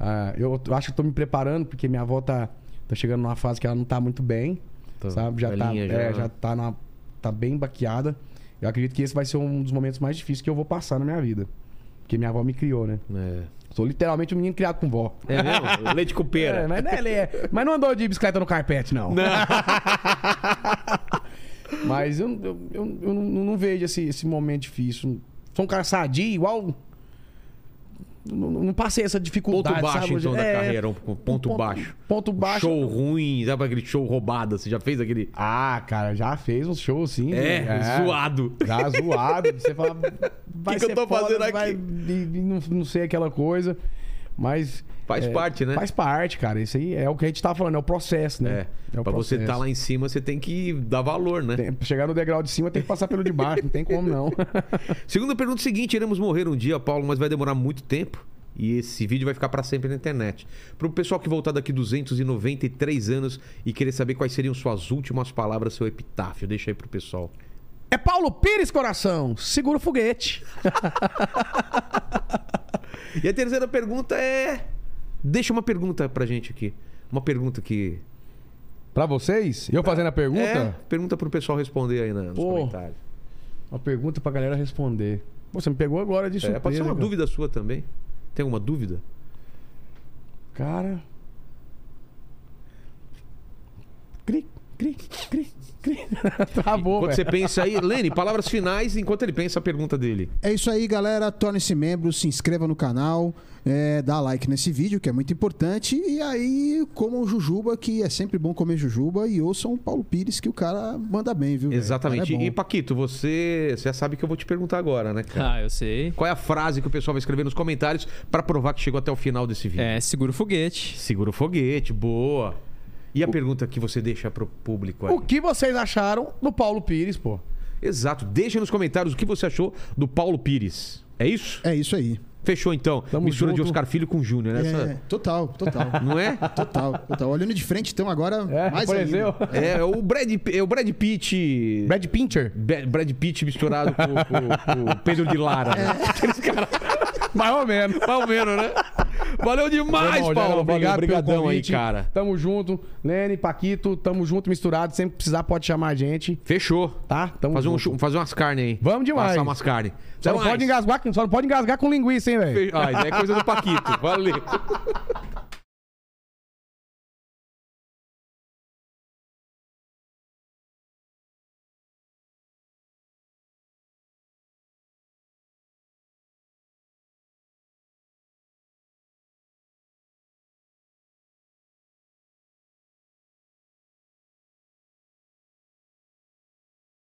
Speaker 4: Ah, eu t- acho que eu tô me preparando, porque minha avó tá Tá chegando numa fase que ela não tá muito bem,
Speaker 1: Tá
Speaker 4: sabe? Já tá,
Speaker 1: velhinha já,
Speaker 4: é,
Speaker 1: né?
Speaker 4: já tá, na, tá bem baqueada. Eu acredito que esse vai ser um dos momentos mais difíceis que eu vou passar na minha vida. Porque minha avó me criou, né?
Speaker 1: É.
Speaker 4: Sou literalmente um menino criado com vó.
Speaker 1: É mesmo? Leite com pera.
Speaker 4: É, mas, não é le- mas não andou de bicicleta no carpete, não. mas eu, eu, eu- eu não, não vejo esse, esse momento difícil. Sou um cara sadio, igual. Não, não passei essa
Speaker 1: Ponto
Speaker 4: dificuldade.
Speaker 1: baixo,
Speaker 4: sabe?
Speaker 1: então,
Speaker 4: É,
Speaker 1: da carreira. Um ponto, baixo.
Speaker 4: Ponto baixo.
Speaker 1: Show ruim, sabe aquele show roubado? Você já fez aquele.
Speaker 4: Ah, cara, já fez um show assim.
Speaker 1: É, zoado.
Speaker 4: Já zoado. Você fala. O
Speaker 1: que eu tô fazendo aqui?
Speaker 4: não, não sei aquela coisa. Mas. é,
Speaker 1: Faz parte, né?
Speaker 4: Faz parte, cara. Isso aí é o que a gente tá falando, é o processo, né?
Speaker 1: É. pra você estar lá em cima, você tem que dar valor, né?
Speaker 4: Tem- chegar no degrau de cima tem que passar pelo de baixo, não tem como não.
Speaker 1: Segunda pergunta é o seguinte: iremos morrer um dia, Paulo, mas vai demorar muito tempo. E esse vídeo vai ficar pra sempre na internet. Pro pessoal que voltar daqui 293 anos e querer saber quais seriam suas últimas palavras, seu epitáfio, deixa aí pro pessoal.
Speaker 4: É Paulo Pires, coração, segura o foguete.
Speaker 1: E a terceira pergunta é. Deixa uma pergunta pra gente aqui. Uma pergunta que.
Speaker 4: Pra vocês, eu fazendo a pergunta?
Speaker 1: É, pergunta pro pessoal responder aí na, nos
Speaker 4: Pô,
Speaker 1: comentários.
Speaker 4: Uma pergunta pra galera responder. Pô, Você me pegou agora de surpresa.
Speaker 1: É, pode ser uma
Speaker 4: cara.
Speaker 1: dúvida sua também. Tem alguma dúvida?
Speaker 4: Cara. Cri, cri, cri, cri. Travou,
Speaker 1: Quando você
Speaker 4: velho.
Speaker 1: pensa aí, Lene, palavras finais enquanto ele pensa a pergunta dele.
Speaker 2: É isso aí, galera. Torne-se membro, se inscreva no canal, é, dá like nesse vídeo, que é muito importante. E aí, comam jujuba, que é sempre bom comer jujuba. E ouçam o Paulo Pires, que o cara manda bem, viu? velho? O
Speaker 1: Exatamente.
Speaker 2: cara é
Speaker 1: e
Speaker 2: bom.
Speaker 1: Paquito, você, você já sabe que eu vou te perguntar agora, né, cara?
Speaker 3: Ah, eu sei.
Speaker 1: Qual é a frase que o pessoal vai escrever nos comentários pra provar que chegou até o final desse vídeo?
Speaker 3: É, segura o foguete.
Speaker 1: Segura o foguete, boa. E a pergunta que você deixa pro público aí?
Speaker 4: O que vocês acharam do Paulo Pires, pô?
Speaker 1: Exato. Deixa nos comentários o que você achou do Paulo Pires. É isso?
Speaker 2: É isso aí.
Speaker 1: Fechou então.
Speaker 4: Tamo
Speaker 1: Mistura de
Speaker 4: junto.
Speaker 1: Oscar Filho com Júnior, né?
Speaker 2: É, total, total.
Speaker 1: Não é?
Speaker 2: Total, total. Olhando de frente, então, agora mais
Speaker 4: apareceu.
Speaker 2: ainda.
Speaker 1: É o Brad, é o Brad Pitt.
Speaker 4: Brad Pincher?
Speaker 1: Be- Brad Pitt misturado com, com- com o Pedro de Lara. Né?
Speaker 4: Mais ou menos.
Speaker 1: Mais ou menos, né? Valeu demais,
Speaker 4: Irmão,
Speaker 1: Paulo.
Speaker 4: Geraldo,
Speaker 1: Obrigado
Speaker 4: valeu,
Speaker 1: pelo
Speaker 4: pelo
Speaker 1: convite.
Speaker 4: convite. Tamo junto. Lene, Paquito, tamo junto, misturado. Sempre precisar, pode chamar a gente,
Speaker 1: Fechou.
Speaker 4: tá? Tamo
Speaker 1: Fazer, um,
Speaker 4: junto.
Speaker 1: chu- fazer umas carnes aí.
Speaker 4: Vamos demais.
Speaker 1: Passar umas carnes.
Speaker 4: Só não,
Speaker 1: Até
Speaker 4: pode
Speaker 1: mais.
Speaker 4: engasgar, com- só não pode engasgar com linguiça, hein, velho?
Speaker 1: Fe- Ah, isso aí é coisa do Paquito. Valeu.